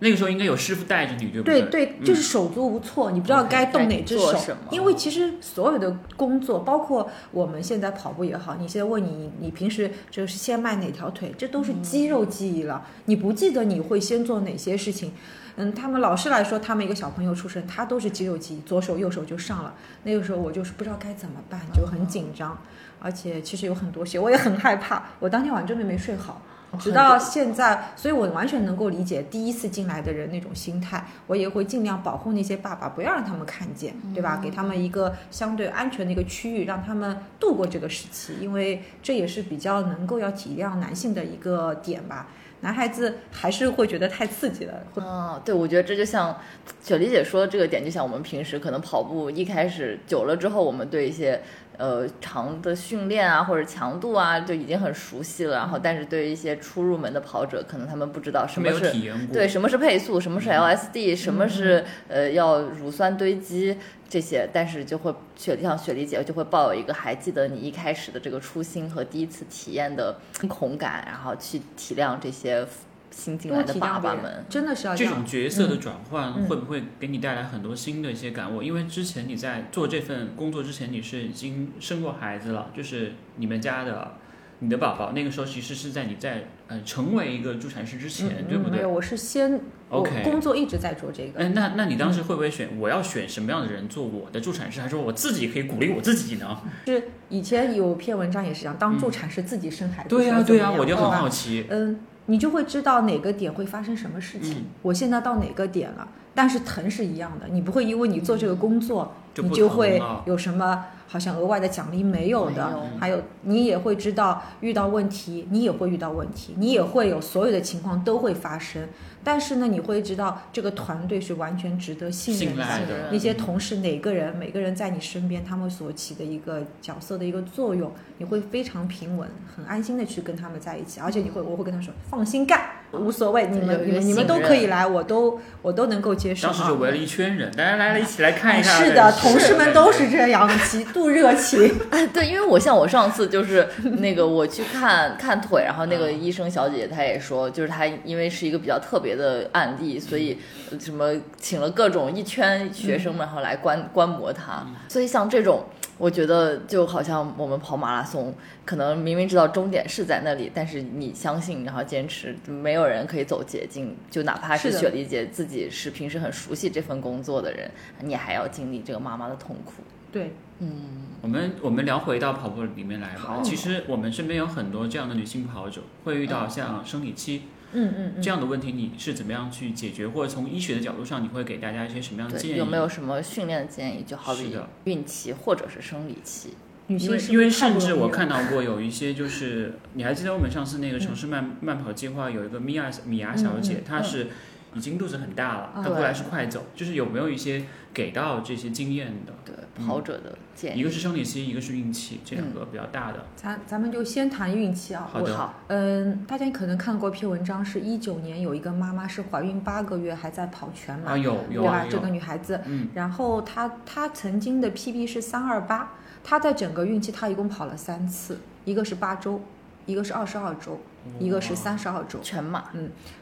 [SPEAKER 1] 那个时候应该有师傅带着你，对不
[SPEAKER 3] 对
[SPEAKER 1] 对
[SPEAKER 3] 对，
[SPEAKER 1] 嗯
[SPEAKER 3] 就是手足无措，你不知道
[SPEAKER 2] OK，
[SPEAKER 3] 该动
[SPEAKER 2] 该
[SPEAKER 3] 哪只
[SPEAKER 2] 做
[SPEAKER 3] 手
[SPEAKER 2] 什么。
[SPEAKER 3] 因为其实所有的工作，包括我们现在跑步也好，你现在问你，你平时就是先迈哪条腿，这都是肌
[SPEAKER 2] 嗯
[SPEAKER 3] 肉记忆了。你不记得你会先做哪些事情。嗯，他们老师来说，他们一个小朋友出生，他都是肌肉记忆，左手右手就上了。那个时候我就是不知道该怎么办，就
[SPEAKER 2] 嗯
[SPEAKER 3] 很紧张，而且其实有很多血，我也很害怕。我当天晚上真的没睡好。直到现在，所以我完全能够理解第一次进来的人那种心态，我也会尽量保护那些爸爸，不要让他们看见，对吧？给他们一个相对安全的一个区域，让他们度过这个时期，因为这也是比较能够要体谅男性的一个点吧。男孩子还是会觉得太刺激了，会
[SPEAKER 2] 嗯，对，我觉得这就像雪梨姐说的这个点，就像我们平时可能跑步一开始久了之后，我们对一些呃长的训练啊或者强度啊就已经很熟悉了，然后但是对于一些初入门的跑者，可能他们不知道什
[SPEAKER 1] 没
[SPEAKER 2] 么
[SPEAKER 1] 有
[SPEAKER 2] 是
[SPEAKER 1] 体验过。
[SPEAKER 2] 对，什么是配速，什
[SPEAKER 3] 嗯
[SPEAKER 2] 么是 LSD，、什么是呃要乳酸堆积这些，但是就会雪像雪梨姐就会抱有一个还记得你一开始的这个初心和第一次体验的
[SPEAKER 3] 嗯
[SPEAKER 2] 恐感，然后去体谅这些新进
[SPEAKER 3] 多
[SPEAKER 2] 来的
[SPEAKER 3] 体
[SPEAKER 2] 爸爸
[SPEAKER 3] 谅别
[SPEAKER 2] 们
[SPEAKER 3] 人，。真的是要
[SPEAKER 1] 这
[SPEAKER 3] 样
[SPEAKER 1] 种角色的转换
[SPEAKER 3] 嗯
[SPEAKER 1] 会不会给你带来很多新的一些感悟？因为之前你在做这份工作之前，你是已经生过孩子了，就是你们家的你的宝宝，那个时候其实是在你在呃成为一个助产师之前，对不
[SPEAKER 3] 嗯没
[SPEAKER 1] 对
[SPEAKER 3] 有，我是先我
[SPEAKER 1] OK
[SPEAKER 3] 工作一直在做这个。
[SPEAKER 1] 哎，那那你当时会不会选我要选什么样的人做我的助产师，还是我自己可以鼓励我自己呢？
[SPEAKER 3] 是以前有篇文章也是这样，当助产师自己生孩子，
[SPEAKER 1] 对呀、
[SPEAKER 3] 呀、
[SPEAKER 1] 对呀、
[SPEAKER 3] 呀、
[SPEAKER 1] 我就很
[SPEAKER 3] 对吧啊
[SPEAKER 1] 好奇。
[SPEAKER 3] 嗯，你就会知道哪个点会发生什么事情。
[SPEAKER 1] 嗯
[SPEAKER 3] 我现在到哪个点了，但是疼是一样的，你不会因为你做这个工作，
[SPEAKER 1] 就
[SPEAKER 3] 你
[SPEAKER 1] 不
[SPEAKER 3] 就
[SPEAKER 1] 疼
[SPEAKER 3] 会
[SPEAKER 1] 了
[SPEAKER 3] 有什么好像额外的奖励没有的。
[SPEAKER 2] 没有
[SPEAKER 3] 还有你也会知道遇到问题，你也会遇到问题，你也会有所有的情况都会发生。但是呢，你会知道这个团队是完全值得信任
[SPEAKER 1] 信
[SPEAKER 3] 的。
[SPEAKER 1] 赖
[SPEAKER 2] 信
[SPEAKER 1] 的
[SPEAKER 2] 任
[SPEAKER 3] 那些同事哪个人，每个人在你身边，他们所起的一个角色的一个作用，你会非常平稳，很安心的去跟他们在一起，而且你会，我会跟他说，放心干，无所谓，你
[SPEAKER 2] 有一
[SPEAKER 3] 们
[SPEAKER 2] 个
[SPEAKER 3] 你们你
[SPEAKER 2] 信
[SPEAKER 3] 们都
[SPEAKER 2] 任
[SPEAKER 3] 可以来，我都我都能够接受
[SPEAKER 1] 当时就
[SPEAKER 3] 啊。
[SPEAKER 1] 围了一圈人，大家来了，一起来看一下。
[SPEAKER 3] 是的，同事们都是这样，极度热情。
[SPEAKER 2] 对，因为我像我上次就是那个我去看看腿，然后那个医生小姐姐她也说，就是她因为是一个比较特别的案例，所以呃什么请了各种一圈学生们，然后来观观摩她。所以像这种，我觉得就好像我们跑马拉松，可能明明知道终点是在那里，但是你相信，然后坚持，没有人可以走捷径。就哪怕是
[SPEAKER 3] 是的
[SPEAKER 2] 雪梨姐自己是平时很熟悉这份工作的人，你还要经历这个妈妈的痛苦。
[SPEAKER 3] 对，
[SPEAKER 2] 嗯，
[SPEAKER 1] 我们我们聊回到跑步里面来吧
[SPEAKER 2] 好。
[SPEAKER 1] 其实我们身边有很多这样的女性跑者，会遇到像生理期
[SPEAKER 3] 嗯嗯嗯，
[SPEAKER 1] 这样的问题，你是怎么样去解决？或者从医学的角度上，你会给大家一些什么样的建
[SPEAKER 2] 对，
[SPEAKER 1] 议？
[SPEAKER 2] 有没有什么训练的建议？就好
[SPEAKER 1] 是
[SPEAKER 2] 比
[SPEAKER 1] 的
[SPEAKER 2] 孕期或者是生理期，
[SPEAKER 3] 女
[SPEAKER 1] 因
[SPEAKER 3] 性
[SPEAKER 1] 为
[SPEAKER 3] 是
[SPEAKER 1] 因为
[SPEAKER 3] 太
[SPEAKER 1] 甚
[SPEAKER 3] 不
[SPEAKER 1] 至
[SPEAKER 3] 容易
[SPEAKER 1] 我
[SPEAKER 3] 了
[SPEAKER 1] 看到过有一些就是，你还记得我们上次那个城市
[SPEAKER 3] 嗯
[SPEAKER 1] 慢、慢跑计划有一个米娅米娅小姐，她是已经肚子很大了，
[SPEAKER 3] 嗯
[SPEAKER 1] 她过来是快走，就是有没有一些给到这些经验的？
[SPEAKER 2] 对跑者的
[SPEAKER 1] 嗯
[SPEAKER 2] 建
[SPEAKER 1] 一
[SPEAKER 2] 议。
[SPEAKER 1] 个是生理期，一个是孕期，这
[SPEAKER 3] 嗯
[SPEAKER 1] 两个比较大的。
[SPEAKER 3] 咱咱们就先谈运气啊。
[SPEAKER 1] 好
[SPEAKER 3] 我
[SPEAKER 1] 的
[SPEAKER 2] 好，
[SPEAKER 3] 嗯，大家可能看过一篇文章，是一九年有一个妈妈是怀孕八个月还在跑全马
[SPEAKER 1] 啊，，有有
[SPEAKER 3] 嗯对吧
[SPEAKER 1] 啊？
[SPEAKER 3] 这个
[SPEAKER 1] 有，
[SPEAKER 3] 女孩子，
[SPEAKER 1] 嗯，
[SPEAKER 3] 然后她她曾经的 PB 是三二八，她在整个孕期她一共跑了三次，一个是八周，一个是二十二周，一个是
[SPEAKER 1] 哇嗯
[SPEAKER 3] 三十二周，
[SPEAKER 2] 全马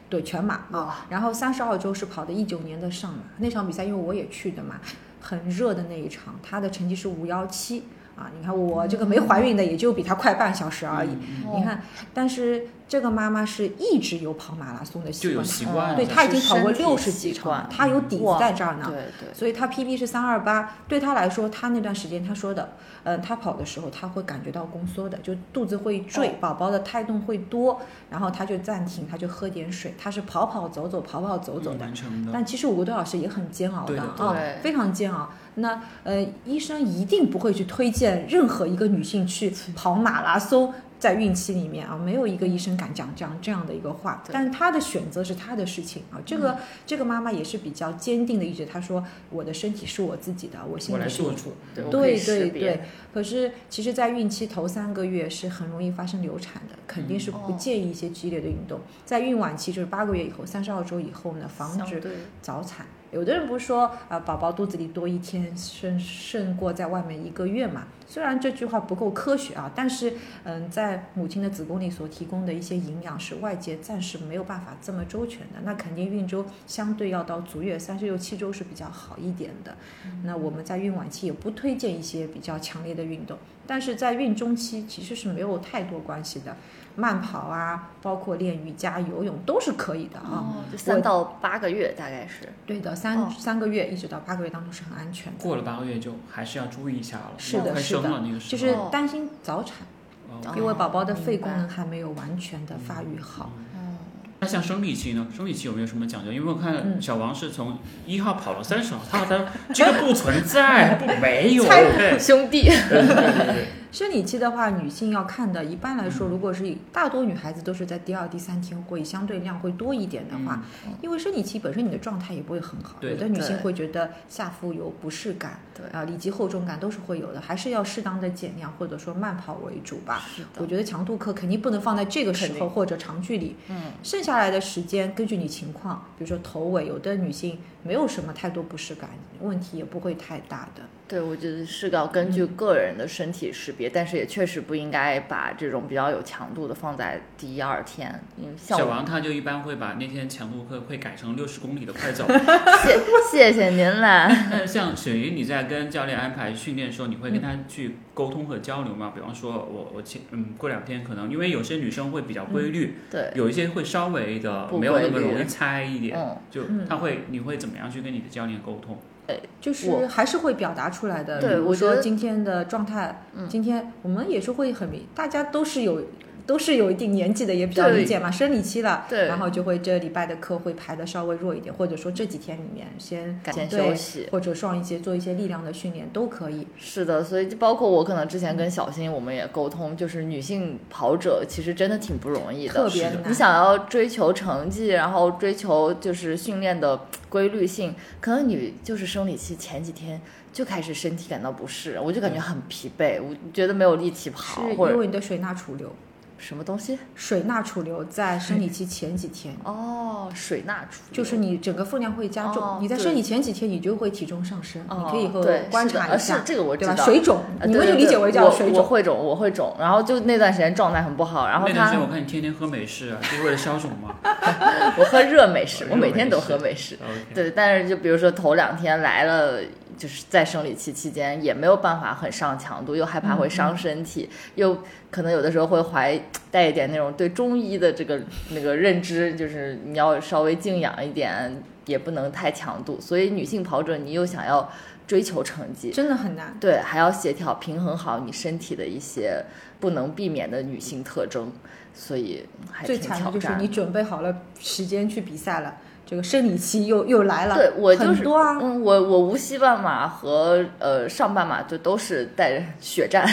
[SPEAKER 3] 对，全马啊。
[SPEAKER 2] 啊，
[SPEAKER 3] 然后三十二周是跑的一九年的上马那场比赛，因为我也去的嘛，很热的那一场，她的成绩是五幺七啊。你看我这个没怀孕的，也就比她快半小时而已。
[SPEAKER 1] 嗯嗯
[SPEAKER 3] 你看，但是这个妈妈是一直有跑马拉松的
[SPEAKER 1] 就
[SPEAKER 3] 习
[SPEAKER 1] 有
[SPEAKER 3] 惯，
[SPEAKER 1] 习惯了，
[SPEAKER 3] 嗯对她已经跑过
[SPEAKER 2] 身体
[SPEAKER 3] 六十几
[SPEAKER 2] 习惯
[SPEAKER 3] 场了，她有
[SPEAKER 1] 嗯
[SPEAKER 3] 底子
[SPEAKER 2] 哇
[SPEAKER 3] 在这儿呢。
[SPEAKER 2] 对对，
[SPEAKER 3] 所以她 PB 是三二八，对她来说，她那段时间她说的，呃，她跑的时候她会感觉到宫缩的，就肚子会
[SPEAKER 1] 哦
[SPEAKER 3] 坠，宝宝的胎动会多，然后她就暂停，她就喝点水，她是跑跑走走，跑跑走走
[SPEAKER 1] 嗯
[SPEAKER 3] 的。
[SPEAKER 1] 完成的。
[SPEAKER 3] 但其实五个多小时也很煎熬
[SPEAKER 1] 对的
[SPEAKER 3] 啊、
[SPEAKER 1] 对
[SPEAKER 2] 的
[SPEAKER 3] 非常煎熬。那呃，医生一定不会去推荐任何一个女性去跑马拉松，在孕期里面啊，没有一个医生敢讲这样这样的一个话。
[SPEAKER 2] 对嗯
[SPEAKER 3] 但是她的选择是她的事情啊，这个、这个妈妈也是比较坚定的意志，她说我的身体是我自己的，我心
[SPEAKER 1] 我来
[SPEAKER 3] 里是
[SPEAKER 1] 做
[SPEAKER 3] 我
[SPEAKER 1] 主，
[SPEAKER 2] 对我可以
[SPEAKER 3] 对
[SPEAKER 2] 识
[SPEAKER 3] 对
[SPEAKER 2] 别
[SPEAKER 3] 对，可是其实，在孕期头三个月是很容易发生流产的，肯定是不
[SPEAKER 2] 哦
[SPEAKER 3] 建议一些激烈的运动。在孕晚期，就是八个月以后，三十二周以后呢，防
[SPEAKER 2] 相
[SPEAKER 3] 止
[SPEAKER 2] 对
[SPEAKER 3] 早产。有的人不是说啊、呃宝宝肚子里多一天胜胜过在外面一个月嘛？虽然这句话不够科学啊，但是嗯，在母亲的子宫里所提供的一些营养是外界暂时没有办法这么周全的。那肯定孕周相对要到足月三十六七周是比较好一点的。那我们在孕晚期也不推荐一些比较强烈的运动，但是在孕中期其实是没有太多关系的，慢跑啊，包括练瑜伽、游泳都是可以的啊。
[SPEAKER 2] 哦，就三到八个月大概是。
[SPEAKER 3] 对的，三、
[SPEAKER 2] 哦
[SPEAKER 3] 三个月一直到八个月当中是很安全的，
[SPEAKER 1] 过了八个月就还是要注意一下了，
[SPEAKER 3] 是的
[SPEAKER 1] 因为快
[SPEAKER 3] 是的
[SPEAKER 1] 生了那个时
[SPEAKER 3] 就
[SPEAKER 1] 候，
[SPEAKER 3] 是嗯担心早产，
[SPEAKER 1] 哦
[SPEAKER 3] 因为宝宝的肺功
[SPEAKER 2] 明
[SPEAKER 3] 能还没有完全的发育好。
[SPEAKER 2] 嗯，
[SPEAKER 1] 那像生理期呢？生理期有没有什么讲究？因为我看
[SPEAKER 3] 嗯
[SPEAKER 1] 小王是从一号跑到三十号，他好像这个不存在，不没有，
[SPEAKER 3] 猜
[SPEAKER 1] 对
[SPEAKER 2] 兄弟，
[SPEAKER 1] 对对对对
[SPEAKER 3] 生理期的话，女性要看的，一般来说，如果是以大多女孩子都是在第二、第三天会相对量会多一点的
[SPEAKER 1] 嗯
[SPEAKER 3] 话，因为生理期本身你的状态也不会很好，
[SPEAKER 1] 对
[SPEAKER 3] 有的女性会觉得下腹有不适感，
[SPEAKER 2] 对
[SPEAKER 3] 啊，以及厚重感都是会有的，还是要适当的减量或者说慢跑为主吧。
[SPEAKER 2] 是
[SPEAKER 3] 我
[SPEAKER 2] 的，
[SPEAKER 3] 觉得强度课肯定不能放在这个时
[SPEAKER 2] 肯
[SPEAKER 3] 候
[SPEAKER 2] 定
[SPEAKER 3] 或者长距离，
[SPEAKER 2] 嗯，
[SPEAKER 3] 剩下来的时间根据你情况，比如说头尾，有的女性没有什么太多不适感，问题也不会太大的。
[SPEAKER 2] 对，我觉得是要根据个人的身体识别，但是也确实不应该把这种比较有强度的放在第一二天，嗯，像
[SPEAKER 1] 小
[SPEAKER 2] 我
[SPEAKER 1] 王他就一般会把那天强度课会改成六十公里的快走。
[SPEAKER 2] 谢谢谢您 啦，
[SPEAKER 1] 那像沈云，你在跟教练安排训练的时候，你会跟他
[SPEAKER 2] 嗯
[SPEAKER 1] 去沟通和交流吗？比方说我我前嗯过两天可能因为有些女生会比较规律，
[SPEAKER 2] 对，
[SPEAKER 1] 有一些会稍微的
[SPEAKER 2] 嗯不
[SPEAKER 1] 没有那么
[SPEAKER 2] 规律
[SPEAKER 1] 容易猜一点，
[SPEAKER 2] 嗯，
[SPEAKER 1] 就
[SPEAKER 3] 嗯
[SPEAKER 1] 他会你会怎么样去跟你的教练沟通？
[SPEAKER 3] 就是
[SPEAKER 2] 我
[SPEAKER 3] 还是会表达出来的。
[SPEAKER 2] 对
[SPEAKER 3] 比如
[SPEAKER 2] 我觉
[SPEAKER 3] 说
[SPEAKER 2] 得嗯
[SPEAKER 3] 今天的状态，今天我们也是会很明，大家都是有。都是有一定年纪的，也比较
[SPEAKER 2] 对
[SPEAKER 3] 理解嘛，生理期了，
[SPEAKER 2] 对
[SPEAKER 3] 然后就会这礼拜的课会排的稍微弱一点，或者说这几天里面先
[SPEAKER 2] 改天
[SPEAKER 3] 对
[SPEAKER 2] 休息，
[SPEAKER 3] 或者上一些做一些力量的训练都可以。
[SPEAKER 2] 是的，所以就包括我可能之前跟小新我们也沟通，就是女性跑者其实真的挺不容易
[SPEAKER 3] 特
[SPEAKER 2] 的。
[SPEAKER 3] 别
[SPEAKER 1] 是的
[SPEAKER 3] 难
[SPEAKER 2] 你想要追求成绩，然后追求就是训练的规律性，可能你就是生理期前几天就开始身体感到不适，我就感觉很疲惫，我觉得没有力气跑
[SPEAKER 3] 是
[SPEAKER 2] 或
[SPEAKER 3] 因
[SPEAKER 2] 者
[SPEAKER 3] 为你的水钠储留，
[SPEAKER 2] 什么东西。
[SPEAKER 3] 水钠储留在生理期前几天，
[SPEAKER 2] 哦，水钠储留
[SPEAKER 3] 就是你整个分量会加重。
[SPEAKER 2] 哦
[SPEAKER 3] 你在生理前几天，你就会体重上升，
[SPEAKER 2] 哦
[SPEAKER 3] 你可以和
[SPEAKER 2] 对
[SPEAKER 3] 观
[SPEAKER 2] 是的
[SPEAKER 3] 察
[SPEAKER 2] 呃
[SPEAKER 3] 一下，
[SPEAKER 2] 是这个我知
[SPEAKER 3] 对
[SPEAKER 2] 道
[SPEAKER 3] 吧？。水肿，
[SPEAKER 2] 呃
[SPEAKER 3] 你
[SPEAKER 2] 对
[SPEAKER 3] 们就
[SPEAKER 2] 对
[SPEAKER 3] 理
[SPEAKER 2] 对
[SPEAKER 3] 解为叫
[SPEAKER 2] 我
[SPEAKER 3] 水
[SPEAKER 2] 我
[SPEAKER 3] 肿。
[SPEAKER 2] 会肿，我会肿，然后就那段时间状态很不好，然后
[SPEAKER 1] 那段时
[SPEAKER 2] 他
[SPEAKER 1] 间我看你天天喝美式啊，是为了消肿吗
[SPEAKER 2] 我喝热美 式，我每天都
[SPEAKER 1] 热
[SPEAKER 2] 喝美式，
[SPEAKER 1] ？OK，
[SPEAKER 2] 对，但是就比如说头两天来了，就是在生理期期间也没有办法很上强度，又害怕会
[SPEAKER 3] 嗯
[SPEAKER 2] 伤身体，又可能有的时候会怀带一点那种对中医的这个那个认知，就是你要稍微静养一点，也不能太强度。所以女性跑者，你又想要追求成绩，
[SPEAKER 3] 真的很难。
[SPEAKER 2] 对，还要协调平衡好你身体的一些不能避免的女性特征，所以还
[SPEAKER 3] 最
[SPEAKER 2] 挺
[SPEAKER 3] 惨的
[SPEAKER 2] 挑
[SPEAKER 3] 就是
[SPEAKER 2] 战
[SPEAKER 3] 你
[SPEAKER 2] 的。
[SPEAKER 3] 准备好了时间去比赛了，这个生理期又又来了，
[SPEAKER 2] 对我就是
[SPEAKER 3] 很多啊，
[SPEAKER 2] 嗯，我我无锡半马和呃上半马就都是带着血战，
[SPEAKER 3] 哦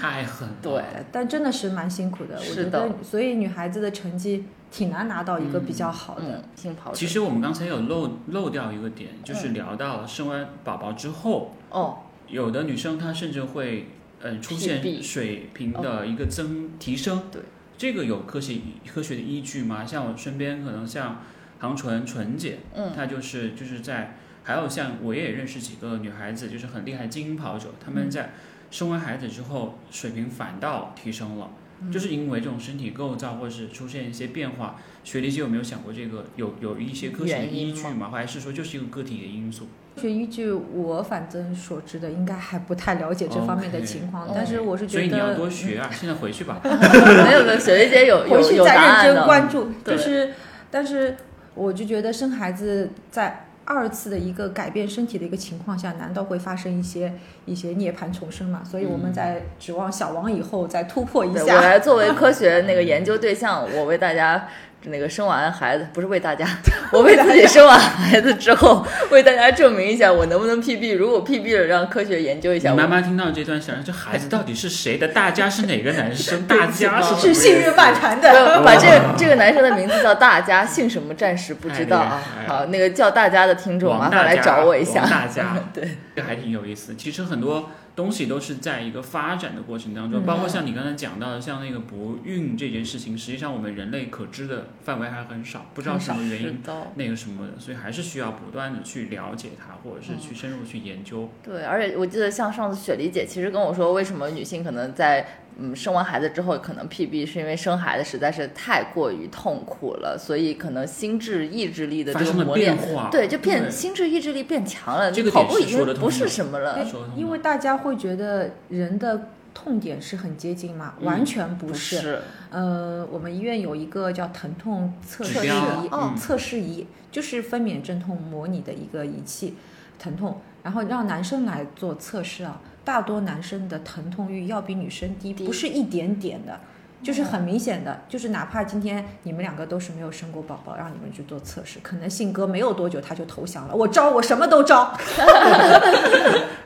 [SPEAKER 1] 太狠了。
[SPEAKER 2] 对，
[SPEAKER 3] 但真的是蛮辛苦的。我
[SPEAKER 2] 是
[SPEAKER 3] 觉
[SPEAKER 2] 的
[SPEAKER 3] 得，所以女孩子的成绩挺难拿到一个比较好的。
[SPEAKER 2] 嗯，新跑者
[SPEAKER 1] 其实我们刚才有漏漏掉一个点，
[SPEAKER 2] 嗯
[SPEAKER 1] 就是聊到生完宝宝之后，
[SPEAKER 2] 哦，
[SPEAKER 1] 有的女生她甚至会嗯、呃出
[SPEAKER 2] 屁
[SPEAKER 1] 现
[SPEAKER 2] 屁
[SPEAKER 1] 水平的一个增提升。
[SPEAKER 2] 哦对，
[SPEAKER 1] 这个有科学科学的依据吗？像我身边可能像杭纯纯姐，
[SPEAKER 2] 嗯，
[SPEAKER 1] 她就是就是在，还有像我也认识几个女孩子，就是很厉害精英跑者，她
[SPEAKER 2] 嗯
[SPEAKER 1] 们在生完孩子之后水平反倒提升了。
[SPEAKER 2] 嗯
[SPEAKER 1] 就是因为这种身体构造或者是出现一些变化，学理界有没有想过这个有有一些科学的
[SPEAKER 2] 原因
[SPEAKER 1] 依据吗？还是说就是一个个体的因素？
[SPEAKER 3] 就依据我反正所知的，应该还不太了解这方面的
[SPEAKER 1] 哦 OK，
[SPEAKER 3] 情况
[SPEAKER 2] OK
[SPEAKER 3] 但是我是
[SPEAKER 1] 所以
[SPEAKER 3] 觉
[SPEAKER 1] 你要
[SPEAKER 3] 得
[SPEAKER 1] 多学啊！现在回去吧。
[SPEAKER 2] 嗯没有没有，雪莉姐有
[SPEAKER 3] 回
[SPEAKER 2] 有
[SPEAKER 3] 去
[SPEAKER 2] 有答
[SPEAKER 3] 再
[SPEAKER 2] 案
[SPEAKER 3] 认真
[SPEAKER 2] 的，
[SPEAKER 3] 关注，就
[SPEAKER 2] 对
[SPEAKER 3] 是，但是我就觉得生孩子在二次的一个改变身体的一个情况下，难道会发生一些一些涅槃重生嘛？所以我们在指望小王以后再突破一
[SPEAKER 2] 嗯对我
[SPEAKER 3] 下。
[SPEAKER 2] 来作为科学那个研究对象，我为大家那个生完孩子，不是为 大家，我为自己生完孩子之后，为大家证明一下我能不能 PB，如果 PB 了，让科学研究一
[SPEAKER 1] 你
[SPEAKER 2] 下我
[SPEAKER 1] 妈妈听到这段，想着这孩子到底是谁的？大家是哪个男 生？大家是什么
[SPEAKER 3] 是
[SPEAKER 1] 人
[SPEAKER 3] 信任漫谈
[SPEAKER 2] 没
[SPEAKER 3] 的，
[SPEAKER 2] 有把 这个这个男生的名字叫大家，姓什么暂时不知道啊
[SPEAKER 1] 哎太厉害。了
[SPEAKER 2] 好，那个叫大家的听众，麻
[SPEAKER 1] 王
[SPEAKER 2] 烦
[SPEAKER 1] 大
[SPEAKER 2] 来
[SPEAKER 1] 家，
[SPEAKER 2] 找我一下
[SPEAKER 1] 王。大家
[SPEAKER 2] 对，
[SPEAKER 1] 这还挺有意思。其实很多东西都是在一个发展
[SPEAKER 2] 嗯
[SPEAKER 1] 的过程当中，包括像你刚才讲到的，像那个不孕这件事情，实际上我们人类可知的范围还很少，不
[SPEAKER 2] 嗯
[SPEAKER 1] 知道什么原因
[SPEAKER 2] 知道
[SPEAKER 1] 那个什么的，所以还是需要不断的去了解它，或者
[SPEAKER 2] 嗯
[SPEAKER 1] 是去深入去研究。
[SPEAKER 2] 对，而且我记得像上次雪梨姐其实跟我说，为什么女性可能在嗯生完孩子之后可能 PB，是因为生孩子实在是太过于痛苦了，所以可能心智意志力的
[SPEAKER 1] 发
[SPEAKER 2] 这个
[SPEAKER 1] 生了
[SPEAKER 2] 磨练
[SPEAKER 1] 变，化，
[SPEAKER 2] 对，就变
[SPEAKER 1] 对
[SPEAKER 2] 心智意志力变强了，
[SPEAKER 1] 这个
[SPEAKER 2] 跑
[SPEAKER 1] 点
[SPEAKER 2] 步已
[SPEAKER 1] 是说得
[SPEAKER 2] 经
[SPEAKER 1] 通
[SPEAKER 2] 不是
[SPEAKER 1] 的哎
[SPEAKER 2] 什么了。
[SPEAKER 1] 说得通的
[SPEAKER 3] 因为大家会觉得人的痛点是很接近嘛，
[SPEAKER 1] 嗯
[SPEAKER 3] 完全不
[SPEAKER 2] 不
[SPEAKER 3] 是。
[SPEAKER 2] 是，
[SPEAKER 3] 呃，我们医院有一个叫疼痛测
[SPEAKER 1] 指
[SPEAKER 3] 试仪
[SPEAKER 1] 标，
[SPEAKER 2] 哦
[SPEAKER 1] 嗯
[SPEAKER 3] 测试仪就是分娩阵痛模拟的一个仪器，疼痛，然后让男生来做测试啊。大多男生的疼痛欲要比女生低，
[SPEAKER 2] 低
[SPEAKER 3] 不是一点点的，就是很明显的，就是哪怕今天你们两个都是没有生过宝宝，让你们去做测试，可能信哥没有多久他就投降了，我招我什么都招，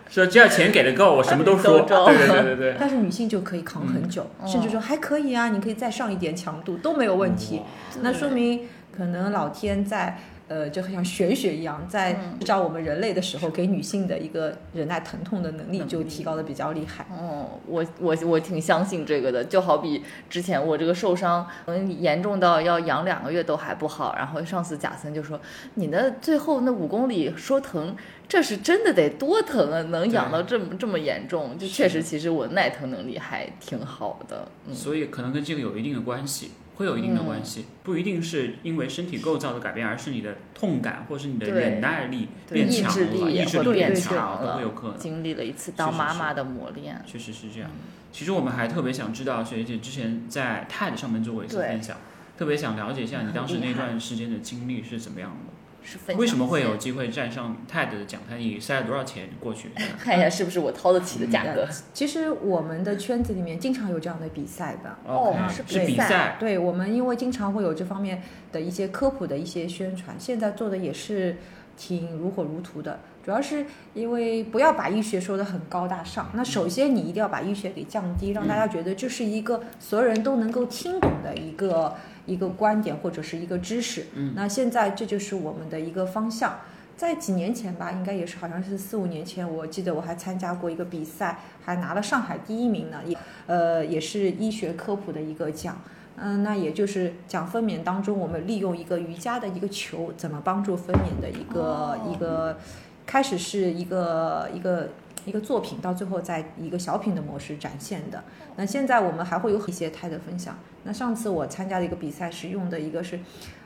[SPEAKER 1] 说只要钱给的够，我什么都说。
[SPEAKER 2] 都招
[SPEAKER 1] 对对对对对，
[SPEAKER 3] 但是女性就可以扛很久，
[SPEAKER 2] 嗯
[SPEAKER 3] 甚至说还可以啊，你可以再上一点强度都没有问
[SPEAKER 1] 嗯
[SPEAKER 3] 题。那说明可能老天在呃，就像玄学一样，在
[SPEAKER 2] 嗯
[SPEAKER 3] 制造我们人类的时候，给女性的一个忍耐疼痛的能力
[SPEAKER 2] 能力
[SPEAKER 3] 就提高的比较厉害。
[SPEAKER 2] 嗯，我我我挺相信这个的，就好比之前我这个受伤，嗯，严重到要养两个月都还不好。然后上次贾森就说：“你那最后那五公里说疼，这是真的得多疼啊，能养到这么这么严重？”就确实，其实我耐疼能力还挺好的。嗯，
[SPEAKER 1] 所以可能跟这个有一定的关系，会有一定的关系，不一定是因为身体构造的改变，而是你的痛感或是你的
[SPEAKER 2] 对
[SPEAKER 1] 忍耐力
[SPEAKER 2] 对
[SPEAKER 1] 变
[SPEAKER 2] 意
[SPEAKER 1] 强
[SPEAKER 2] 志
[SPEAKER 1] 了，
[SPEAKER 2] 力
[SPEAKER 1] 意
[SPEAKER 2] 也
[SPEAKER 1] 志
[SPEAKER 2] 会
[SPEAKER 1] 力啊
[SPEAKER 2] 变
[SPEAKER 1] 变
[SPEAKER 2] 强
[SPEAKER 1] 强
[SPEAKER 2] 了
[SPEAKER 1] 都有可能。
[SPEAKER 2] 经历了一次当妈妈的磨练，
[SPEAKER 1] 确实是这样。其实我们还特别想知道，学姐之前在 TED 上面做过一次
[SPEAKER 2] 对
[SPEAKER 1] 分享，特别想了解一下你当时
[SPEAKER 2] 很
[SPEAKER 1] 那
[SPEAKER 2] 厉害
[SPEAKER 1] 段时间的经历是怎么样的，
[SPEAKER 2] 是分享
[SPEAKER 1] 为什么会有
[SPEAKER 2] 一些？
[SPEAKER 1] 机会站上 TED 的讲坛？你塞了多少钱过去？
[SPEAKER 2] 看一下哎是不是我掏得起的价格？
[SPEAKER 3] 其实我们的圈子里面经常有这样的比赛的。
[SPEAKER 2] 哦
[SPEAKER 1] OK，
[SPEAKER 2] 是
[SPEAKER 1] 是
[SPEAKER 2] 比
[SPEAKER 1] 比
[SPEAKER 2] 赛
[SPEAKER 1] 赛，
[SPEAKER 3] 对我们，因为经常会有这方面的一些科普的一些宣传，现在做的也是挺如火如荼的。主要是因为不要把医学说的很高大上，那首先你一定要把医学给降低，让大家觉得这是一个所有人都能够听懂的一个一个观点或者是一个知识。
[SPEAKER 1] 嗯
[SPEAKER 3] 那现在这就是我们的一个方向。在几年前吧，应该也是好像是四五年前，我记得我还参加过一个比赛，还拿了上海第一名呢，也呃也是医学科普的一个奖。嗯，那也就是讲分娩当中，我们利用一个瑜伽的一个球，怎么帮助分娩的一个、
[SPEAKER 2] 哦
[SPEAKER 3] 一个，开始是一个一个一个作品，到最后在一个小品的模式展现的。那现在我们还会有一些胎的分享。那上次我参加的一个比赛是用的一个是，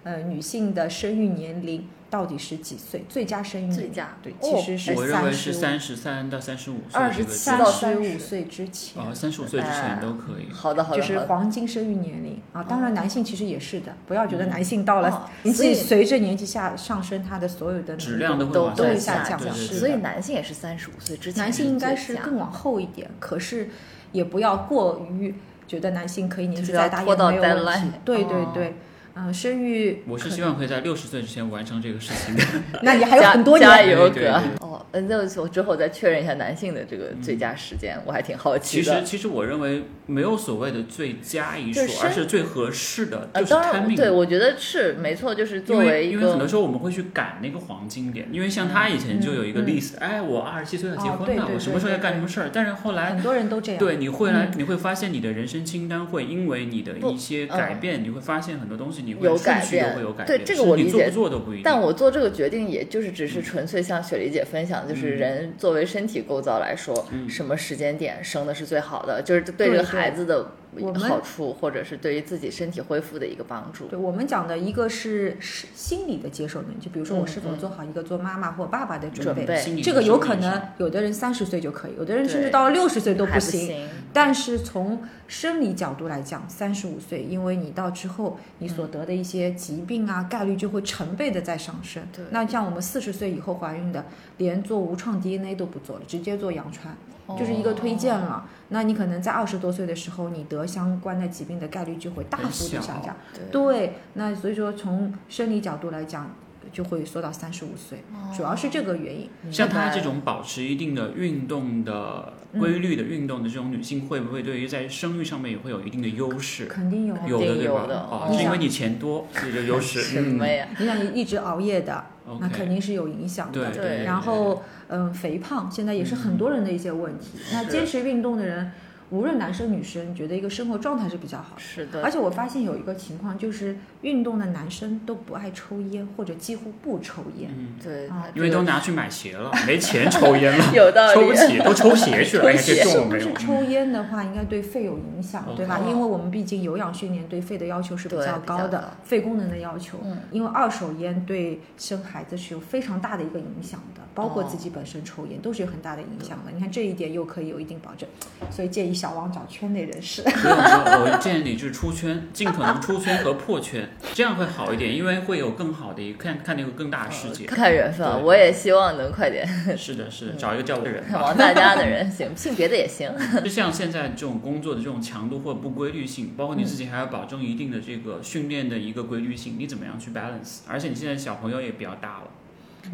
[SPEAKER 3] 呃，女性的生育年龄到底是几岁？最佳生育年
[SPEAKER 2] 最
[SPEAKER 3] 龄
[SPEAKER 2] 佳
[SPEAKER 3] 对，
[SPEAKER 2] 哦
[SPEAKER 3] 其实是
[SPEAKER 1] 我认为是
[SPEAKER 3] 三
[SPEAKER 1] 三十三到三十五岁这
[SPEAKER 2] 27
[SPEAKER 1] 个
[SPEAKER 2] 到
[SPEAKER 1] 阶
[SPEAKER 3] 三
[SPEAKER 1] 段
[SPEAKER 3] 十
[SPEAKER 2] 30
[SPEAKER 3] 五岁之前。
[SPEAKER 1] 哦，三十五岁之前都可以。
[SPEAKER 2] 好的，好的，
[SPEAKER 3] 就是
[SPEAKER 2] 好的
[SPEAKER 3] 黄金生育年龄啊，当然男性其实也是的，不要觉得
[SPEAKER 1] 嗯
[SPEAKER 3] 男性到
[SPEAKER 2] 哦
[SPEAKER 3] 了年
[SPEAKER 2] 所以
[SPEAKER 3] 纪随着年纪下上升，他的所有的能力
[SPEAKER 1] 质量都会
[SPEAKER 2] 都
[SPEAKER 1] 往
[SPEAKER 3] 都
[SPEAKER 1] 下
[SPEAKER 3] 会
[SPEAKER 1] 降
[SPEAKER 3] 下
[SPEAKER 1] 对
[SPEAKER 3] 降
[SPEAKER 1] 对对
[SPEAKER 3] 是
[SPEAKER 1] 对
[SPEAKER 2] 所以男性也是三十五岁之前，
[SPEAKER 3] 男性应该是更往后一点，可是也不要过于觉得男性可以年纪再大
[SPEAKER 2] 就是要拖
[SPEAKER 3] 也
[SPEAKER 2] 到
[SPEAKER 3] 没有问
[SPEAKER 2] deadline
[SPEAKER 3] 题。对
[SPEAKER 1] 哦
[SPEAKER 3] 对对，嗯、生育
[SPEAKER 1] 我是
[SPEAKER 3] 可
[SPEAKER 1] 希望可以在六十岁之前完成这个事情的。
[SPEAKER 3] 那你还
[SPEAKER 2] 加
[SPEAKER 3] 有很多
[SPEAKER 2] 加
[SPEAKER 3] 年。
[SPEAKER 2] 油
[SPEAKER 1] 对对
[SPEAKER 2] 哥
[SPEAKER 1] 对
[SPEAKER 2] 哦，嗯，那我之后再确认一下男性的这个最
[SPEAKER 3] 嗯
[SPEAKER 2] 佳时间，我还挺好奇
[SPEAKER 1] 其实，
[SPEAKER 2] 的。
[SPEAKER 1] 其实我认为没有所谓的最佳一
[SPEAKER 2] 就是
[SPEAKER 1] 说，
[SPEAKER 2] 身
[SPEAKER 1] 而是最合适的，
[SPEAKER 2] 呃，
[SPEAKER 1] 就是
[SPEAKER 2] 当然，
[SPEAKER 1] timing
[SPEAKER 2] 对，。我觉得是没错，就是
[SPEAKER 1] 因
[SPEAKER 2] 作
[SPEAKER 1] 为
[SPEAKER 2] 一
[SPEAKER 1] 因为很多
[SPEAKER 2] 个
[SPEAKER 1] 时候我们会去赶那个黄金点，因为像他以前就有一个 list，哎，我二十七岁要结
[SPEAKER 3] 哦对
[SPEAKER 1] 婚了，
[SPEAKER 3] 对
[SPEAKER 1] 我
[SPEAKER 3] 对
[SPEAKER 1] 什么时候要
[SPEAKER 3] 对
[SPEAKER 1] 干
[SPEAKER 3] 对
[SPEAKER 1] 什么事儿？但是后来，
[SPEAKER 3] 很多人都这样。
[SPEAKER 1] 对，你会来，你会发现你的人生清单会因为你的
[SPEAKER 2] 嗯不嗯
[SPEAKER 1] 一些改变，你会发现很多东西，你会
[SPEAKER 2] 有
[SPEAKER 1] 顺
[SPEAKER 2] 改
[SPEAKER 1] 序都
[SPEAKER 2] 变
[SPEAKER 1] 会有改
[SPEAKER 2] 对
[SPEAKER 1] 变，
[SPEAKER 2] 这个
[SPEAKER 1] 甚至
[SPEAKER 2] 我
[SPEAKER 1] 你
[SPEAKER 2] 理
[SPEAKER 1] 做
[SPEAKER 2] 解
[SPEAKER 1] 不做都不一定。
[SPEAKER 2] 但我做这个决定，也就是只
[SPEAKER 3] 嗯
[SPEAKER 2] 是纯粹像雪梨姐分享，就是人作为身体构造来说，
[SPEAKER 1] 嗯
[SPEAKER 2] 什么时间点生的是最好的，就是对
[SPEAKER 3] 对
[SPEAKER 2] 这个
[SPEAKER 3] 对
[SPEAKER 2] 孩子的
[SPEAKER 3] 我们
[SPEAKER 2] 好处，或者是对于自己身体恢复的一个帮助。
[SPEAKER 3] 对我们讲的一个是是心理的接受能力，就比如说
[SPEAKER 2] 嗯
[SPEAKER 3] 我是否
[SPEAKER 2] 嗯
[SPEAKER 3] 做好一个做妈妈或爸爸的准
[SPEAKER 2] 准
[SPEAKER 3] 备，
[SPEAKER 2] 备
[SPEAKER 1] 心理
[SPEAKER 3] 这
[SPEAKER 1] 承
[SPEAKER 3] 个
[SPEAKER 1] 受
[SPEAKER 3] 有
[SPEAKER 1] 力
[SPEAKER 3] 可能
[SPEAKER 1] 上
[SPEAKER 3] 有的人三十岁就可以，有的人
[SPEAKER 2] 对
[SPEAKER 3] 甚至到了六十岁都
[SPEAKER 2] 还不
[SPEAKER 3] 行。
[SPEAKER 2] 行，
[SPEAKER 3] 但是从生理角度来讲，三十五岁，因为你到之后，你
[SPEAKER 2] 嗯
[SPEAKER 3] 所得的一些疾病啊，概率就会成倍的在上升。
[SPEAKER 2] 对
[SPEAKER 3] 那像我们四十岁以后怀孕的，连做无创 DNA 都不做了，直接做羊传，就是一个推荐
[SPEAKER 2] 哦
[SPEAKER 3] 了。那你可能在二十多岁的时候，你得相关的疾病的概率就会大
[SPEAKER 1] 很
[SPEAKER 3] 幅
[SPEAKER 1] 小
[SPEAKER 3] 的下降。
[SPEAKER 2] 对
[SPEAKER 3] 对，那所以说从生理角度来讲，就会缩到三十五岁，
[SPEAKER 2] 哦
[SPEAKER 3] 主要是这个原因。
[SPEAKER 1] 像
[SPEAKER 2] 明白嗯
[SPEAKER 1] 她这种保持一定的运动的规律的运动的这种女性，会不会对于在生育上面也会有一定的优势？
[SPEAKER 3] 肯定有啊，
[SPEAKER 1] 有
[SPEAKER 2] 肯
[SPEAKER 1] 的
[SPEAKER 2] 定
[SPEAKER 1] 对吧
[SPEAKER 2] 有？的
[SPEAKER 1] 哦，
[SPEAKER 2] 嗯
[SPEAKER 1] 是因为你钱多，所以就优势。
[SPEAKER 2] 什么呀？
[SPEAKER 3] 你想你一直熬夜的，
[SPEAKER 1] 嗯
[SPEAKER 3] 那肯
[SPEAKER 1] ？OK，
[SPEAKER 3] 定是有影响的。
[SPEAKER 1] 对
[SPEAKER 2] 对
[SPEAKER 3] 呃然后，嗯，肥胖现在也是很多人的一些问题。那
[SPEAKER 2] 是
[SPEAKER 3] 坚持运动的人，无论男生女生，觉得一个生活状态是比嗯较好的。
[SPEAKER 2] 是的，
[SPEAKER 3] 而且我发现有一个情况，就是运动的男生都不爱抽烟，或者几乎不抽烟。
[SPEAKER 1] 嗯，
[SPEAKER 2] 对，
[SPEAKER 3] 啊，
[SPEAKER 1] 因为都拿去买鞋了，没钱抽烟了
[SPEAKER 2] 有道理
[SPEAKER 1] 抽不起，都抽鞋去了。哎呀，
[SPEAKER 2] 抽
[SPEAKER 1] 这
[SPEAKER 2] 鞋
[SPEAKER 1] 中了
[SPEAKER 3] 但
[SPEAKER 1] 没有
[SPEAKER 3] 是？抽烟的话，应该对肺有影响，对吧？
[SPEAKER 2] OK
[SPEAKER 3] 因为我们毕竟有氧训练对肺的要求是比
[SPEAKER 2] 对
[SPEAKER 3] 较
[SPEAKER 2] 比
[SPEAKER 3] 高
[SPEAKER 2] 较
[SPEAKER 3] 的
[SPEAKER 2] 高，
[SPEAKER 3] 肺功能的要求。
[SPEAKER 2] 嗯
[SPEAKER 3] 因为二手烟对生孩子是有非常大的一个影响的，包括
[SPEAKER 2] 哦
[SPEAKER 3] 自己本身抽烟都是有很大的影响的。你看这一点又可以有一定保证，所以建议小王找圈内人士。
[SPEAKER 1] 没有没有，我建议你去出圈，尽可能出圈和破圈，这样会好一点，因为会有更好的一看看那个更大的世
[SPEAKER 3] 哦
[SPEAKER 1] 界。
[SPEAKER 2] 看缘分啊，
[SPEAKER 1] 对
[SPEAKER 2] 我也希望能快 点
[SPEAKER 1] 是的，是的，
[SPEAKER 3] 嗯
[SPEAKER 1] 找一个叫的人吧。
[SPEAKER 2] 往大家的人行，性别的也 行。
[SPEAKER 1] 就像现在这种工作的这种强度或不规律性，包括
[SPEAKER 3] 嗯
[SPEAKER 1] 你自己还要保证一定的这个训练的一个规律性，你怎么样去 balance？而且你现在小朋友也比较大了，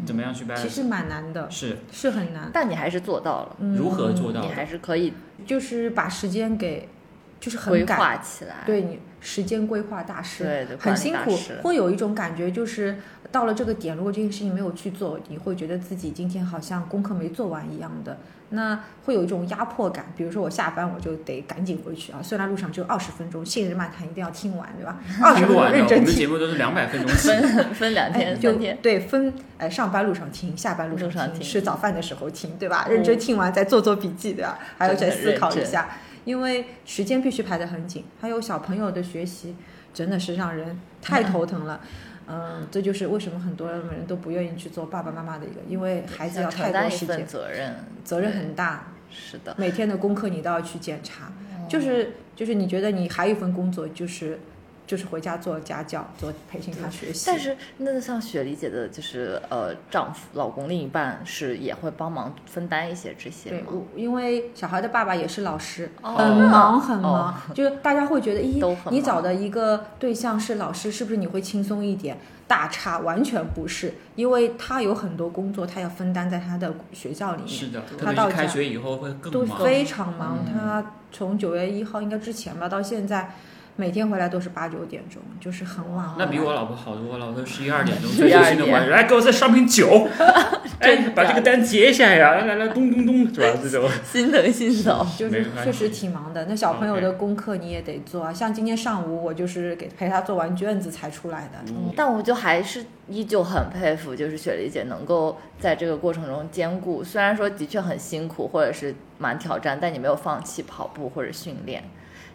[SPEAKER 1] 怎么样去
[SPEAKER 3] 嗯其
[SPEAKER 1] balance？
[SPEAKER 3] 实蛮难的，
[SPEAKER 1] 是
[SPEAKER 3] 是很难。
[SPEAKER 2] 但你还是做到了，
[SPEAKER 3] 嗯
[SPEAKER 1] 如何做到
[SPEAKER 2] 你
[SPEAKER 1] 的？
[SPEAKER 2] 还是可以
[SPEAKER 3] 就是把时间给，就是很
[SPEAKER 2] 规
[SPEAKER 3] 赶，
[SPEAKER 2] 划起来。
[SPEAKER 3] 对你时间规划大师，
[SPEAKER 2] 对对
[SPEAKER 3] 很辛
[SPEAKER 2] 管理
[SPEAKER 3] 苦
[SPEAKER 2] 大师，
[SPEAKER 3] 会有一种感觉，就是到了这个点，如果这件事情没有去做，你会觉得自己今天好像功课没做完一样的，那会有一种压迫感。比如说我下班我就得赶紧回去啊，虽然路上只有二十分钟，信日漫谈一定要听完，对吧？二十
[SPEAKER 1] 听
[SPEAKER 3] 分
[SPEAKER 1] 不
[SPEAKER 3] 钟
[SPEAKER 1] 完的，
[SPEAKER 3] 认
[SPEAKER 1] 我
[SPEAKER 3] 真
[SPEAKER 1] 们
[SPEAKER 3] 听。
[SPEAKER 1] 节目都是两百分 钟起。
[SPEAKER 2] 分 分两天、
[SPEAKER 3] 哎就
[SPEAKER 2] 三天，
[SPEAKER 3] 对分，呃，上班路上听，下班路上
[SPEAKER 2] 路上听嗯
[SPEAKER 3] 吃早饭的时候听，对吧？认真听完再做做笔记，对吧？还要再思考一下，因为时间必须排得很紧，还有小朋友的学习真的是让人太头疼了。嗯，这就是为什么很多人都不愿意去做爸爸妈妈的一个，因为孩子要
[SPEAKER 2] 要
[SPEAKER 3] 太
[SPEAKER 2] 承
[SPEAKER 3] 多
[SPEAKER 2] 担一
[SPEAKER 3] 时间
[SPEAKER 2] 份，责任，
[SPEAKER 3] 责任很大，
[SPEAKER 2] 是的。
[SPEAKER 3] 每天的功课你都要去检查，
[SPEAKER 2] 哦
[SPEAKER 3] 就是就是你觉得你还有一份工作就是。就是回家做家教，做培训他学习。
[SPEAKER 2] 但是那像雪梨姐的，就是呃，丈夫、老公、另一半是也会帮忙分担一些这些
[SPEAKER 3] 对，
[SPEAKER 2] 吗？
[SPEAKER 3] 我因为小孩的爸爸也是老师，
[SPEAKER 2] 哦
[SPEAKER 3] 很忙很
[SPEAKER 2] 哦
[SPEAKER 3] 忙，就是大家 会觉得，
[SPEAKER 2] 都很，
[SPEAKER 3] 咦
[SPEAKER 2] 忙
[SPEAKER 3] 你找的一个对象是老师，是不是你会轻松一点？大差完全不是，因为他有很多工作，他要分担在他的学校里
[SPEAKER 1] 是
[SPEAKER 3] 面，
[SPEAKER 1] 的，特
[SPEAKER 3] 他
[SPEAKER 1] 别
[SPEAKER 3] 到
[SPEAKER 1] 是开
[SPEAKER 3] 家
[SPEAKER 1] 学以后会
[SPEAKER 3] 都
[SPEAKER 1] 更忙。
[SPEAKER 3] 非常忙。
[SPEAKER 2] 嗯
[SPEAKER 3] 他从九月一号应该之前吧，到现在。每天回来都是八九点钟，就是很晚很晚。
[SPEAKER 1] 那比我老婆好多了，我都十一二点钟
[SPEAKER 2] 11
[SPEAKER 1] 最最新的关系，来给我再上瓶酒，哎，
[SPEAKER 2] 真的
[SPEAKER 1] 把这个单结一下呀，来来来，咚咚咚，是吧？这种
[SPEAKER 2] 心疼心疼。
[SPEAKER 3] 就
[SPEAKER 1] 没
[SPEAKER 3] 是
[SPEAKER 1] 关
[SPEAKER 3] 确
[SPEAKER 1] 系
[SPEAKER 3] 实挺忙的。那小朋友的功课你也得做啊，像今天上午我就是给陪他做完卷子才出来的。
[SPEAKER 2] 嗯但我就还是依旧很佩服，就是雪梨姐能够在这个过程中兼顾，虽然说的确很辛苦或者是蛮挑战，但你没有放弃跑步或者训练。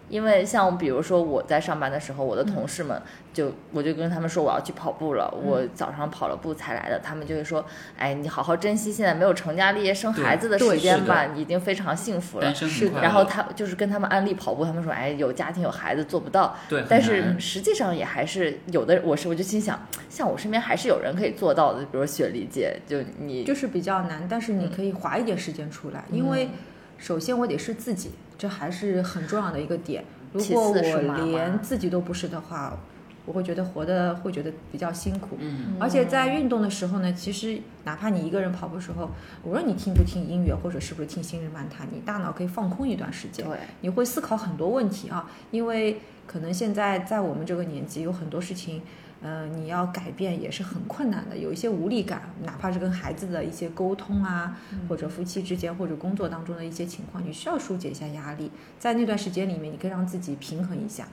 [SPEAKER 2] 因为像比如说我在上班的时候，我
[SPEAKER 1] 嗯
[SPEAKER 2] 的同事们就、我就跟他们说我要去跑步了，我
[SPEAKER 1] 嗯
[SPEAKER 2] 早上跑了步才来的，他们就会说，哎，你好好珍惜现在没有成家立业生孩子的
[SPEAKER 3] 对
[SPEAKER 2] 时
[SPEAKER 3] 对
[SPEAKER 2] 间
[SPEAKER 1] 是
[SPEAKER 2] 吧，你已经非常幸福了
[SPEAKER 1] 单。身
[SPEAKER 3] 是
[SPEAKER 1] 很快
[SPEAKER 3] 的
[SPEAKER 1] 乐。
[SPEAKER 2] 然后他就是跟他们安利跑步，他们说，哎，有家庭有孩子做不到，
[SPEAKER 1] 对，很
[SPEAKER 2] 但
[SPEAKER 1] 难
[SPEAKER 2] 是嗯实际上也还是有的，我是我就心想，像我身边还是有人可以做到的，比如雪梨姐，就你
[SPEAKER 3] 就是比较难，但是
[SPEAKER 2] 嗯
[SPEAKER 3] 你可以划一点时间出来，因为首先我得是自己，这还是很重要的一个点。如
[SPEAKER 2] 其
[SPEAKER 3] 果
[SPEAKER 2] 次是妈妈
[SPEAKER 3] 我连自己都不是的话，我会觉得活的会觉得比较辛苦。
[SPEAKER 1] 嗯，
[SPEAKER 3] 而且在运动的时候呢，其实哪怕你一个人跑步的时候，无论你听不听音乐，或者是不是听《新日漫谈》，你大脑可以放空一段时间
[SPEAKER 2] 对。
[SPEAKER 3] 你会思考很多问题啊，因为可能现在在我们这个年纪，有很多事情，呃，你要改变也是很困难的，有一些无力感，哪怕是跟孩子的一些沟通啊，或者夫妻之间或者工作当中的一些情况，你需要疏解一下压力，在那段时间里面，你可以让自己平衡一下。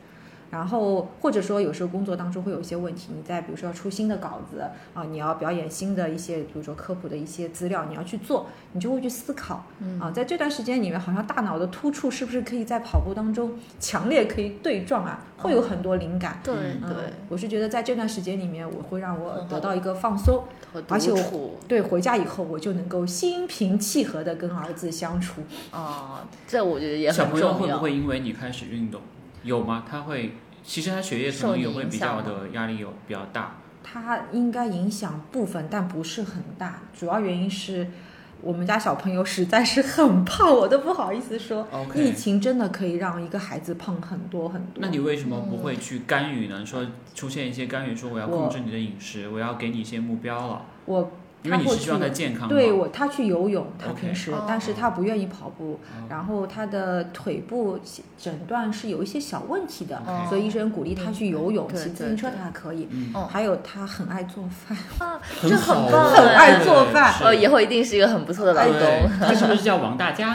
[SPEAKER 3] 然后，或者说有时候工作当中会有一些问题，你在比如说要出新的稿子啊，你要表演新的一些，比如说科普的一些资料，你要去做，你就会去思考，啊，在这段时间里面，好像大脑的突触是不是可以在跑步当中强烈可以对撞啊？会有很多灵感。
[SPEAKER 2] 对
[SPEAKER 1] 嗯
[SPEAKER 3] 嗯
[SPEAKER 2] 对，
[SPEAKER 3] 我是觉得在这段时间里面，我会让
[SPEAKER 2] 很
[SPEAKER 3] 我
[SPEAKER 2] 好
[SPEAKER 3] 得到一个放松，
[SPEAKER 2] 和独
[SPEAKER 3] 而且我
[SPEAKER 2] 处
[SPEAKER 3] 对，回家以后我就能够心平气和的跟儿子相处。
[SPEAKER 2] 啊，这我觉得也
[SPEAKER 1] 小
[SPEAKER 2] 很
[SPEAKER 1] 朋友
[SPEAKER 2] 重
[SPEAKER 1] 会不
[SPEAKER 2] 要。
[SPEAKER 1] 会因为你开始运动，有吗？他会，其实他学业可
[SPEAKER 2] 受
[SPEAKER 1] 能
[SPEAKER 2] 你
[SPEAKER 1] 也会
[SPEAKER 2] 影
[SPEAKER 1] 比
[SPEAKER 2] 响
[SPEAKER 1] 较
[SPEAKER 2] 吗
[SPEAKER 1] 的压力有比较大，
[SPEAKER 3] 它应该影响部分，但不是很大。主要原因是我们家小朋友实在是很胖，我都不好意思说。
[SPEAKER 1] OK
[SPEAKER 3] 哦疫情真的可以让一个孩子胖很多很多。
[SPEAKER 1] 那你为什么不会去干预呢？说出现一些干预，说我要控制你的饮食，我要给你一些目标了。
[SPEAKER 3] 我
[SPEAKER 1] 因为
[SPEAKER 3] 他
[SPEAKER 1] 你
[SPEAKER 3] 会
[SPEAKER 1] 是希
[SPEAKER 3] 去
[SPEAKER 1] 望他健康嘛。
[SPEAKER 3] 对我，他去游泳，他
[SPEAKER 1] OK
[SPEAKER 3] 平时
[SPEAKER 2] 哦
[SPEAKER 3] 但是他不愿意跑步，
[SPEAKER 1] 哦
[SPEAKER 3] 然后他的腿部诊断是有一些小问题的，
[SPEAKER 2] 哦
[SPEAKER 3] 所以医生鼓励他去游泳，
[SPEAKER 2] 嗯对
[SPEAKER 3] 骑自
[SPEAKER 2] 对
[SPEAKER 3] 行车
[SPEAKER 2] 对
[SPEAKER 3] 他还可以。
[SPEAKER 1] 嗯
[SPEAKER 2] 哦
[SPEAKER 3] 还有他很爱做 饭，
[SPEAKER 2] 啊，
[SPEAKER 1] 很
[SPEAKER 2] 这
[SPEAKER 1] 好
[SPEAKER 2] 很
[SPEAKER 1] 啊
[SPEAKER 2] 棒，
[SPEAKER 3] 很爱做
[SPEAKER 1] 对
[SPEAKER 3] 饭
[SPEAKER 1] 是
[SPEAKER 2] 呃，以后一定是一个很不错的老
[SPEAKER 1] 嗯对
[SPEAKER 2] 公，
[SPEAKER 1] 他是不是叫王大家？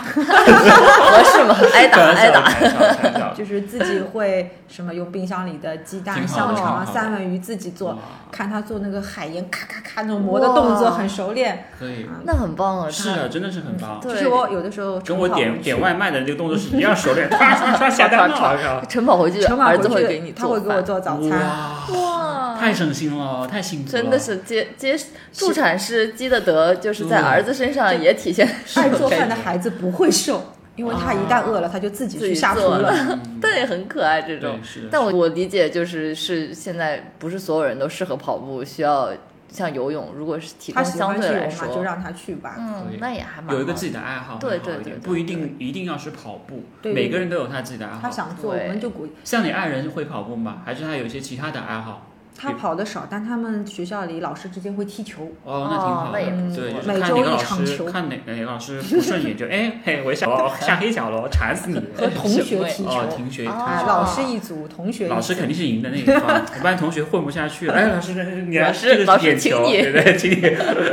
[SPEAKER 2] 合适吗？挨打挨打，
[SPEAKER 1] 开玩笑，开玩笑
[SPEAKER 3] 就是自己会什么用冰箱里的鸡蛋、
[SPEAKER 1] 挺好
[SPEAKER 3] 香
[SPEAKER 1] 的
[SPEAKER 3] 肠啊、
[SPEAKER 1] 挺好的
[SPEAKER 3] 三文鱼自己 做
[SPEAKER 1] 哇，
[SPEAKER 3] 看他做那个海盐咔咔咔那种磨的动作
[SPEAKER 2] 哇
[SPEAKER 3] 很熟练。
[SPEAKER 1] 可以，
[SPEAKER 2] 那很棒啊！
[SPEAKER 1] 是
[SPEAKER 2] 他
[SPEAKER 1] 的，真的哎是很棒。
[SPEAKER 2] 对
[SPEAKER 3] 就是我有的时候
[SPEAKER 1] 跟我点点外卖的那个动作是一样熟练，唰唰唰下 单了。
[SPEAKER 2] 晨跑回去，
[SPEAKER 3] 城晚
[SPEAKER 2] 儿
[SPEAKER 3] 回
[SPEAKER 2] 子
[SPEAKER 3] 去
[SPEAKER 2] 会给你
[SPEAKER 3] 他
[SPEAKER 2] 做
[SPEAKER 3] 会给我
[SPEAKER 2] 饭，
[SPEAKER 3] 做早餐，
[SPEAKER 1] 哇，
[SPEAKER 2] 哇，
[SPEAKER 1] 太省心了，太幸福了，
[SPEAKER 2] 真的是接接助产师积的德，就是在
[SPEAKER 1] 嗯
[SPEAKER 2] 儿子身上也体现
[SPEAKER 3] 爱做 饭的
[SPEAKER 1] 是
[SPEAKER 3] 孩子不会瘦，因为他一旦饿了，他就自己
[SPEAKER 2] 自
[SPEAKER 3] 去
[SPEAKER 2] 己
[SPEAKER 3] 下厨
[SPEAKER 2] 做
[SPEAKER 3] 了。
[SPEAKER 1] 嗯。
[SPEAKER 2] 对，很可爱这种
[SPEAKER 1] 对，。是的。
[SPEAKER 2] 但我我理解就是是现在不是所有人都适合跑步，需要像游泳，如果是体
[SPEAKER 3] 他
[SPEAKER 2] 重
[SPEAKER 3] 喜
[SPEAKER 2] 相
[SPEAKER 3] 欢去
[SPEAKER 2] 对来
[SPEAKER 3] 游嘛，就
[SPEAKER 2] 说，
[SPEAKER 3] 让他去吧。
[SPEAKER 2] 嗯
[SPEAKER 1] 对，
[SPEAKER 2] 那也还蛮
[SPEAKER 1] 有一个
[SPEAKER 2] 好
[SPEAKER 1] 自己的爱好很
[SPEAKER 2] 对
[SPEAKER 1] 好
[SPEAKER 2] 对
[SPEAKER 1] 一点
[SPEAKER 2] 对对
[SPEAKER 1] 不一定一定要是跑步，
[SPEAKER 3] 对
[SPEAKER 1] 每个人都有他自己的爱
[SPEAKER 3] 他
[SPEAKER 1] 好。
[SPEAKER 3] 想做，我
[SPEAKER 2] 对
[SPEAKER 3] 们就鼓励
[SPEAKER 1] 像你爱人会跑步吗？还是他有一些其他的爱好？
[SPEAKER 3] 他跑的少，但他们学校里老师之间会踢球，
[SPEAKER 1] 哦，那挺好的，
[SPEAKER 2] 那也
[SPEAKER 3] 不
[SPEAKER 1] 对，
[SPEAKER 3] 错
[SPEAKER 1] 就是
[SPEAKER 3] 每
[SPEAKER 1] 看
[SPEAKER 3] 周
[SPEAKER 1] 哪个
[SPEAKER 3] 一
[SPEAKER 1] 老
[SPEAKER 3] 场
[SPEAKER 1] 师
[SPEAKER 3] 球
[SPEAKER 1] 看哪哪个老师不顺眼就 哎嘿，我下哦下黑脚了，馋死你了。
[SPEAKER 3] 和同学踢球
[SPEAKER 1] 哦，，停学，停
[SPEAKER 2] 啊
[SPEAKER 3] 啊，
[SPEAKER 1] 学。
[SPEAKER 3] 老师一组，同学一组。
[SPEAKER 1] 老师肯定是赢的那一 方，我班同学混不下去了。哎，老师，你来
[SPEAKER 2] 老师
[SPEAKER 1] 这个
[SPEAKER 2] 老
[SPEAKER 1] 是点
[SPEAKER 2] 师
[SPEAKER 1] 球，
[SPEAKER 2] 请你
[SPEAKER 1] 对对，请你，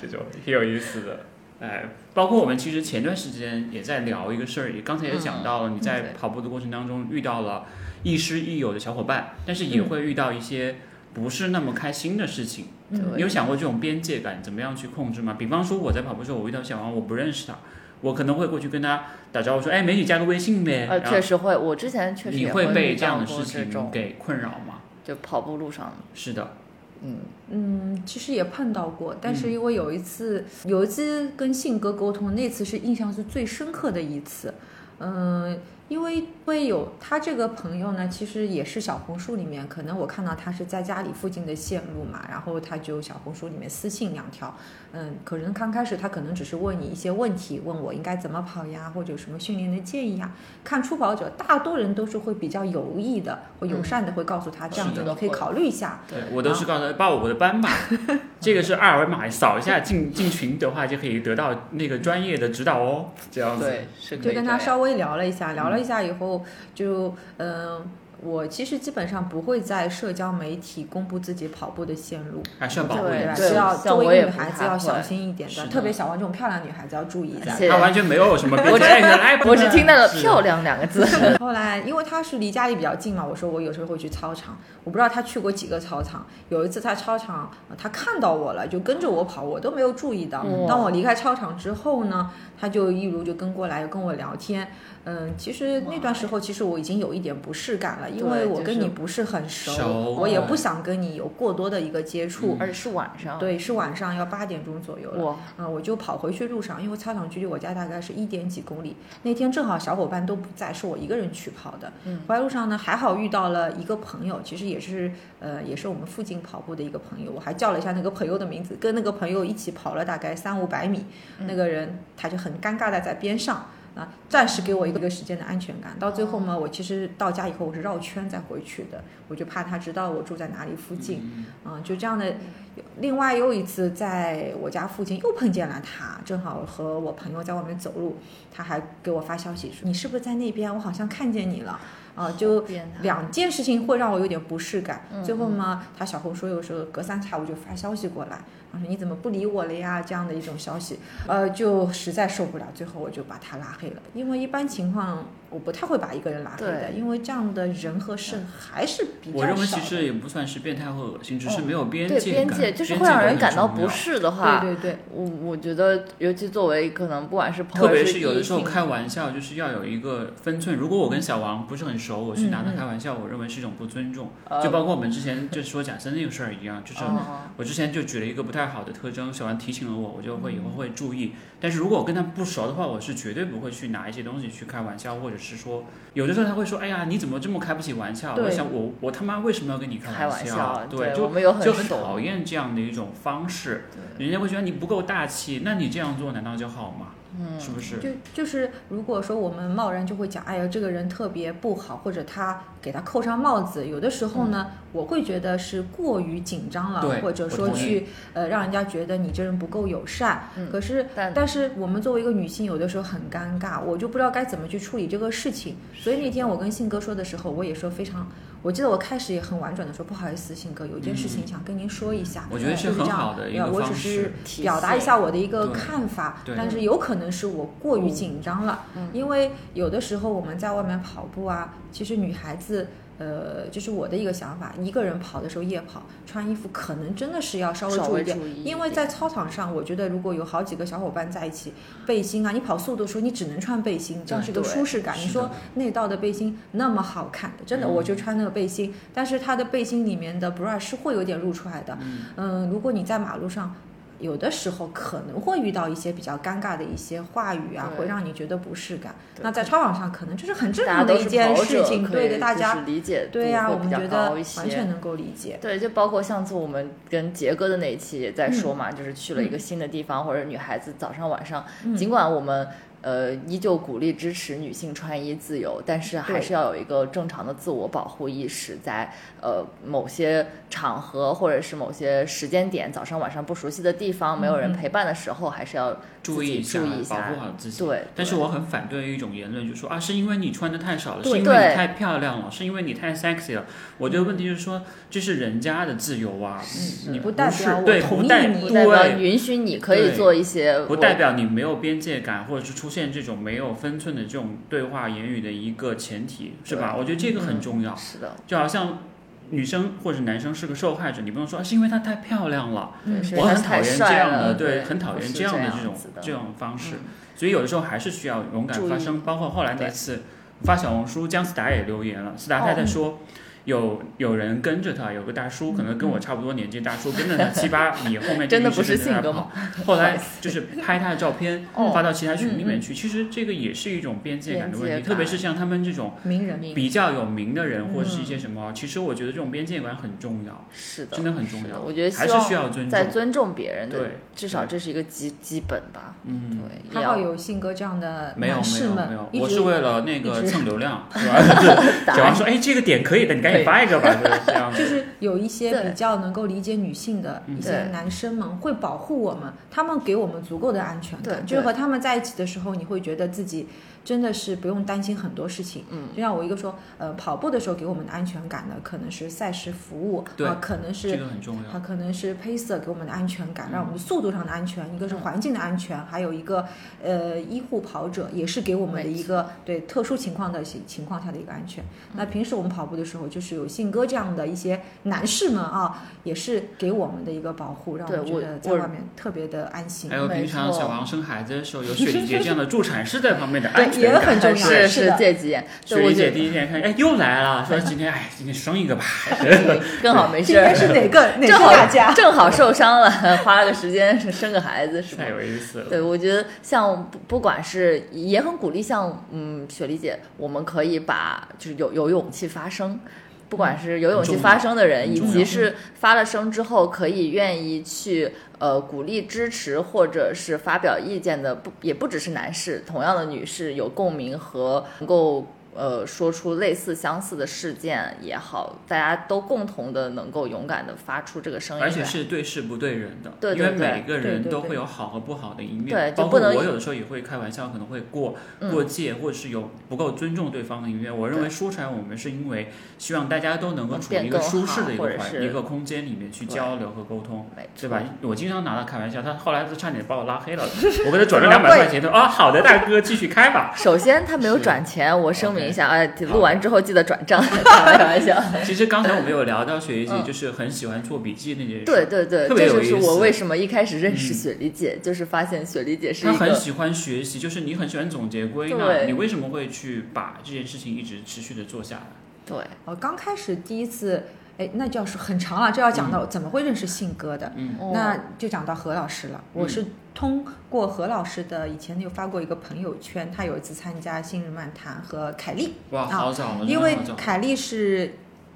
[SPEAKER 1] 这种挺有意思的。哎，包括我们其实前段时间也在聊一个事儿，也刚才也讲到了，你在
[SPEAKER 2] 嗯对
[SPEAKER 1] 跑步的过程当中遇到了亦师亦友的小伙伴，但是也会遇到一些不是那么开心的事情。
[SPEAKER 2] 嗯
[SPEAKER 1] 你有想过这种边界感怎么样去控制吗？比方说我在跑步的时候，我遇到小王，我不认识他，我可能会过去跟他打招呼说：“哎，美女加个微信呗。
[SPEAKER 2] 呃，
[SPEAKER 1] 然后
[SPEAKER 2] 确实会，我之前确实
[SPEAKER 1] 啊你
[SPEAKER 2] 也
[SPEAKER 1] 会被
[SPEAKER 2] 遇
[SPEAKER 1] 这样
[SPEAKER 2] 到
[SPEAKER 1] 的
[SPEAKER 2] 过
[SPEAKER 1] 事
[SPEAKER 2] 这种
[SPEAKER 1] 情给困扰吗？
[SPEAKER 2] 就跑步路上，
[SPEAKER 1] 是的，
[SPEAKER 2] 嗯，
[SPEAKER 3] 嗯，其实也碰到过，但
[SPEAKER 1] 嗯
[SPEAKER 3] 是因为有一次，有一次跟信哥沟通，那次是印象是最深刻的一次。嗯，因为会有他这个朋友呢，其实也是小红书里面，可能我看到他是在家里附近的线路嘛，然后他就小红书里面私信两条，嗯，可能刚开始他可能只是问你一些问题，问我应该怎么跑呀，或者有什么训练的建议啊。看初跑者，大多人都是会比较有意的或友善的，会告诉他这
[SPEAKER 1] 嗯
[SPEAKER 3] 样
[SPEAKER 1] 是
[SPEAKER 3] 子
[SPEAKER 1] 的
[SPEAKER 3] 你可以
[SPEAKER 2] 会
[SPEAKER 3] 考虑一下。
[SPEAKER 1] 对我都是告诉他报我的 班吧，这个是二维码，扫一下进进群的话就可以得到那个专业的指导哦，这样子。
[SPEAKER 2] 对，是可
[SPEAKER 3] 就
[SPEAKER 2] 以
[SPEAKER 3] 跟
[SPEAKER 2] 这
[SPEAKER 3] 他
[SPEAKER 2] 样
[SPEAKER 3] 稍微聊了一下，聊了
[SPEAKER 2] 嗯
[SPEAKER 3] 一下以后，就嗯、呃我其实基本上不会在社交媒体公布自己跑步的线路，
[SPEAKER 1] 还是要保护
[SPEAKER 2] 对
[SPEAKER 3] 对吧？
[SPEAKER 1] 隐
[SPEAKER 2] 对
[SPEAKER 3] 是
[SPEAKER 1] 私。
[SPEAKER 3] 要
[SPEAKER 2] 像
[SPEAKER 3] 作
[SPEAKER 2] 我
[SPEAKER 3] 为一
[SPEAKER 2] 也
[SPEAKER 3] 个女
[SPEAKER 2] 不
[SPEAKER 3] 孩子
[SPEAKER 2] 太
[SPEAKER 3] 要小
[SPEAKER 2] 会
[SPEAKER 3] 心一点
[SPEAKER 1] 是的
[SPEAKER 3] 特别小王这种漂亮女孩子要注意一下
[SPEAKER 2] 而。且
[SPEAKER 1] 他完全没有我什么边界，
[SPEAKER 2] 我只
[SPEAKER 1] 哎原来不
[SPEAKER 2] 我只
[SPEAKER 1] 能
[SPEAKER 2] 听到了“
[SPEAKER 1] 是
[SPEAKER 2] 漂亮”两个 字，
[SPEAKER 3] 后来，因为他是离家里比较近嘛，我说我有时候会去操场，我不知道他去过几个操场。有一次在操场，呃他看到我了，就跟着我跑，我都没有注意到
[SPEAKER 2] 哇。
[SPEAKER 3] 当我离开操场之后呢，他就一路就跟过来跟我聊天。嗯，其实那段时候，其实我已经有一点不适感了，因为
[SPEAKER 2] 对
[SPEAKER 3] 我
[SPEAKER 2] 就
[SPEAKER 3] 跟
[SPEAKER 2] 是
[SPEAKER 3] 你不是很熟，
[SPEAKER 1] 熟
[SPEAKER 3] 我也
[SPEAKER 1] 对
[SPEAKER 3] 不想跟你有过多的一个接触。
[SPEAKER 2] 而且是晚上，
[SPEAKER 3] 对，是晚上要八点钟左右了。
[SPEAKER 2] 哇，
[SPEAKER 3] 嗯，我就跑回去路上，因为操场距离我家大概是一点几公里。那天正好小伙伴都不在，是我一个人去跑的。
[SPEAKER 2] 嗯
[SPEAKER 3] 回来路上呢，还好遇到了一个朋友，其实也是呃，也是我们附近跑步的一个朋友。我还叫了一下那个朋友的名字，跟那个朋友一起跑了大概三五百米。那个人他就很尴尬的在边上。啊，暂时给我一个一个时间的安全感。到最后嘛，我其实到家以后我是绕圈再回去的，我就怕他知道我住在哪里附近。
[SPEAKER 1] 嗯
[SPEAKER 3] 嗯，就这样的。另外又一次在我家附近又碰见了他，正好和我朋友在外面走路，他还给我发消息说：“你是不是在那边？我好像看见你了。”啊，就
[SPEAKER 2] 变态
[SPEAKER 3] 两件事情会让我有点不适感。
[SPEAKER 2] 嗯
[SPEAKER 3] 最后嘛，他小红书有时候隔三差五就发消息过来，然后说你怎么不理我了呀？这样的一种消息，呃，就实在受不了，最后我就把他拉黑了。因为一般情况我不太会把一个人拉黑的，
[SPEAKER 2] 对嗯
[SPEAKER 3] 因为这样的人和事还是比较少
[SPEAKER 1] 我
[SPEAKER 3] 的。
[SPEAKER 1] 认为其实也不算是变态和恶心，只是
[SPEAKER 2] 嗯
[SPEAKER 1] 没有边
[SPEAKER 2] 对
[SPEAKER 1] 界感，
[SPEAKER 2] 边界就是会
[SPEAKER 1] 边
[SPEAKER 2] 让人
[SPEAKER 1] 很
[SPEAKER 2] 感到
[SPEAKER 1] 重
[SPEAKER 2] 不
[SPEAKER 1] 要。
[SPEAKER 2] 适的话，
[SPEAKER 3] 对对对，
[SPEAKER 2] 我我觉得，尤其作为可能不管是朋
[SPEAKER 1] 特
[SPEAKER 2] 友，
[SPEAKER 1] 别
[SPEAKER 2] 是
[SPEAKER 1] 是有的时候
[SPEAKER 2] 异性
[SPEAKER 1] 开玩笑，就是要有一个分寸。如果我跟小王不是很熟，我去
[SPEAKER 2] 嗯
[SPEAKER 1] 拿他开玩笑，我认为是一种不尊重。
[SPEAKER 2] 呃
[SPEAKER 1] 就包括我们之前就说贾森那个事儿一样，就是
[SPEAKER 2] 嗯嗯
[SPEAKER 1] 我之前就举了一个不太好的特征，小王提醒了我，我就会以后会注意。但是如果我跟他不熟的话，我是绝对不会去拿一些东西去开玩笑，或者是说，有的时候他会说：“哎呀，你怎么这么开不起玩笑？”
[SPEAKER 3] 对
[SPEAKER 1] 我想我我他妈为什么要跟你
[SPEAKER 2] 开玩
[SPEAKER 1] 笑
[SPEAKER 2] 笑，？
[SPEAKER 1] 对，
[SPEAKER 2] 我
[SPEAKER 1] 就
[SPEAKER 2] 们有
[SPEAKER 1] 就很
[SPEAKER 2] 熟，
[SPEAKER 1] 讨厌这样的一种方式，
[SPEAKER 2] 对
[SPEAKER 1] 人家会觉得你不够大气，那你这样做难道就好吗？
[SPEAKER 2] 嗯，
[SPEAKER 1] 是不是？
[SPEAKER 3] 就就是，如果说我们贸然就会讲，哎呀，这个人特别不好，或者他给他扣上帽子，有的时候呢，我会觉得是过于紧张了
[SPEAKER 1] 嗯对，
[SPEAKER 3] 或者
[SPEAKER 1] 我
[SPEAKER 3] 说
[SPEAKER 1] 同意
[SPEAKER 3] 去呃让人家觉得你这人不够友善。
[SPEAKER 2] 嗯
[SPEAKER 3] 可是
[SPEAKER 2] 但
[SPEAKER 3] 但是我们作为一个女性，有的时候很尴尬，我就不知道该怎么去处理这个事情。所以那天我跟信哥说的时候，我也说非常，我记得我开始也很婉转的说，不好意思，信哥，有一件事情想跟您说一下。
[SPEAKER 1] 嗯我觉得是
[SPEAKER 3] 就是
[SPEAKER 1] 很
[SPEAKER 3] 这样
[SPEAKER 1] 好的一
[SPEAKER 3] 对
[SPEAKER 1] 个
[SPEAKER 3] 我
[SPEAKER 1] 方
[SPEAKER 3] 只
[SPEAKER 1] 式
[SPEAKER 3] 是。
[SPEAKER 2] 体
[SPEAKER 3] 表达一
[SPEAKER 2] 现
[SPEAKER 3] 下我的一个
[SPEAKER 1] 对
[SPEAKER 3] 看法
[SPEAKER 1] 对，
[SPEAKER 3] 但是有可能是我过于紧张了，
[SPEAKER 2] 嗯
[SPEAKER 3] 因为有的时候我们在外面跑步啊，其实女孩子。呃，就是我的一个想法，一个人跑的时候夜跑穿衣服可能真的是要稍微
[SPEAKER 2] 稍
[SPEAKER 3] 注
[SPEAKER 2] 微
[SPEAKER 3] 意点，
[SPEAKER 2] 注意一
[SPEAKER 3] 因为
[SPEAKER 2] 点
[SPEAKER 3] 在操场上，我觉得如果有好几个小伙伴在一起，背心啊，你跑速度的时候你只能穿背心，这样
[SPEAKER 1] 对
[SPEAKER 3] 是一个
[SPEAKER 2] 对
[SPEAKER 3] 舒适感。
[SPEAKER 1] 是
[SPEAKER 3] 你
[SPEAKER 1] 的
[SPEAKER 3] 说内道的背心那么好看，真的
[SPEAKER 1] 嗯
[SPEAKER 3] 我就穿那个背心，但是它的背心里面的 bra 是会有点露出来的，
[SPEAKER 1] 嗯
[SPEAKER 3] 嗯，如果你在马路上，有的时候可能会遇到一些比较尴尬的一些话语啊，
[SPEAKER 2] 对
[SPEAKER 3] 会让你觉得不适感。
[SPEAKER 2] 对
[SPEAKER 3] 那在操场上，可能这是很正
[SPEAKER 2] 大家
[SPEAKER 3] 常
[SPEAKER 2] 都
[SPEAKER 3] 的
[SPEAKER 2] 是
[SPEAKER 3] 一件
[SPEAKER 2] 跑
[SPEAKER 3] 事
[SPEAKER 2] 者
[SPEAKER 3] 情，
[SPEAKER 2] 可
[SPEAKER 3] 对
[SPEAKER 2] 以
[SPEAKER 3] 的，大
[SPEAKER 2] 就
[SPEAKER 3] 家
[SPEAKER 2] 是理解
[SPEAKER 3] 对呀、
[SPEAKER 2] 度
[SPEAKER 3] 我
[SPEAKER 2] 会
[SPEAKER 3] 们
[SPEAKER 2] 比较
[SPEAKER 3] 觉得
[SPEAKER 2] 高一
[SPEAKER 3] 完全
[SPEAKER 2] 些。
[SPEAKER 3] 能够理解。
[SPEAKER 2] 对，就包括上次我们跟杰哥的那一期也在说
[SPEAKER 1] 嗯
[SPEAKER 2] 嘛，就是去了一个新的地方，或者女孩子早上晚上，
[SPEAKER 3] 嗯
[SPEAKER 2] 尽管我们呃依旧鼓励支持女性穿衣自由，但是还
[SPEAKER 3] 对
[SPEAKER 2] 是要有一个正常的自我保护意识在，呃某些场合或者是某些时间点，早上晚上不熟悉的地方，没有人
[SPEAKER 3] 嗯
[SPEAKER 2] 陪伴的时候，还是要
[SPEAKER 1] 注
[SPEAKER 2] 自己
[SPEAKER 1] 意一下，
[SPEAKER 2] 注意一
[SPEAKER 1] 保
[SPEAKER 2] 下
[SPEAKER 1] 护好自己。
[SPEAKER 2] 对，
[SPEAKER 1] 但是
[SPEAKER 2] 对
[SPEAKER 1] 我很反对一种言论，就说啊，是因为你穿的太少了，是
[SPEAKER 3] 对
[SPEAKER 1] 因为你
[SPEAKER 2] 对
[SPEAKER 1] 太漂亮了，是因为你太 sexy 了。我觉得问题就是说，这是人家的自由啊，你
[SPEAKER 3] 不代
[SPEAKER 1] 代
[SPEAKER 3] 表我
[SPEAKER 1] 对，
[SPEAKER 3] 同
[SPEAKER 1] 不
[SPEAKER 3] 意
[SPEAKER 1] 代
[SPEAKER 3] 你
[SPEAKER 2] 不代表
[SPEAKER 1] 对，
[SPEAKER 2] 允许你可以
[SPEAKER 1] 对
[SPEAKER 2] 做一些
[SPEAKER 1] 不
[SPEAKER 2] 我
[SPEAKER 1] 代表你没有边界感，或者是出现这种没有分寸的这种对话言语的一个前提，是吧？我觉得这个很
[SPEAKER 3] 嗯
[SPEAKER 1] 重要，
[SPEAKER 2] 是的，
[SPEAKER 1] 就好像。女生或者男生是个受害者，你不能说啊是因为她太漂亮了，
[SPEAKER 3] 嗯
[SPEAKER 2] 对是因为
[SPEAKER 1] 我很
[SPEAKER 2] 他
[SPEAKER 1] 讨
[SPEAKER 2] 太
[SPEAKER 1] 厌这
[SPEAKER 2] 帅
[SPEAKER 1] 样
[SPEAKER 2] 了
[SPEAKER 1] 的，
[SPEAKER 2] 对
[SPEAKER 1] 很讨
[SPEAKER 2] 不
[SPEAKER 1] 厌
[SPEAKER 2] 是
[SPEAKER 1] 这样
[SPEAKER 2] 这
[SPEAKER 1] 的
[SPEAKER 2] 样
[SPEAKER 1] 这种
[SPEAKER 2] 子的
[SPEAKER 1] 这种方式。
[SPEAKER 2] 嗯
[SPEAKER 1] 所以有的时候还是需要勇敢发声。包括后来那次发小红书，姜思达也留言了，思达太
[SPEAKER 2] 哦嗯
[SPEAKER 1] 太说。有有人跟着他，有个大叔，可能跟我差不多年纪，大叔跟着他七 八米，后面就
[SPEAKER 2] 嗯真的
[SPEAKER 1] 一直
[SPEAKER 2] 不是
[SPEAKER 1] 跟着他
[SPEAKER 2] 性格
[SPEAKER 1] 跑
[SPEAKER 2] 吗？
[SPEAKER 1] 后来就是 拍他的照片
[SPEAKER 2] 哦
[SPEAKER 1] 发到其他群里面去，其实这个也是一种边界感的问
[SPEAKER 2] 边
[SPEAKER 1] 题，
[SPEAKER 2] 界感嗯
[SPEAKER 1] 特别是像他们这种
[SPEAKER 3] 名人，
[SPEAKER 1] 比较有名的人或者是一些什么，其实我觉得这种边界感很重要，
[SPEAKER 2] 是的，
[SPEAKER 1] 真的很重
[SPEAKER 2] 是的
[SPEAKER 1] 要，
[SPEAKER 2] 我觉得
[SPEAKER 1] 还
[SPEAKER 2] 希
[SPEAKER 1] 是需
[SPEAKER 2] 望
[SPEAKER 1] 要尊
[SPEAKER 2] 在
[SPEAKER 1] 重，
[SPEAKER 2] 尊重别人的
[SPEAKER 1] 对，
[SPEAKER 2] 至少这是一个基基本吧。对
[SPEAKER 1] 嗯，，
[SPEAKER 2] 也
[SPEAKER 3] 还
[SPEAKER 2] 要
[SPEAKER 3] 好有信哥这样的
[SPEAKER 1] 没有
[SPEAKER 3] 男
[SPEAKER 1] 没
[SPEAKER 3] 士
[SPEAKER 1] 有
[SPEAKER 3] 们
[SPEAKER 1] 没有，，
[SPEAKER 3] 一
[SPEAKER 1] 我
[SPEAKER 3] 直
[SPEAKER 1] 是为了那个
[SPEAKER 3] 一直
[SPEAKER 1] 蹭流量，是吧？
[SPEAKER 2] 打
[SPEAKER 1] 小王说：“哎，这个点可以的，你赶紧发一个吧。”就是这样
[SPEAKER 3] 就
[SPEAKER 1] 子。
[SPEAKER 3] 是有一些
[SPEAKER 2] 对
[SPEAKER 3] 比较能够理解女性的一些
[SPEAKER 2] 嗯
[SPEAKER 3] 男生们会保护我们，他们给我们足够的安全
[SPEAKER 2] 对
[SPEAKER 3] 感。就是
[SPEAKER 2] 对
[SPEAKER 3] 和他们在一起的时候，你会觉得自己真的是不用担心很多事情。
[SPEAKER 2] 嗯，
[SPEAKER 3] 就像我一个说，呃，跑步的时候给我们的安全感呢，可能是赛事服务，
[SPEAKER 1] 对
[SPEAKER 3] 啊，可能
[SPEAKER 1] 这
[SPEAKER 3] 是。
[SPEAKER 1] 个很重
[SPEAKER 3] 它
[SPEAKER 1] 要。
[SPEAKER 2] 啊
[SPEAKER 3] 可能是 pacer 给我们的安全感，
[SPEAKER 1] 嗯
[SPEAKER 3] 让我们速度上的安全，一个是环境的安全，还有一个呃医护跑者也是给我们的一个对特殊情况的情情况下的一个安全。
[SPEAKER 2] 嗯
[SPEAKER 3] 那平时我们跑步的时候，就是有信哥这样的一些男士们啊，也是给我们的一个保护，让
[SPEAKER 2] 对
[SPEAKER 3] 我们觉得
[SPEAKER 2] 我
[SPEAKER 3] 在
[SPEAKER 2] 我
[SPEAKER 3] 外面特别的安心
[SPEAKER 1] 还。有平常
[SPEAKER 2] 没错
[SPEAKER 1] 小王生孩子的时候，有雪梨姐这样的助产士在旁边的安
[SPEAKER 3] 对，
[SPEAKER 1] 全
[SPEAKER 3] 也
[SPEAKER 1] 感。
[SPEAKER 3] 很重要，
[SPEAKER 2] 是
[SPEAKER 3] 是的。
[SPEAKER 2] 借机，
[SPEAKER 1] 雪
[SPEAKER 2] 对，我
[SPEAKER 1] 梨姐
[SPEAKER 2] 觉得
[SPEAKER 1] 第一天看，哎，又来了，说今天哎，今天生一个吧。
[SPEAKER 2] 更好没事
[SPEAKER 3] 这应
[SPEAKER 2] 儿
[SPEAKER 3] 该，是 哪个哪
[SPEAKER 2] 正
[SPEAKER 3] 个
[SPEAKER 2] 好
[SPEAKER 3] 大家？
[SPEAKER 2] 正好受伤了， 花个时间生个孩子是吧
[SPEAKER 1] 太？有意思了。
[SPEAKER 2] 对，我觉得像不不管是也很鼓励像嗯雪梨姐，我们可以把就是有有勇气发声，不管是有勇气发声的人，
[SPEAKER 1] 嗯很
[SPEAKER 2] 以
[SPEAKER 1] 重要
[SPEAKER 2] 及是发了声之后可以愿意去呃鼓励支持或者是发表意见的，不也不只是男士，同样的女士有共鸣和能够。呃，说出类似相似的事件也好，大家都共同的能够勇敢的发出这个声音来，
[SPEAKER 1] 而且是对事不对人的，
[SPEAKER 2] 对对
[SPEAKER 1] 因
[SPEAKER 2] 对
[SPEAKER 1] 为每个
[SPEAKER 3] 对
[SPEAKER 1] 人
[SPEAKER 3] 对
[SPEAKER 1] 都
[SPEAKER 3] 对
[SPEAKER 1] 会有好和不好的一面，
[SPEAKER 2] 对就
[SPEAKER 1] 包
[SPEAKER 2] 不
[SPEAKER 1] 括
[SPEAKER 2] 能
[SPEAKER 1] 我有的时候也会开玩笑，可能会过、
[SPEAKER 2] 嗯
[SPEAKER 1] 过界，或者是有不够尊重对方的一面。我认为
[SPEAKER 2] 对
[SPEAKER 1] 说出来，我们是因为希望大家都能够
[SPEAKER 2] 能
[SPEAKER 1] 处于
[SPEAKER 2] 变
[SPEAKER 1] 一个
[SPEAKER 2] 更
[SPEAKER 1] 舒适
[SPEAKER 2] 好
[SPEAKER 1] 的一
[SPEAKER 2] 或
[SPEAKER 1] 个
[SPEAKER 2] 者
[SPEAKER 1] 环
[SPEAKER 2] 是
[SPEAKER 1] 一个空间里面去
[SPEAKER 2] 对
[SPEAKER 1] 交流和沟通。
[SPEAKER 2] 没
[SPEAKER 1] 对
[SPEAKER 2] 错
[SPEAKER 1] 吧？？我经常拿他开玩笑，他后来都差点把我拉黑 了。我给他转了两百块钱，他说啊，好的，大哥，继续开吧。
[SPEAKER 2] 首先，他没有
[SPEAKER 1] 是
[SPEAKER 2] 转钱，我声明一下，哎，
[SPEAKER 1] 好
[SPEAKER 2] 录完之后记得转账， 开玩笑。
[SPEAKER 1] 其实刚才我们有聊到雪梨姐，
[SPEAKER 2] 嗯
[SPEAKER 1] 就是很喜欢做笔记那件事，
[SPEAKER 2] 对，对对，
[SPEAKER 1] 特别
[SPEAKER 2] 这
[SPEAKER 1] 有
[SPEAKER 2] 就是
[SPEAKER 1] 意思
[SPEAKER 2] 我为什么一开始认识
[SPEAKER 1] 嗯
[SPEAKER 2] 雪梨姐，就是发现雪梨姐是
[SPEAKER 1] 他
[SPEAKER 2] 一
[SPEAKER 1] 很
[SPEAKER 2] 个
[SPEAKER 1] 喜欢学习，就是你很喜欢总结归纳，
[SPEAKER 2] 对
[SPEAKER 1] 你为什么会去把这件事情一直持续的做下来？
[SPEAKER 2] 对
[SPEAKER 3] 我哦刚开始第一次，哎，那就要说很长了，这要
[SPEAKER 2] 嗯
[SPEAKER 3] 讲到怎么会认识信哥的。
[SPEAKER 1] 嗯，
[SPEAKER 2] 哦
[SPEAKER 3] 那就讲到何老师了。我
[SPEAKER 1] 嗯
[SPEAKER 3] 是通过何老师的以前有发过一个朋友圈，他有一次参加新日漫谈和凯丽，
[SPEAKER 1] 哇，
[SPEAKER 3] 啊
[SPEAKER 1] 好早了，
[SPEAKER 3] 因为
[SPEAKER 1] 真哦的好早
[SPEAKER 3] 凯丽是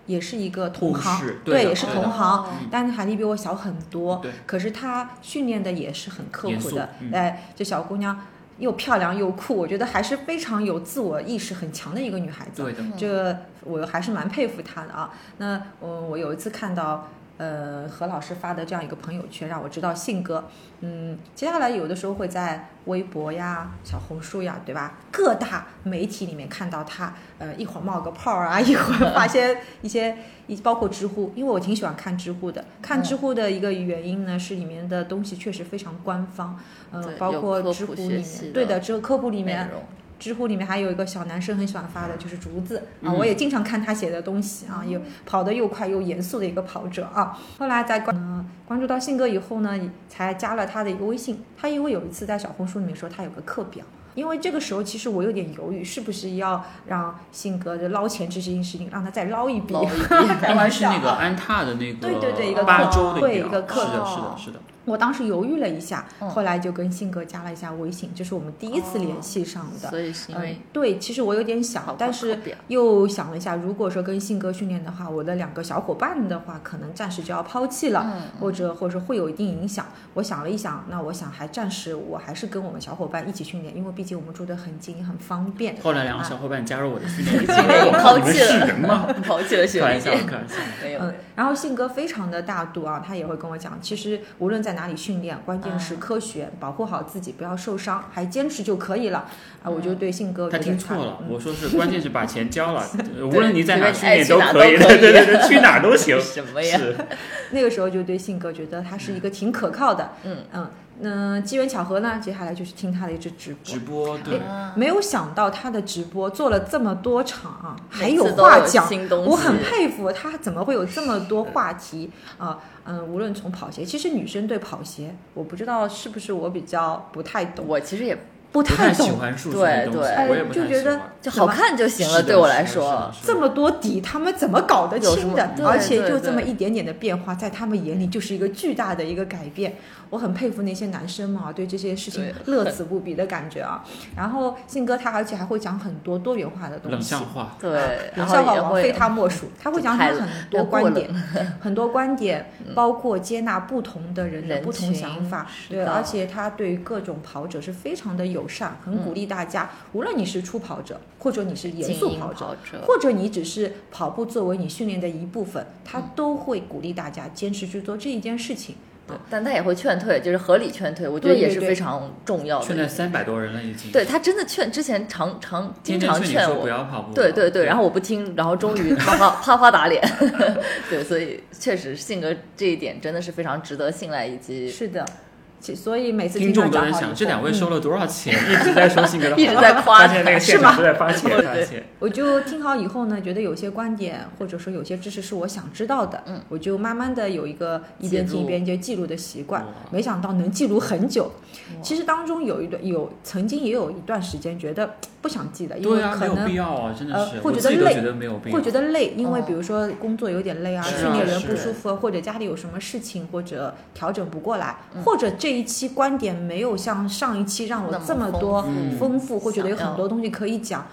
[SPEAKER 3] 也是一个同行
[SPEAKER 1] 护士，对
[SPEAKER 3] 对，
[SPEAKER 1] 的
[SPEAKER 3] 也是
[SPEAKER 1] 对的
[SPEAKER 3] 同行，
[SPEAKER 2] 哦
[SPEAKER 1] 嗯
[SPEAKER 3] 但是韩丽比我小很多
[SPEAKER 1] 对，
[SPEAKER 3] 可是她训练的也是很刻
[SPEAKER 1] 严
[SPEAKER 3] 苦
[SPEAKER 1] 肃
[SPEAKER 3] 的
[SPEAKER 1] 嗯。
[SPEAKER 3] 哎，这小姑娘又漂亮又酷，我觉得还是非常有自我意识很强的一个女孩子。
[SPEAKER 1] 对的，
[SPEAKER 3] 这个我还是蛮佩服她的啊。那我我有一次看到，呃，何老师发的这样一个朋友圈，让我知道信哥，嗯，接下来有的时候会在微博呀、小红书呀，对吧？各大媒体里面看到他，呃，一会儿冒个泡啊，一会 儿发些一些，一包括知乎，因为我挺喜欢看知乎的。
[SPEAKER 2] 嗯
[SPEAKER 3] 看知乎的一个原因呢，是里面的东西确实非常官方，呃
[SPEAKER 2] 对，
[SPEAKER 3] 包
[SPEAKER 2] 有
[SPEAKER 3] 括
[SPEAKER 2] 科
[SPEAKER 3] 知
[SPEAKER 2] 普
[SPEAKER 3] 乎
[SPEAKER 2] 学
[SPEAKER 3] 里面
[SPEAKER 2] 习，
[SPEAKER 3] 对
[SPEAKER 2] 的
[SPEAKER 3] 的，只有科普里面
[SPEAKER 2] 内容
[SPEAKER 3] 知乎里面还有一个小男生很喜欢发的，就是竹子啊，
[SPEAKER 1] 嗯
[SPEAKER 3] 我也经常看他写的东西啊，有跑得又快又严肃的一个跑者啊。后来在关、呃关注到信哥以后呢，才加了他的一个微信。他因为有一次在小红书里面说他有个课表，因为这个时候其实我有点犹豫，是不是要让信哥就捞钱这件事情让他再捞一笔
[SPEAKER 2] 捞一，
[SPEAKER 3] 开
[SPEAKER 1] 应该
[SPEAKER 3] 玩
[SPEAKER 1] 是
[SPEAKER 3] 笑
[SPEAKER 1] 那个
[SPEAKER 3] 啊。
[SPEAKER 1] 安踏的那个
[SPEAKER 3] 对对对一个
[SPEAKER 1] 八
[SPEAKER 3] 课
[SPEAKER 1] 周的
[SPEAKER 3] 对
[SPEAKER 1] 表
[SPEAKER 3] 一个啊课
[SPEAKER 1] 是的，
[SPEAKER 2] 哦
[SPEAKER 1] 是的，是的，
[SPEAKER 3] 我当时犹豫了一下，
[SPEAKER 2] 嗯
[SPEAKER 3] 后来就跟信哥加了一下微信，这是我们第一次联系上的。
[SPEAKER 2] 所以哦是因
[SPEAKER 3] 嗯
[SPEAKER 2] 为，
[SPEAKER 3] 对，其实我有点
[SPEAKER 2] 好
[SPEAKER 3] 想，
[SPEAKER 2] 不
[SPEAKER 3] 但
[SPEAKER 2] 好
[SPEAKER 3] 是
[SPEAKER 2] 表
[SPEAKER 3] 又想了一下，如果说跟信哥训练的话，我的两个小伙伴的话，可能暂时就要抛弃了，
[SPEAKER 2] 嗯
[SPEAKER 3] 或者或者说会有一定影响。我想了一想，那我想还暂时我还是跟我们小伙伴一起训练，因为毕竟我们住得很近，也很方便。
[SPEAKER 1] 后来两个小伙伴加入我的训练 营，
[SPEAKER 2] 因为
[SPEAKER 1] 我
[SPEAKER 2] 你
[SPEAKER 1] 靠，
[SPEAKER 2] 抛
[SPEAKER 1] 你们
[SPEAKER 2] 弃
[SPEAKER 1] 是
[SPEAKER 2] 了
[SPEAKER 1] 人吗？
[SPEAKER 2] 抛弃了
[SPEAKER 1] 开
[SPEAKER 2] 学
[SPEAKER 1] 玩
[SPEAKER 2] 历
[SPEAKER 1] 笑，
[SPEAKER 2] 姐，
[SPEAKER 1] 开玩笑。
[SPEAKER 2] 没有，
[SPEAKER 3] 嗯，然后信哥非常的大度啊，他也会跟我讲，其实无论在哪里训练，关键是
[SPEAKER 2] 嗯
[SPEAKER 3] 科学，保护好自己，不要受伤，还坚持就可以了。啊，我就对信哥
[SPEAKER 1] 嗯他
[SPEAKER 3] 觉得
[SPEAKER 1] 听
[SPEAKER 3] 嗯
[SPEAKER 1] 错了，我说是，关键是把钱交了，呃无
[SPEAKER 2] 对
[SPEAKER 1] 论你在
[SPEAKER 2] 随
[SPEAKER 1] 哪
[SPEAKER 2] 便
[SPEAKER 1] 训练
[SPEAKER 2] 爱去哪
[SPEAKER 1] 可以，
[SPEAKER 2] 都可
[SPEAKER 1] 对对
[SPEAKER 2] 以。
[SPEAKER 1] 对对，去哪儿都行
[SPEAKER 2] 什么呀？
[SPEAKER 1] 是，
[SPEAKER 3] 那个时候就对信哥觉得他是一个挺可靠的，
[SPEAKER 2] 嗯
[SPEAKER 3] 嗯，那机缘巧合呢，接下来就是听他的一支直播，
[SPEAKER 1] 直播对，
[SPEAKER 2] 啊
[SPEAKER 3] 没有想到他的直播做了这么多场啊，还
[SPEAKER 2] 每次都
[SPEAKER 3] 话讲，
[SPEAKER 2] 新东西，
[SPEAKER 3] 我很佩服他怎么会有这么多话题啊，嗯、无论从跑鞋，其实女生对跑鞋，我不知道是不是我比较不太懂，
[SPEAKER 2] 我其实也
[SPEAKER 3] 不
[SPEAKER 1] 不太
[SPEAKER 3] 太
[SPEAKER 1] 喜
[SPEAKER 3] 懂哎
[SPEAKER 1] 欢数学
[SPEAKER 2] 对
[SPEAKER 1] 的东西，
[SPEAKER 2] 对
[SPEAKER 1] 我也不太
[SPEAKER 3] 就觉
[SPEAKER 1] 喜
[SPEAKER 3] 得
[SPEAKER 1] 欢。
[SPEAKER 2] 就好看就行了，对我来说，
[SPEAKER 1] 是的，是的是的
[SPEAKER 3] 这么多底，他们怎么搞得
[SPEAKER 2] 有什
[SPEAKER 3] 清
[SPEAKER 2] 么
[SPEAKER 3] 的？
[SPEAKER 2] 对
[SPEAKER 3] 而且
[SPEAKER 2] 对
[SPEAKER 3] 就
[SPEAKER 2] 对
[SPEAKER 3] 这么一点点的变化，在他们眼里就是一个巨大的一个改变。我很佩服那些男生啊嘛，对这些事情乐此不疲的感觉啊。然后信哥他而且还会讲很多多元化的东
[SPEAKER 1] 冷
[SPEAKER 3] 西
[SPEAKER 1] 笑。话，
[SPEAKER 2] 对，然
[SPEAKER 3] 冷
[SPEAKER 2] 后
[SPEAKER 3] 笑话
[SPEAKER 2] 也
[SPEAKER 3] 王非
[SPEAKER 2] 会
[SPEAKER 3] 他莫属，他会讲
[SPEAKER 2] 太
[SPEAKER 3] 很
[SPEAKER 2] 太
[SPEAKER 3] 多
[SPEAKER 2] 过了嗯
[SPEAKER 3] 观点，很多 观点，包括接纳不同的人的
[SPEAKER 2] 人
[SPEAKER 3] 不同想
[SPEAKER 2] 群
[SPEAKER 3] 法，
[SPEAKER 2] 是
[SPEAKER 3] 对，
[SPEAKER 2] 的
[SPEAKER 3] 而且他对各种跑者是非常的友善，很鼓励大家，无论你是初跑者，或者你是
[SPEAKER 2] 嗯
[SPEAKER 3] 严
[SPEAKER 2] 精
[SPEAKER 3] 肃
[SPEAKER 2] 英
[SPEAKER 3] 跑者，
[SPEAKER 2] 跑者，
[SPEAKER 3] 或者你只是跑步作为你训练的一部分，他
[SPEAKER 1] 嗯
[SPEAKER 3] 都会鼓励大家坚持去做这一件事情。
[SPEAKER 2] 对，但他也会劝退，就是合理劝退，我觉得
[SPEAKER 3] 对
[SPEAKER 2] 也
[SPEAKER 3] 对
[SPEAKER 2] 是
[SPEAKER 3] 对
[SPEAKER 2] 非常重
[SPEAKER 3] 哦
[SPEAKER 2] 要的
[SPEAKER 1] 现
[SPEAKER 2] 一
[SPEAKER 1] 在
[SPEAKER 2] 个。
[SPEAKER 1] 三百多人了已经。
[SPEAKER 2] 对，他真的劝，之前常常经
[SPEAKER 1] 天天
[SPEAKER 2] 常
[SPEAKER 1] 劝你
[SPEAKER 2] 劝
[SPEAKER 1] 说
[SPEAKER 2] 我
[SPEAKER 1] 不，要跑步，
[SPEAKER 2] 对对对，然后我不听，然后终于 啪啪啪啪打脸， 对，所以确实性格这一点真的是非常值得信赖，以及
[SPEAKER 3] 是的，其所以每次
[SPEAKER 1] 呃听
[SPEAKER 3] 他嗯
[SPEAKER 1] 众都
[SPEAKER 3] 讲
[SPEAKER 1] 在
[SPEAKER 3] 好以
[SPEAKER 1] 想
[SPEAKER 3] 后
[SPEAKER 1] 这两位收了多少钱， 一直在说性 格的好，
[SPEAKER 2] 一直在夸
[SPEAKER 1] 发现那个
[SPEAKER 2] 他
[SPEAKER 1] 现
[SPEAKER 2] 是吗
[SPEAKER 1] 场都在发钱
[SPEAKER 2] 对
[SPEAKER 1] 发钱，
[SPEAKER 3] 我就听好以后呢，觉得有些观点或者说有些知识是我想知道的，嗯，我就慢慢的有一个一边
[SPEAKER 2] 记
[SPEAKER 3] 听一
[SPEAKER 2] 录
[SPEAKER 3] 边就记录的习惯
[SPEAKER 1] 哇，
[SPEAKER 3] 没想到能记录很久。其实当中有一段有曾经也有一段时间觉得嘖不想记的，因为
[SPEAKER 1] 对啊，没
[SPEAKER 3] 可
[SPEAKER 1] 有必
[SPEAKER 3] 能。
[SPEAKER 1] 要啊，真的
[SPEAKER 3] 呃
[SPEAKER 1] 是，
[SPEAKER 3] 会
[SPEAKER 1] 我
[SPEAKER 3] 觉
[SPEAKER 1] 自己
[SPEAKER 3] 得
[SPEAKER 1] 都
[SPEAKER 3] 累
[SPEAKER 1] 觉得没有必要
[SPEAKER 3] 会觉，得累，因为
[SPEAKER 2] 哦
[SPEAKER 3] 比如说工作有点累啊，
[SPEAKER 1] 是啊
[SPEAKER 3] 训练人
[SPEAKER 1] 是
[SPEAKER 3] 不舒服啊，或者家里有什么事情，或者调整不过来，
[SPEAKER 1] 嗯
[SPEAKER 3] 或者这一期观点没有像上一期让我
[SPEAKER 2] 那
[SPEAKER 3] 这么
[SPEAKER 2] 丰
[SPEAKER 3] 多
[SPEAKER 2] 富
[SPEAKER 1] 嗯
[SPEAKER 3] 丰富，会觉得有
[SPEAKER 2] 想要
[SPEAKER 3] 很多东西可以讲。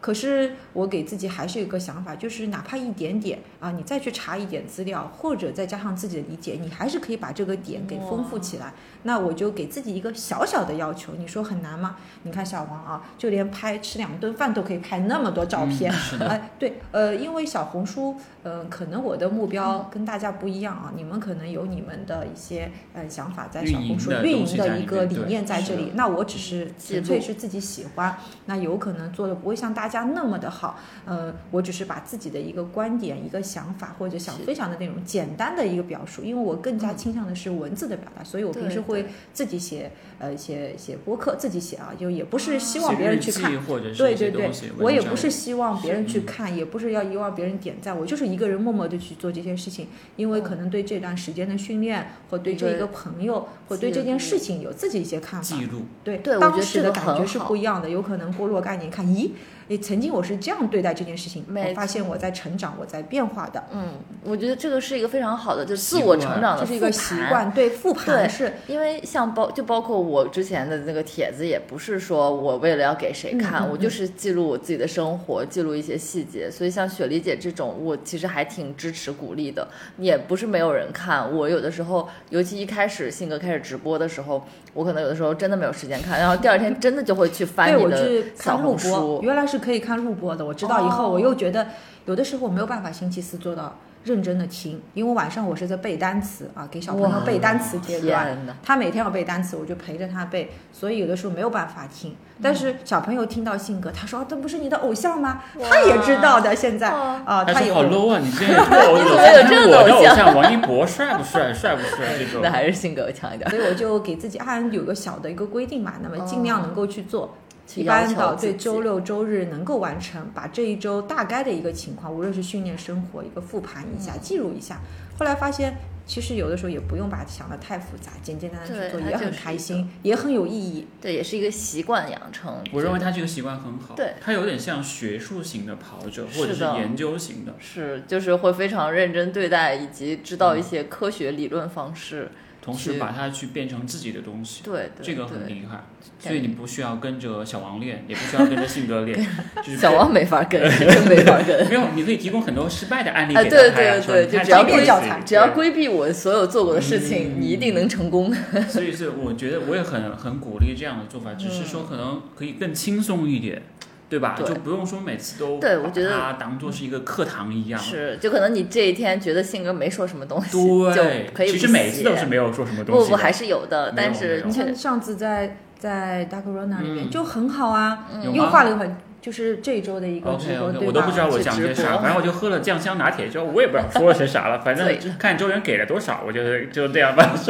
[SPEAKER 3] 可是我给自己还是有一个想法，就是哪怕一点点啊，你再去查一点资料，或者再加上自己的理解，你还是可以把这个点给丰富起来。
[SPEAKER 1] 嗯
[SPEAKER 3] 那我就给自己一个小小的要求，你说很难吗？你看小王啊，就连拍吃两顿饭都可以拍那么多
[SPEAKER 1] 嗯
[SPEAKER 3] 照片，哎，对，呃，因为小红书，呃，可能我的目标跟大家不一样啊，你们可能有你们的一些呃想法在小红书
[SPEAKER 1] 运营的
[SPEAKER 3] 运
[SPEAKER 1] 东西
[SPEAKER 3] 营
[SPEAKER 1] 在
[SPEAKER 3] 的
[SPEAKER 1] 里面
[SPEAKER 3] 一个理
[SPEAKER 1] 对
[SPEAKER 3] 念在
[SPEAKER 1] 是
[SPEAKER 3] 这
[SPEAKER 1] 的
[SPEAKER 3] 里，那我只是
[SPEAKER 2] 记
[SPEAKER 3] 纯粹
[SPEAKER 2] 录
[SPEAKER 3] 是自己喜欢，那有可能做的不会像大家那么的好，呃，我只是把自己的一个观点、一个想法或者想
[SPEAKER 2] 是
[SPEAKER 3] 分享的内容简单的一个表述，因为我更
[SPEAKER 1] 嗯
[SPEAKER 3] 加倾向的是文字的表达，所以我平
[SPEAKER 2] 对
[SPEAKER 3] 时会
[SPEAKER 2] 对
[SPEAKER 3] 自己写，呃，写写播客自己写啊，就也不是希
[SPEAKER 1] 写
[SPEAKER 3] 望别
[SPEAKER 1] 日
[SPEAKER 3] 人去看
[SPEAKER 1] 记，或者是
[SPEAKER 3] 对
[SPEAKER 1] 一些
[SPEAKER 3] 对对
[SPEAKER 1] 东西，，
[SPEAKER 3] 我也
[SPEAKER 1] 文章
[SPEAKER 3] 不是嗯希望别人去看，也不是要希望别人点赞，我就是一个人默默的去做这些事情，因为可能对这段时间的训练，或嗯对这一个朋友，或对这件事情有自己一些看法
[SPEAKER 1] 记。录，
[SPEAKER 3] 对，
[SPEAKER 2] 对我觉
[SPEAKER 3] 当
[SPEAKER 2] 得
[SPEAKER 3] 时
[SPEAKER 2] 这
[SPEAKER 3] 的
[SPEAKER 2] 个
[SPEAKER 3] 感觉
[SPEAKER 2] 很
[SPEAKER 3] 是
[SPEAKER 2] 好
[SPEAKER 3] 不一样的，有可能过若干年看，咦，哎，曾经我是这样对待这件事情，
[SPEAKER 2] 没
[SPEAKER 3] 我发现我在成长，我在变化的，
[SPEAKER 2] 嗯，我觉得这个是一个非常好的，就是自我成长的
[SPEAKER 3] 这是一个习
[SPEAKER 2] 呃复盘
[SPEAKER 3] 惯，对复盘
[SPEAKER 2] 对
[SPEAKER 3] 是
[SPEAKER 2] 因为像包就包括我之前的那个帖子，也不是说我为了要给谁看，
[SPEAKER 3] 嗯嗯嗯
[SPEAKER 2] 我就是记录我自己的生活，记录一些细节。所以像雪梨姐这种，我其实还挺支持鼓励的。也不是没有人看，我有的时候，尤其一开始性格开始直播的时候，我可能有的时候真的没有时间看，然后第二天真的就会去翻
[SPEAKER 3] 对
[SPEAKER 2] 你
[SPEAKER 3] 我
[SPEAKER 2] 的
[SPEAKER 3] 去
[SPEAKER 2] 小
[SPEAKER 3] 看录
[SPEAKER 2] 红
[SPEAKER 3] 播，
[SPEAKER 2] 书。
[SPEAKER 3] 原来是可以看录播的，我知道以后
[SPEAKER 2] 哦
[SPEAKER 3] 我又觉得有的时候我没有办法星期四做到认真的听，因为晚上我是在背单词啊，给小朋友
[SPEAKER 2] 哇
[SPEAKER 3] 背单词阶段。
[SPEAKER 2] 天呐，
[SPEAKER 3] 他每天要背单词，我就陪着他背，所以有的时候没有办法听。
[SPEAKER 2] 嗯
[SPEAKER 3] 但是小朋友听到性格，他说：“啊这不是你的偶像吗？”他也知道的。现在
[SPEAKER 2] 哦
[SPEAKER 3] 啊，
[SPEAKER 1] 他
[SPEAKER 3] 他
[SPEAKER 1] 说
[SPEAKER 3] 有
[SPEAKER 1] 好 low 啊，你 这我
[SPEAKER 2] 怎么有这种
[SPEAKER 1] 我的偶
[SPEAKER 2] 像
[SPEAKER 3] 啊
[SPEAKER 1] 像王一博帅不帅，帅不帅这 种
[SPEAKER 2] 那。还是性格强一点，
[SPEAKER 3] 所以我就给自己按有个小的一个规定嘛，那么尽
[SPEAKER 2] 哦
[SPEAKER 3] 量能够去做。
[SPEAKER 2] 去
[SPEAKER 3] 一
[SPEAKER 2] 要
[SPEAKER 3] 般
[SPEAKER 2] 求
[SPEAKER 3] 到
[SPEAKER 2] 自
[SPEAKER 3] 对
[SPEAKER 2] 己
[SPEAKER 3] 周六周日能够完成，把这一周大概的一个情况，无论是训练、生活一个复盘一
[SPEAKER 2] 嗯
[SPEAKER 3] 下，记录一下。后来发现，其实有的时候也不用把它想的太复杂，简简单单
[SPEAKER 2] 对
[SPEAKER 3] 去做
[SPEAKER 2] 它
[SPEAKER 3] 也
[SPEAKER 2] 就
[SPEAKER 3] 很
[SPEAKER 2] 是一
[SPEAKER 3] 开
[SPEAKER 2] 个
[SPEAKER 3] 心，也很有意义。
[SPEAKER 2] 对，也是一个习惯养成。
[SPEAKER 1] 我认为他这个习惯很好，
[SPEAKER 2] 对
[SPEAKER 1] 他有点像学术型的跑者或者
[SPEAKER 2] 是
[SPEAKER 1] 是
[SPEAKER 2] 的
[SPEAKER 1] 研究型的，
[SPEAKER 2] 是，就是会非常认真对待，以及知道
[SPEAKER 1] 嗯
[SPEAKER 2] 一些科学理论方式。
[SPEAKER 1] 同时
[SPEAKER 2] 是
[SPEAKER 1] 把它去变成自己的东西，
[SPEAKER 2] 对，对
[SPEAKER 1] 这个
[SPEAKER 2] 对
[SPEAKER 1] 很厉害。
[SPEAKER 2] 对
[SPEAKER 1] 所以你不需要跟着小王练，也不需要跟着性格 练，就是
[SPEAKER 2] 小王没法跟，是真没法 跟。
[SPEAKER 1] 没有，你可以提供很多失败的案例
[SPEAKER 2] 啊
[SPEAKER 1] 给
[SPEAKER 2] 对
[SPEAKER 1] 大家呀，
[SPEAKER 2] 对
[SPEAKER 1] 说
[SPEAKER 2] 对
[SPEAKER 1] 你
[SPEAKER 2] 就
[SPEAKER 1] 看
[SPEAKER 2] 只要
[SPEAKER 1] 这个
[SPEAKER 3] 规
[SPEAKER 1] 例子
[SPEAKER 3] 避
[SPEAKER 2] 只要
[SPEAKER 1] 对
[SPEAKER 2] 规避我所有做过的事情，
[SPEAKER 1] 嗯
[SPEAKER 2] 你一定能成功。
[SPEAKER 1] 所以是我觉得我也很很鼓励这样的做法，只是说可能可以更轻松一点，对吧？
[SPEAKER 2] 嗯对
[SPEAKER 1] 就不用说每次都
[SPEAKER 2] 对我觉得
[SPEAKER 1] 把它当做是一个课堂一样。
[SPEAKER 2] 是，就可能你这一天觉得性格没说什么东西，
[SPEAKER 1] 对
[SPEAKER 2] 就，可以
[SPEAKER 1] 其实
[SPEAKER 2] 不
[SPEAKER 1] 每次
[SPEAKER 2] 写
[SPEAKER 1] 都是没有说什么东
[SPEAKER 2] 不
[SPEAKER 1] 西的。
[SPEAKER 2] 不还是有的，
[SPEAKER 1] 没有
[SPEAKER 2] 但是
[SPEAKER 1] 没有
[SPEAKER 2] 却
[SPEAKER 3] 像上次在在 Dark Rona 里面、
[SPEAKER 1] 嗯
[SPEAKER 3] 就很好啊，
[SPEAKER 2] 嗯
[SPEAKER 1] 有
[SPEAKER 3] 又
[SPEAKER 1] 吗
[SPEAKER 3] 画了一本，就是这一周的一个直
[SPEAKER 1] OK
[SPEAKER 3] 播
[SPEAKER 1] OK，
[SPEAKER 3] 对
[SPEAKER 1] 我都
[SPEAKER 3] 吧？
[SPEAKER 1] 不知道我讲些啥，反正我就喝了酱香拿铁之后，我也不知道说了些啥了，反正
[SPEAKER 2] 醉
[SPEAKER 1] 看周人给了多少，我就就这样吧。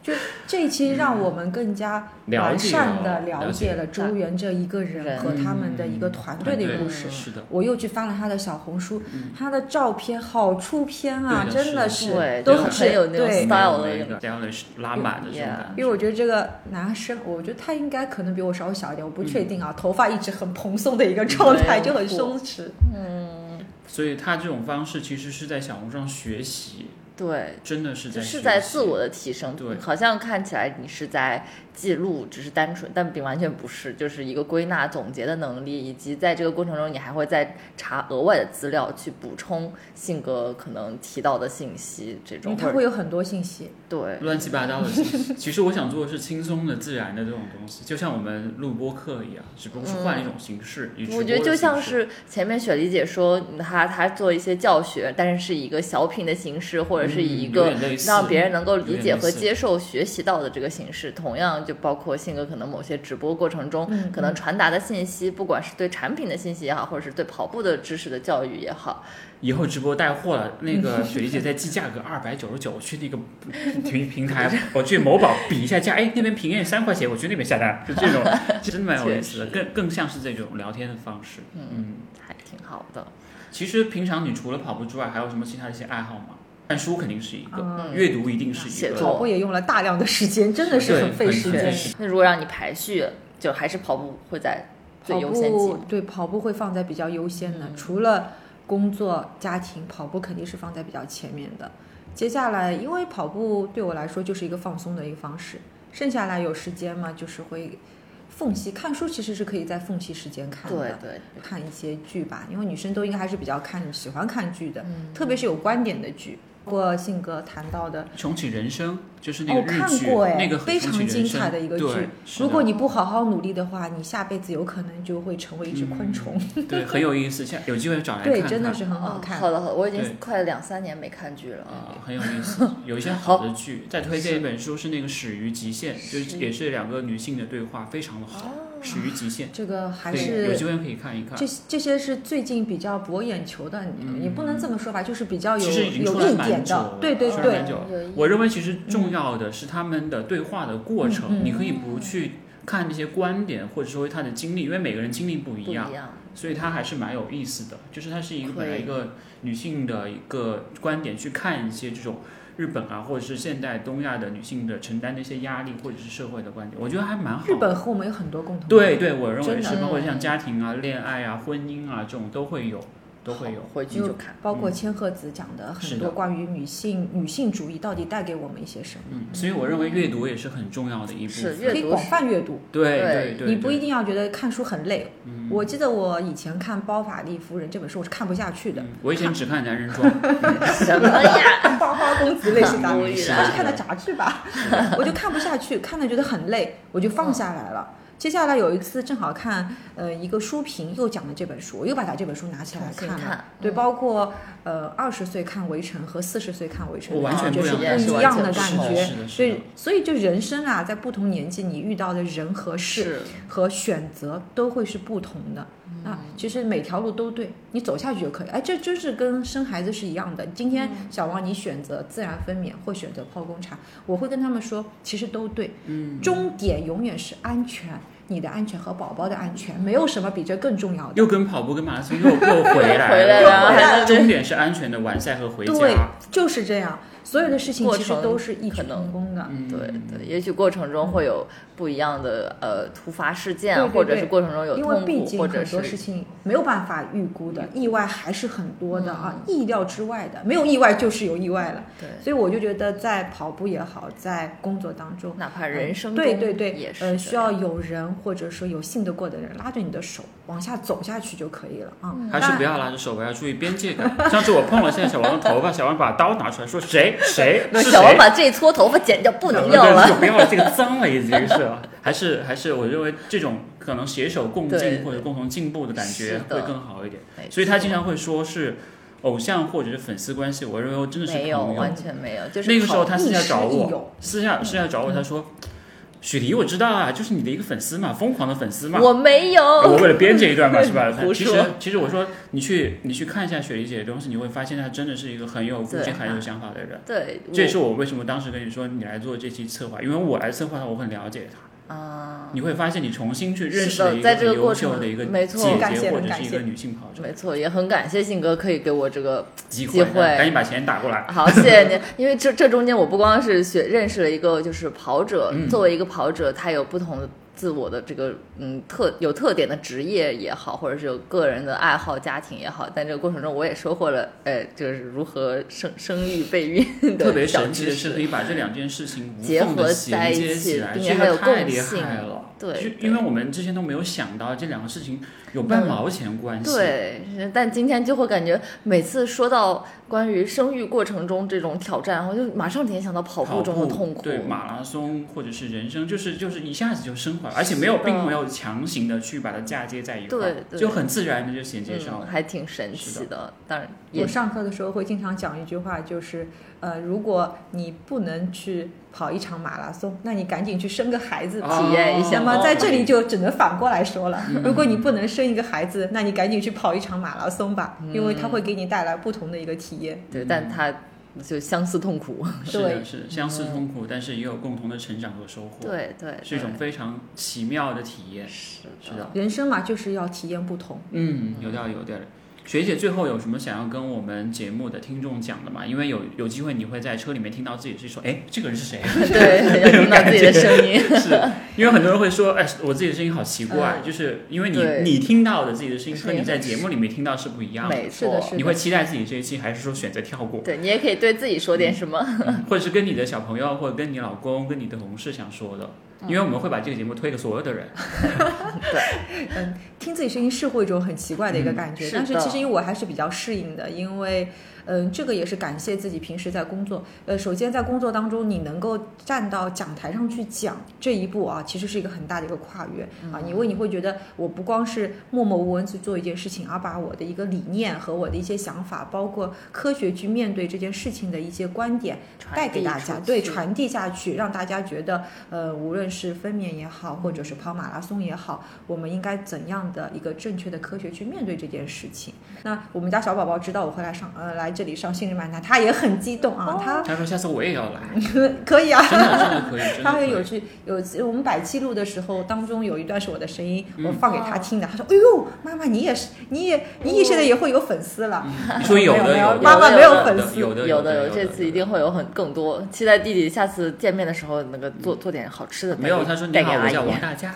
[SPEAKER 3] 就这一期让我们更加
[SPEAKER 1] 了
[SPEAKER 3] 完
[SPEAKER 1] 解哦
[SPEAKER 3] 善的
[SPEAKER 1] 了嗯
[SPEAKER 3] 了解了周元这一个人
[SPEAKER 2] 人
[SPEAKER 3] 和他们的一个团队的一个故事。
[SPEAKER 2] 嗯
[SPEAKER 1] 是的，
[SPEAKER 3] 我又去翻了他的小红书，
[SPEAKER 1] 嗯
[SPEAKER 3] 他的照片好出片啊，
[SPEAKER 1] 对的
[SPEAKER 3] 真的
[SPEAKER 1] 是
[SPEAKER 3] 是
[SPEAKER 1] 的
[SPEAKER 2] 对，
[SPEAKER 3] 都
[SPEAKER 2] 就
[SPEAKER 3] 很
[SPEAKER 2] 很有那种
[SPEAKER 3] 对
[SPEAKER 2] style
[SPEAKER 1] 没
[SPEAKER 2] 的
[SPEAKER 1] 有那
[SPEAKER 2] 那种。
[SPEAKER 1] 个 stylish 拉满的这种
[SPEAKER 2] Yeah
[SPEAKER 1] 感
[SPEAKER 3] 因为我觉得这个男生，我觉得他应该可能比我稍微小一点，我不确定啊，头发一直很蓬松的一个状态，
[SPEAKER 2] 对
[SPEAKER 3] 就很
[SPEAKER 2] 我
[SPEAKER 3] 松弛。
[SPEAKER 2] 嗯，
[SPEAKER 1] 所以他这种方式其实是在小红书上学习，
[SPEAKER 2] 对，
[SPEAKER 1] 真的是
[SPEAKER 2] 就
[SPEAKER 1] 在
[SPEAKER 2] 是
[SPEAKER 1] 学
[SPEAKER 2] 在
[SPEAKER 1] 习
[SPEAKER 2] 自我的提升，
[SPEAKER 1] 对
[SPEAKER 2] 好像看起来你是在记录，只是单纯，但并完全不是，就是一个归纳总结的能力，以及在这个过程中，你还会再查额外的资料去补充性格可能提到的信息，这
[SPEAKER 3] 因
[SPEAKER 2] 种
[SPEAKER 3] 为他
[SPEAKER 2] 或者
[SPEAKER 3] 会有很多信息，
[SPEAKER 2] 对
[SPEAKER 1] 乱七八糟的事情。其实我想做的是轻松的、自然的这种东西，就像我们录播课一样，只不过是换一种形式。嗯以直播
[SPEAKER 2] 我
[SPEAKER 1] 的
[SPEAKER 2] 觉得就像
[SPEAKER 1] 形式
[SPEAKER 2] 是前面雪梨姐说，她她做一些教学，但是是以一个小品的形式，或者是以一
[SPEAKER 1] 嗯有
[SPEAKER 2] 个
[SPEAKER 1] 点类似
[SPEAKER 2] 让别人能
[SPEAKER 1] 有
[SPEAKER 2] 够理
[SPEAKER 1] 点
[SPEAKER 2] 解
[SPEAKER 1] 类
[SPEAKER 2] 和
[SPEAKER 1] 似
[SPEAKER 2] 接受、学习到的这个形式。同样，就包括性格可能某些直播过程中，
[SPEAKER 3] 嗯
[SPEAKER 2] 可能传达的信息，不管是对产品的信息也好，或者是对跑步的知识的教育也好，
[SPEAKER 1] 以后直播带货了，那 个雪梨姐在记价格二百九十九，我去那个 平平台，我去某宝比一下价，哎，那边平验三块钱，我去那边下单，就 这种，真的蛮有意思的，
[SPEAKER 2] 确实
[SPEAKER 1] 更更像是这种聊天的方式。嗯，
[SPEAKER 2] 还挺好的。
[SPEAKER 1] 其实平常你除了跑步之外，还有什么其他的一些爱好吗？看书肯定是一个，
[SPEAKER 3] 嗯，
[SPEAKER 1] 阅读一定是一个，
[SPEAKER 2] 写作
[SPEAKER 3] 跑步也用了大量的时间，真的是
[SPEAKER 1] 对
[SPEAKER 3] 很费
[SPEAKER 1] 很
[SPEAKER 3] 时
[SPEAKER 1] 费
[SPEAKER 3] 间。
[SPEAKER 1] 时
[SPEAKER 2] 那如果让你排序，就还是跑步会在最
[SPEAKER 3] 跑
[SPEAKER 2] 优先级
[SPEAKER 3] 步。对跑步会放在比较优先的，
[SPEAKER 2] 嗯
[SPEAKER 3] 除了工作、家庭，跑步肯定是放在比较前面的。接下来，因为跑步对我来说就是一个放松的一个方式，剩下来有时间嘛，就是会缝隙看书，其实是可以在缝隙时间看
[SPEAKER 2] 对
[SPEAKER 3] 的，
[SPEAKER 2] 对，
[SPEAKER 3] 看一些剧吧，因为女生都应该还是比较看喜欢看剧的，
[SPEAKER 2] 嗯
[SPEAKER 3] 特别是有观点的剧。包括信哥谈到的，
[SPEAKER 1] 重启人生就是那个
[SPEAKER 3] 哦，我
[SPEAKER 1] 日
[SPEAKER 3] 看
[SPEAKER 1] 剧，
[SPEAKER 3] 过哎，
[SPEAKER 1] 那个很
[SPEAKER 3] 非常
[SPEAKER 1] 重启
[SPEAKER 3] 精
[SPEAKER 1] 人
[SPEAKER 3] 彩
[SPEAKER 1] 生
[SPEAKER 3] 的一个
[SPEAKER 1] 对
[SPEAKER 3] 剧。
[SPEAKER 1] 是的
[SPEAKER 3] 如果你不好好努力的话，你下辈子有可能就会成为一只昆虫。
[SPEAKER 1] 对很有意思，像有机会嗯找来看
[SPEAKER 3] 对，
[SPEAKER 1] 看，
[SPEAKER 3] 真的是很好
[SPEAKER 2] 哦，
[SPEAKER 3] 看。
[SPEAKER 2] 好的好的，我已
[SPEAKER 1] 对
[SPEAKER 2] 经快两三年没看剧了。
[SPEAKER 1] 啊、很有意思。有一些好的剧，再推荐一本书是那个《始于极限》，就是也是两个女性的对话，非常的
[SPEAKER 2] 哦
[SPEAKER 1] 好，《
[SPEAKER 2] 嗯
[SPEAKER 1] 始于极限》
[SPEAKER 3] 这个还
[SPEAKER 1] 对，有机
[SPEAKER 3] 是
[SPEAKER 1] 会可以看一看
[SPEAKER 3] 这。这些是最近比较博眼球的，
[SPEAKER 1] 嗯
[SPEAKER 3] 你也不能这么说吧，就是比较有
[SPEAKER 1] 其实已经出
[SPEAKER 3] 有
[SPEAKER 1] 来
[SPEAKER 3] 一
[SPEAKER 1] 蛮
[SPEAKER 3] 点
[SPEAKER 1] 久了
[SPEAKER 3] 的，，对对
[SPEAKER 2] 哦
[SPEAKER 1] 出来
[SPEAKER 3] 对
[SPEAKER 1] 蛮，久了
[SPEAKER 2] 有意
[SPEAKER 1] 我认为其实重要的是他们的对话的过程，
[SPEAKER 3] 嗯嗯
[SPEAKER 1] 你可以不去看那些观点，或者说他的经历，因为每个人经历不
[SPEAKER 2] 不
[SPEAKER 1] 一
[SPEAKER 2] 一
[SPEAKER 1] 样，
[SPEAKER 2] 样，
[SPEAKER 1] 所以它还是蛮有意思的。就是它是一个
[SPEAKER 2] 可以
[SPEAKER 1] 本来一个女性的一个观点去看一些这种日本啊，或者是现代东亚的女性的承担的一些压力，或者是社会的观点，我觉得还蛮好的。
[SPEAKER 3] 日本和我们有很多共同
[SPEAKER 1] 对
[SPEAKER 3] 点
[SPEAKER 1] 对，我认为
[SPEAKER 3] 嗯真的
[SPEAKER 1] 是，包括像
[SPEAKER 2] 嗯
[SPEAKER 1] 家庭啊、恋爱啊、婚姻啊这种都会有，都会有。
[SPEAKER 2] 回去就 看。
[SPEAKER 3] 包括千鹤子讲的
[SPEAKER 1] 嗯是
[SPEAKER 3] 很
[SPEAKER 1] 的
[SPEAKER 3] 多关于女性女性主义到底带给我们一些什么，
[SPEAKER 1] 嗯，所以我认为阅读也是很重要的一部
[SPEAKER 2] 是
[SPEAKER 1] 分。
[SPEAKER 2] 阅
[SPEAKER 3] 可以
[SPEAKER 2] 读
[SPEAKER 3] 广
[SPEAKER 2] 是
[SPEAKER 3] 泛阅读。
[SPEAKER 1] 对
[SPEAKER 2] 对
[SPEAKER 1] 对对，
[SPEAKER 3] 你不
[SPEAKER 1] 对嗯
[SPEAKER 3] 一定要觉得看书很累。我记得我以前看《包法利夫人》这本书，我是看不下去的，
[SPEAKER 1] 嗯我以前只看男人装，
[SPEAKER 2] 什么呀？
[SPEAKER 3] 花花公子类似的，
[SPEAKER 2] 无
[SPEAKER 3] 我
[SPEAKER 2] 语
[SPEAKER 3] 是
[SPEAKER 2] 了
[SPEAKER 3] 看的杂志吧，我就看不下去，看的觉得很累，我就放下来了。接下来有一次正好看，呃，一个书评又讲了这本书，我又把它这本书拿起来
[SPEAKER 2] 重新
[SPEAKER 3] 看了。
[SPEAKER 2] 看
[SPEAKER 3] 对，
[SPEAKER 2] 嗯
[SPEAKER 3] 包括呃，二十岁看《围城》和四十岁看《围城
[SPEAKER 1] 我》，完全
[SPEAKER 3] 就是
[SPEAKER 1] 不一样
[SPEAKER 3] 不一
[SPEAKER 2] 的
[SPEAKER 3] 样的
[SPEAKER 2] 感觉
[SPEAKER 3] 感
[SPEAKER 2] 是
[SPEAKER 1] 的是的。
[SPEAKER 3] 觉所
[SPEAKER 1] 是的
[SPEAKER 3] 以，所以就人生啊，在不同年纪，你遇到的人和事
[SPEAKER 2] 是
[SPEAKER 3] 和选择都会是不同的。啊，其实每条路都对，你走下去就可以。哎，这真是跟生孩子是一样的。今
[SPEAKER 2] 嗯
[SPEAKER 3] 天小王你选择自然分娩或选择剖宫产，我会跟他们说，其实都对，
[SPEAKER 1] 嗯，
[SPEAKER 3] 终点永远是安全，你的安全和宝宝的安全，没有什么比这更重要的。
[SPEAKER 1] 又跟跑步跟马拉松又又回来
[SPEAKER 2] 回来
[SPEAKER 3] 了还
[SPEAKER 1] 了，
[SPEAKER 2] 是
[SPEAKER 1] 终点是安全的完赛和回
[SPEAKER 3] 对
[SPEAKER 1] 家。，
[SPEAKER 3] 就是这样，所有的事情
[SPEAKER 2] 过
[SPEAKER 3] 其实
[SPEAKER 2] 程
[SPEAKER 3] 都是异
[SPEAKER 2] 可
[SPEAKER 3] 曲
[SPEAKER 2] 能
[SPEAKER 3] 同工的。
[SPEAKER 1] 嗯，
[SPEAKER 2] 对对，也许过程中会有不一样的呃突发事件啊，
[SPEAKER 3] 对对
[SPEAKER 2] 或者
[SPEAKER 3] 对
[SPEAKER 2] 是过程中有
[SPEAKER 3] 因为
[SPEAKER 2] 痛
[SPEAKER 3] 毕
[SPEAKER 2] 苦，
[SPEAKER 3] 竟
[SPEAKER 2] 或
[SPEAKER 3] 很
[SPEAKER 2] 者
[SPEAKER 3] 多事
[SPEAKER 2] 是嗯
[SPEAKER 3] 情没有办法预估的，意外还是很多的啊，意料之外的，没有意外就是有意外了。
[SPEAKER 2] 对，
[SPEAKER 3] 所以我就觉得，在跑步也好，在工作当中，
[SPEAKER 2] 哪怕
[SPEAKER 3] 嗯
[SPEAKER 2] 人生
[SPEAKER 3] 对
[SPEAKER 2] 中
[SPEAKER 3] 对对，
[SPEAKER 2] 也是
[SPEAKER 3] 呃，
[SPEAKER 2] 这
[SPEAKER 3] 需要有人或者说有信得过的人拉着你的手往下走下去就可以了啊。
[SPEAKER 2] 嗯
[SPEAKER 1] 还是不要拉着手吧，要注意边界感。上次我碰了现在小王的头发，小王把刀拿出来说谁谁
[SPEAKER 2] 那
[SPEAKER 1] 是
[SPEAKER 2] 小王
[SPEAKER 1] 谁。
[SPEAKER 2] 把这一撮头发剪掉，不能
[SPEAKER 1] 对
[SPEAKER 2] 要了。
[SPEAKER 1] 就不要了，这个脏了已经是，还是还是我认为这种可能携手共
[SPEAKER 2] 对
[SPEAKER 1] 进或者共同进步的感觉
[SPEAKER 2] 是的
[SPEAKER 1] 会更好一点。
[SPEAKER 2] 没
[SPEAKER 1] 所以他经
[SPEAKER 2] 错
[SPEAKER 1] 常会说是偶像或者是粉丝关系，我认为真的是朋
[SPEAKER 2] 没有，
[SPEAKER 1] 友。
[SPEAKER 2] 完全没有，就是
[SPEAKER 1] 那个时候
[SPEAKER 2] 跑
[SPEAKER 1] 他私下找
[SPEAKER 3] 亦师亦友
[SPEAKER 1] 我，私下私下找
[SPEAKER 2] 嗯
[SPEAKER 1] 我，他说：“许黎，我知道啊，就是你的一个粉丝嘛，疯狂的粉丝嘛。”
[SPEAKER 2] 我没有，
[SPEAKER 1] 哎我为了编这一段嘛，是吧？
[SPEAKER 2] 胡说
[SPEAKER 1] 其实其实我说你去你去看一下雪梨姐的东西，你会发现她真的是一个很有
[SPEAKER 2] 对啊
[SPEAKER 1] 估计、很有想法的人。
[SPEAKER 2] 对，
[SPEAKER 1] 这也是我为什么当时跟你说你来做这期策划，因为我来策划的话，我很了解她。
[SPEAKER 2] 我啊，
[SPEAKER 1] 你会发现你重新去认
[SPEAKER 2] 是
[SPEAKER 1] 识
[SPEAKER 2] 的
[SPEAKER 1] 了一
[SPEAKER 2] 在
[SPEAKER 1] 个
[SPEAKER 2] 这
[SPEAKER 1] 很
[SPEAKER 2] 个
[SPEAKER 1] 优
[SPEAKER 2] 过程
[SPEAKER 1] 秀的一个
[SPEAKER 2] 没
[SPEAKER 1] 姐
[SPEAKER 2] 错
[SPEAKER 3] 感谢
[SPEAKER 1] 姐或
[SPEAKER 3] 很
[SPEAKER 1] 者
[SPEAKER 3] 感
[SPEAKER 1] 是一个
[SPEAKER 3] 谢
[SPEAKER 1] 女性跑者
[SPEAKER 2] 没错，也很感谢信哥可以给我这个
[SPEAKER 1] 机啊
[SPEAKER 2] 机会
[SPEAKER 1] 赶紧把钱打过来。
[SPEAKER 2] 好，谢谢您。因为这这中间，我不光是学认识了一个就是跑者，
[SPEAKER 1] 嗯
[SPEAKER 2] 作为一个跑者，他有不同的自我的这个嗯特有特点的职业也好，或者是有个人的爱好、家庭也好，但这个过程中，我也收获了，哎，就是如何生生育、备孕的
[SPEAKER 1] 特别
[SPEAKER 2] 小
[SPEAKER 1] 神奇
[SPEAKER 2] 知
[SPEAKER 1] 的是，可
[SPEAKER 2] 识。
[SPEAKER 1] 以把这两件事情无
[SPEAKER 2] 结
[SPEAKER 1] 缝的
[SPEAKER 2] 合在
[SPEAKER 1] 衔
[SPEAKER 2] 一
[SPEAKER 1] 接
[SPEAKER 2] 起
[SPEAKER 1] 起来，
[SPEAKER 2] 并
[SPEAKER 1] 这
[SPEAKER 2] 且还有
[SPEAKER 1] 个太
[SPEAKER 2] 共
[SPEAKER 1] 厉
[SPEAKER 2] 性
[SPEAKER 1] 害了。
[SPEAKER 2] 对
[SPEAKER 1] 就
[SPEAKER 2] 对
[SPEAKER 1] 因为我们之前都没有想到这两个事情有半
[SPEAKER 2] 嗯
[SPEAKER 1] 毛钱关系。
[SPEAKER 2] 对，是但今天就会感觉每次说到关于生育过程中这种挑战，我就马上联想到跑步中的痛苦。
[SPEAKER 1] 对马拉松或者是人生，就是就是一下子就升华了，而且没有
[SPEAKER 2] 是的
[SPEAKER 1] 并没有强行的去把它嫁接在一块儿
[SPEAKER 2] 对，对
[SPEAKER 1] 就很自然的就衔接上
[SPEAKER 2] 嗯，
[SPEAKER 1] 了。
[SPEAKER 2] 还挺神
[SPEAKER 1] 是
[SPEAKER 2] 奇的。当然也
[SPEAKER 3] 我上课的时候会经常讲一句话，就是呃，如果你不能去跑一场马拉松，那你赶紧去生个孩子吧。
[SPEAKER 1] 哦
[SPEAKER 2] 嗯
[SPEAKER 1] 嗯
[SPEAKER 2] 体验一下
[SPEAKER 3] 那
[SPEAKER 2] 哦
[SPEAKER 3] 么在这里就只能反过来说了，如果你不能生一个孩子，那你赶紧去跑一场马拉松吧，
[SPEAKER 1] 嗯
[SPEAKER 3] 因为它会给你带来不同的一个体验。
[SPEAKER 2] 对，但他就相似痛苦。
[SPEAKER 1] 是的，
[SPEAKER 3] 对
[SPEAKER 1] 是的，相似痛苦，但是也有共同的成长和收获，，
[SPEAKER 2] 嗯对对，
[SPEAKER 1] 是一种非常奇妙的体验
[SPEAKER 2] 对。
[SPEAKER 1] 是
[SPEAKER 2] 是
[SPEAKER 1] 的，
[SPEAKER 3] 人生嘛，就是要体验不同。
[SPEAKER 1] 嗯，有道理，有道理。学姐最后有什么想要跟我们节目的听众讲的吗？因为有有机会你会在车里面听到自己是说，哎，这个人是谁？
[SPEAKER 2] 对，要听到自己的声 音。
[SPEAKER 1] 是因为很多人会说，哎，我自己的声音好奇怪，就是因为你
[SPEAKER 2] 嗯对
[SPEAKER 1] 你听到的自己的声音
[SPEAKER 2] 是
[SPEAKER 1] 和你在节目里面听到是不一样的。
[SPEAKER 2] 没
[SPEAKER 3] 是的
[SPEAKER 2] 错，
[SPEAKER 3] 是
[SPEAKER 1] 你会期待自己这一期，还是说选择跳 过，
[SPEAKER 2] 对你也可以对自己说点什么。
[SPEAKER 1] 或者是跟你的小朋友，或者跟你老公、跟你的同事想说的？
[SPEAKER 2] 嗯
[SPEAKER 1] 因为我们会把这个节目推给所有的 人。
[SPEAKER 3] 嗯，听自己声音是会一种很奇怪的一个感
[SPEAKER 2] 嗯
[SPEAKER 3] 觉，
[SPEAKER 2] 是
[SPEAKER 3] 但是
[SPEAKER 2] 的
[SPEAKER 3] 其实因为我还是比较适应的，因为嗯，这个也是感谢自己平时在工作，呃，首先在工作当中你能够站到讲台上去讲这一步啊，其实是一个很大的一个跨越
[SPEAKER 2] 嗯
[SPEAKER 3] 啊，因为你会觉得我不光是默默无闻去做一件事情，而把我的一个理念和我的一些想法，包括科学去面对这件事情的一些观点，带给大家，对，传递下去，让大家觉得，呃，无论是分娩也好，或者是跑马拉松也好，我们应该怎样的一个正确的科学去面对这件事情。那我们家小宝宝知道我会来上呃来这里上信任漫谈，他也很激动啊，他
[SPEAKER 1] 他说下次我也 要来，
[SPEAKER 3] 可以啊，
[SPEAKER 1] 真的真的可以，真的
[SPEAKER 3] 他
[SPEAKER 1] 可
[SPEAKER 3] 会有
[SPEAKER 1] 以。
[SPEAKER 3] 去有次我们百期录的时候，当中有一段是我的声音，
[SPEAKER 1] 嗯
[SPEAKER 3] 我放给他听的。他说：“哎呦，妈妈，你也是，你也，你也现在也会有粉丝了。
[SPEAKER 1] 你说有
[SPEAKER 3] 没有
[SPEAKER 1] 的
[SPEAKER 3] 没有
[SPEAKER 1] 有的，
[SPEAKER 3] 妈妈
[SPEAKER 1] 有
[SPEAKER 3] 没有
[SPEAKER 1] 的
[SPEAKER 3] 粉丝
[SPEAKER 1] 有的
[SPEAKER 2] 有
[SPEAKER 1] 的
[SPEAKER 2] 有，这次一定会有很更多。期待弟弟下次见面的时候，那个做做点好吃的带
[SPEAKER 1] 嗯没
[SPEAKER 2] 给，
[SPEAKER 1] 有。他说你
[SPEAKER 2] 带给
[SPEAKER 1] 好，
[SPEAKER 2] 阿
[SPEAKER 1] 我叫王
[SPEAKER 2] 姨。
[SPEAKER 1] 大家。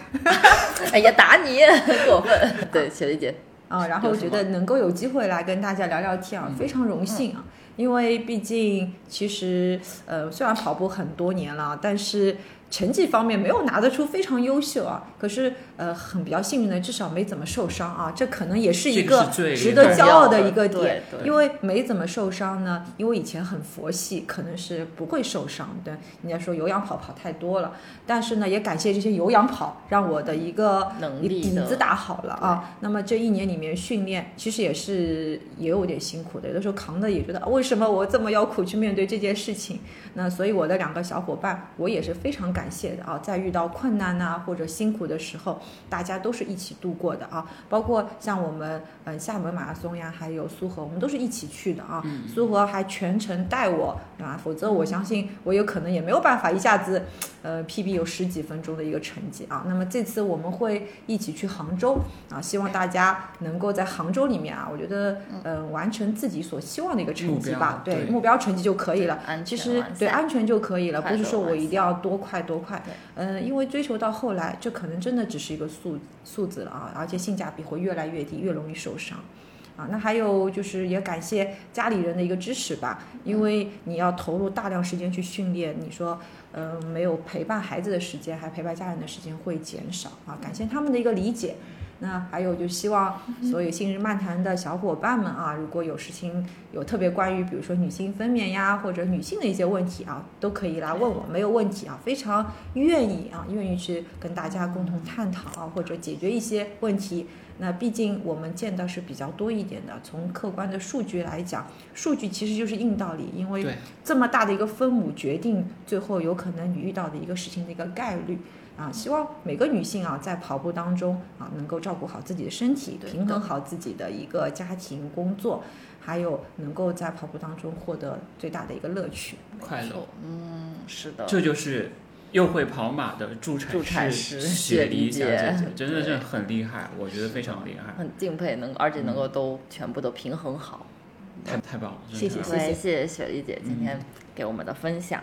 [SPEAKER 2] 哎呀，打你， 过分。 对，雪莉姐，
[SPEAKER 3] 啊，然后
[SPEAKER 1] 有
[SPEAKER 3] 我
[SPEAKER 1] 什
[SPEAKER 3] 觉
[SPEAKER 1] 么
[SPEAKER 3] 得能够有机会来跟大家聊聊天啊
[SPEAKER 1] 嗯，
[SPEAKER 3] 非常荣幸啊，因为毕竟其实呃，虽然跑步很多年了，但是成绩方面没有拿得出非常优秀啊，可是呃，很比较幸运的，至少没怎么受伤啊，这可能也是一
[SPEAKER 1] 这个
[SPEAKER 3] 个
[SPEAKER 1] 是最
[SPEAKER 3] 值得骄傲的一个
[SPEAKER 2] 对
[SPEAKER 3] 点。
[SPEAKER 2] 对
[SPEAKER 3] 因为没怎么受伤呢，因为以前很佛系，可能是不会受伤的。人家说有氧跑跑太多了，但是呢，也感谢这些有氧跑，让我的一个
[SPEAKER 2] 能力的
[SPEAKER 3] 底子打好了啊。那么这一年里面训练，其实也是也有点辛苦的，有的时候扛的也觉得啊为什么我这么要苦去面对这件事情？那所以我的两个小伙伴，我也是非常感谢的啊，在遇到困难呐、或者辛苦的时候，大家都是一起度过的啊。包括像我们嗯、呃厦门马拉松呀，还有苏荷，我们都是一起去的啊。
[SPEAKER 1] 嗯
[SPEAKER 3] 苏荷还全程带我，对吧？否则我相信我有可能也没有办法一下子，呃，PB 有十几分钟的一个成绩啊。那么这次我们会一起去杭州啊，希望大家能够在杭州里面啊，我觉得嗯、呃完成自己所希望的一个成绩吧
[SPEAKER 1] 目标，对
[SPEAKER 3] 目标成绩就可以了。
[SPEAKER 2] 安
[SPEAKER 3] 其
[SPEAKER 2] 全
[SPEAKER 3] 实
[SPEAKER 2] 完
[SPEAKER 3] 对
[SPEAKER 2] 赛
[SPEAKER 3] 安全就可以了，
[SPEAKER 2] 快
[SPEAKER 3] 不是
[SPEAKER 2] 乐
[SPEAKER 3] 说
[SPEAKER 2] 完
[SPEAKER 3] 我一
[SPEAKER 2] 赛
[SPEAKER 3] 定要多快多快
[SPEAKER 2] 对。
[SPEAKER 3] 嗯，因为追求到后来，这可能真的只是一个素素质了啊，而且性价比会越来越低，越容易受伤。啊，那还有就是也感谢家里人的一个支持吧，
[SPEAKER 2] 嗯
[SPEAKER 3] 因为你要投入大量时间去训练，你说，嗯、没有陪伴孩子的时间，还陪伴家人的时间会减少啊，
[SPEAKER 2] 嗯
[SPEAKER 3] 感谢他们的一个理解。那还有就希 望所有信日漫谈的小伙伴们啊，如果有事情有特别关于比如说女性分娩呀，或者女性的一些问题啊，都可以来问我，没有问题啊，非常愿意啊，愿意去跟大家共同探讨啊，或者解决一些问题。那毕竟我们见的是比较多一点的，从客观的数据来讲，数据其实就是硬道理，因为
[SPEAKER 1] 对
[SPEAKER 3] 这么大的一个分母决定最后有可能你遇到的一个事情的一个概率啊。希望每个女性啊，在跑步当中啊，能够照顾好自己的身体，
[SPEAKER 2] 对
[SPEAKER 3] 平衡
[SPEAKER 2] 的
[SPEAKER 3] 好自己的一个家庭、工作，还有能够在跑步当中获得最大的一个乐趣。
[SPEAKER 1] 快乐，
[SPEAKER 2] 嗯，是的，
[SPEAKER 1] 这就是又会跑马的助产
[SPEAKER 2] 助产
[SPEAKER 1] 士
[SPEAKER 2] 师
[SPEAKER 1] 雪
[SPEAKER 2] 雪
[SPEAKER 1] 梨
[SPEAKER 2] 梨
[SPEAKER 1] 小
[SPEAKER 2] 姐
[SPEAKER 1] 姐姐，真的是
[SPEAKER 2] 对嗯
[SPEAKER 1] 很厉害，我觉得非常厉害，
[SPEAKER 2] 很敬佩，能而且能够都全部都平衡好。
[SPEAKER 1] 太太棒了，真的
[SPEAKER 3] 谢谢
[SPEAKER 1] 太棒了
[SPEAKER 2] 对，谢谢雪莉姐今
[SPEAKER 1] 嗯
[SPEAKER 2] 天给我们的分享。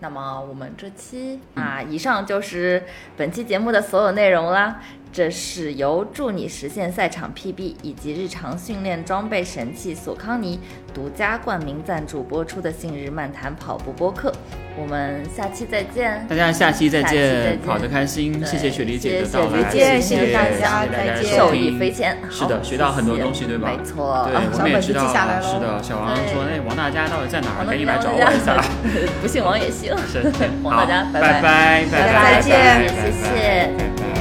[SPEAKER 2] 那么我们这期
[SPEAKER 1] 嗯
[SPEAKER 2] 啊，以上就是本期节目的所有内容啦。这是由助你实现赛场 PB 以及日常训练装备神器索康尼独家冠名赞助播出的《信日漫谈跑步播客》，我们下期再见。
[SPEAKER 1] 大家下期再
[SPEAKER 2] 下期再
[SPEAKER 1] 见，
[SPEAKER 2] 见
[SPEAKER 1] 跑得开心，
[SPEAKER 2] 对
[SPEAKER 1] 谢谢雪梨姐的
[SPEAKER 2] 谢谢
[SPEAKER 1] 到来，
[SPEAKER 2] 再见
[SPEAKER 1] 谢
[SPEAKER 2] 谢谢大
[SPEAKER 3] 家
[SPEAKER 1] 谢谢大家
[SPEAKER 3] 再见
[SPEAKER 1] 收
[SPEAKER 2] 受益
[SPEAKER 1] 听
[SPEAKER 2] 匪浅，
[SPEAKER 1] 是
[SPEAKER 2] 好
[SPEAKER 1] 的，学到很多
[SPEAKER 2] 谢谢
[SPEAKER 1] 东西，对吧？
[SPEAKER 2] 没错，啊
[SPEAKER 1] 对，我
[SPEAKER 3] 小
[SPEAKER 1] 们也
[SPEAKER 3] 本
[SPEAKER 1] 知
[SPEAKER 3] 子
[SPEAKER 1] 道
[SPEAKER 3] 记下来
[SPEAKER 1] 了。
[SPEAKER 3] 喽
[SPEAKER 1] 是的，小王
[SPEAKER 2] 对
[SPEAKER 1] 说：“哎，王大家到底在哪儿？
[SPEAKER 2] 王
[SPEAKER 1] 赶
[SPEAKER 2] 大
[SPEAKER 1] 紧
[SPEAKER 2] 家
[SPEAKER 1] 来找我一下。
[SPEAKER 2] 不姓王也行。”
[SPEAKER 1] 是，
[SPEAKER 2] 王大家
[SPEAKER 1] 好
[SPEAKER 2] 拜
[SPEAKER 1] 拜拜，
[SPEAKER 2] 拜
[SPEAKER 1] 拜
[SPEAKER 3] 再见
[SPEAKER 1] 拜拜
[SPEAKER 2] 谢谢
[SPEAKER 1] 拜拜。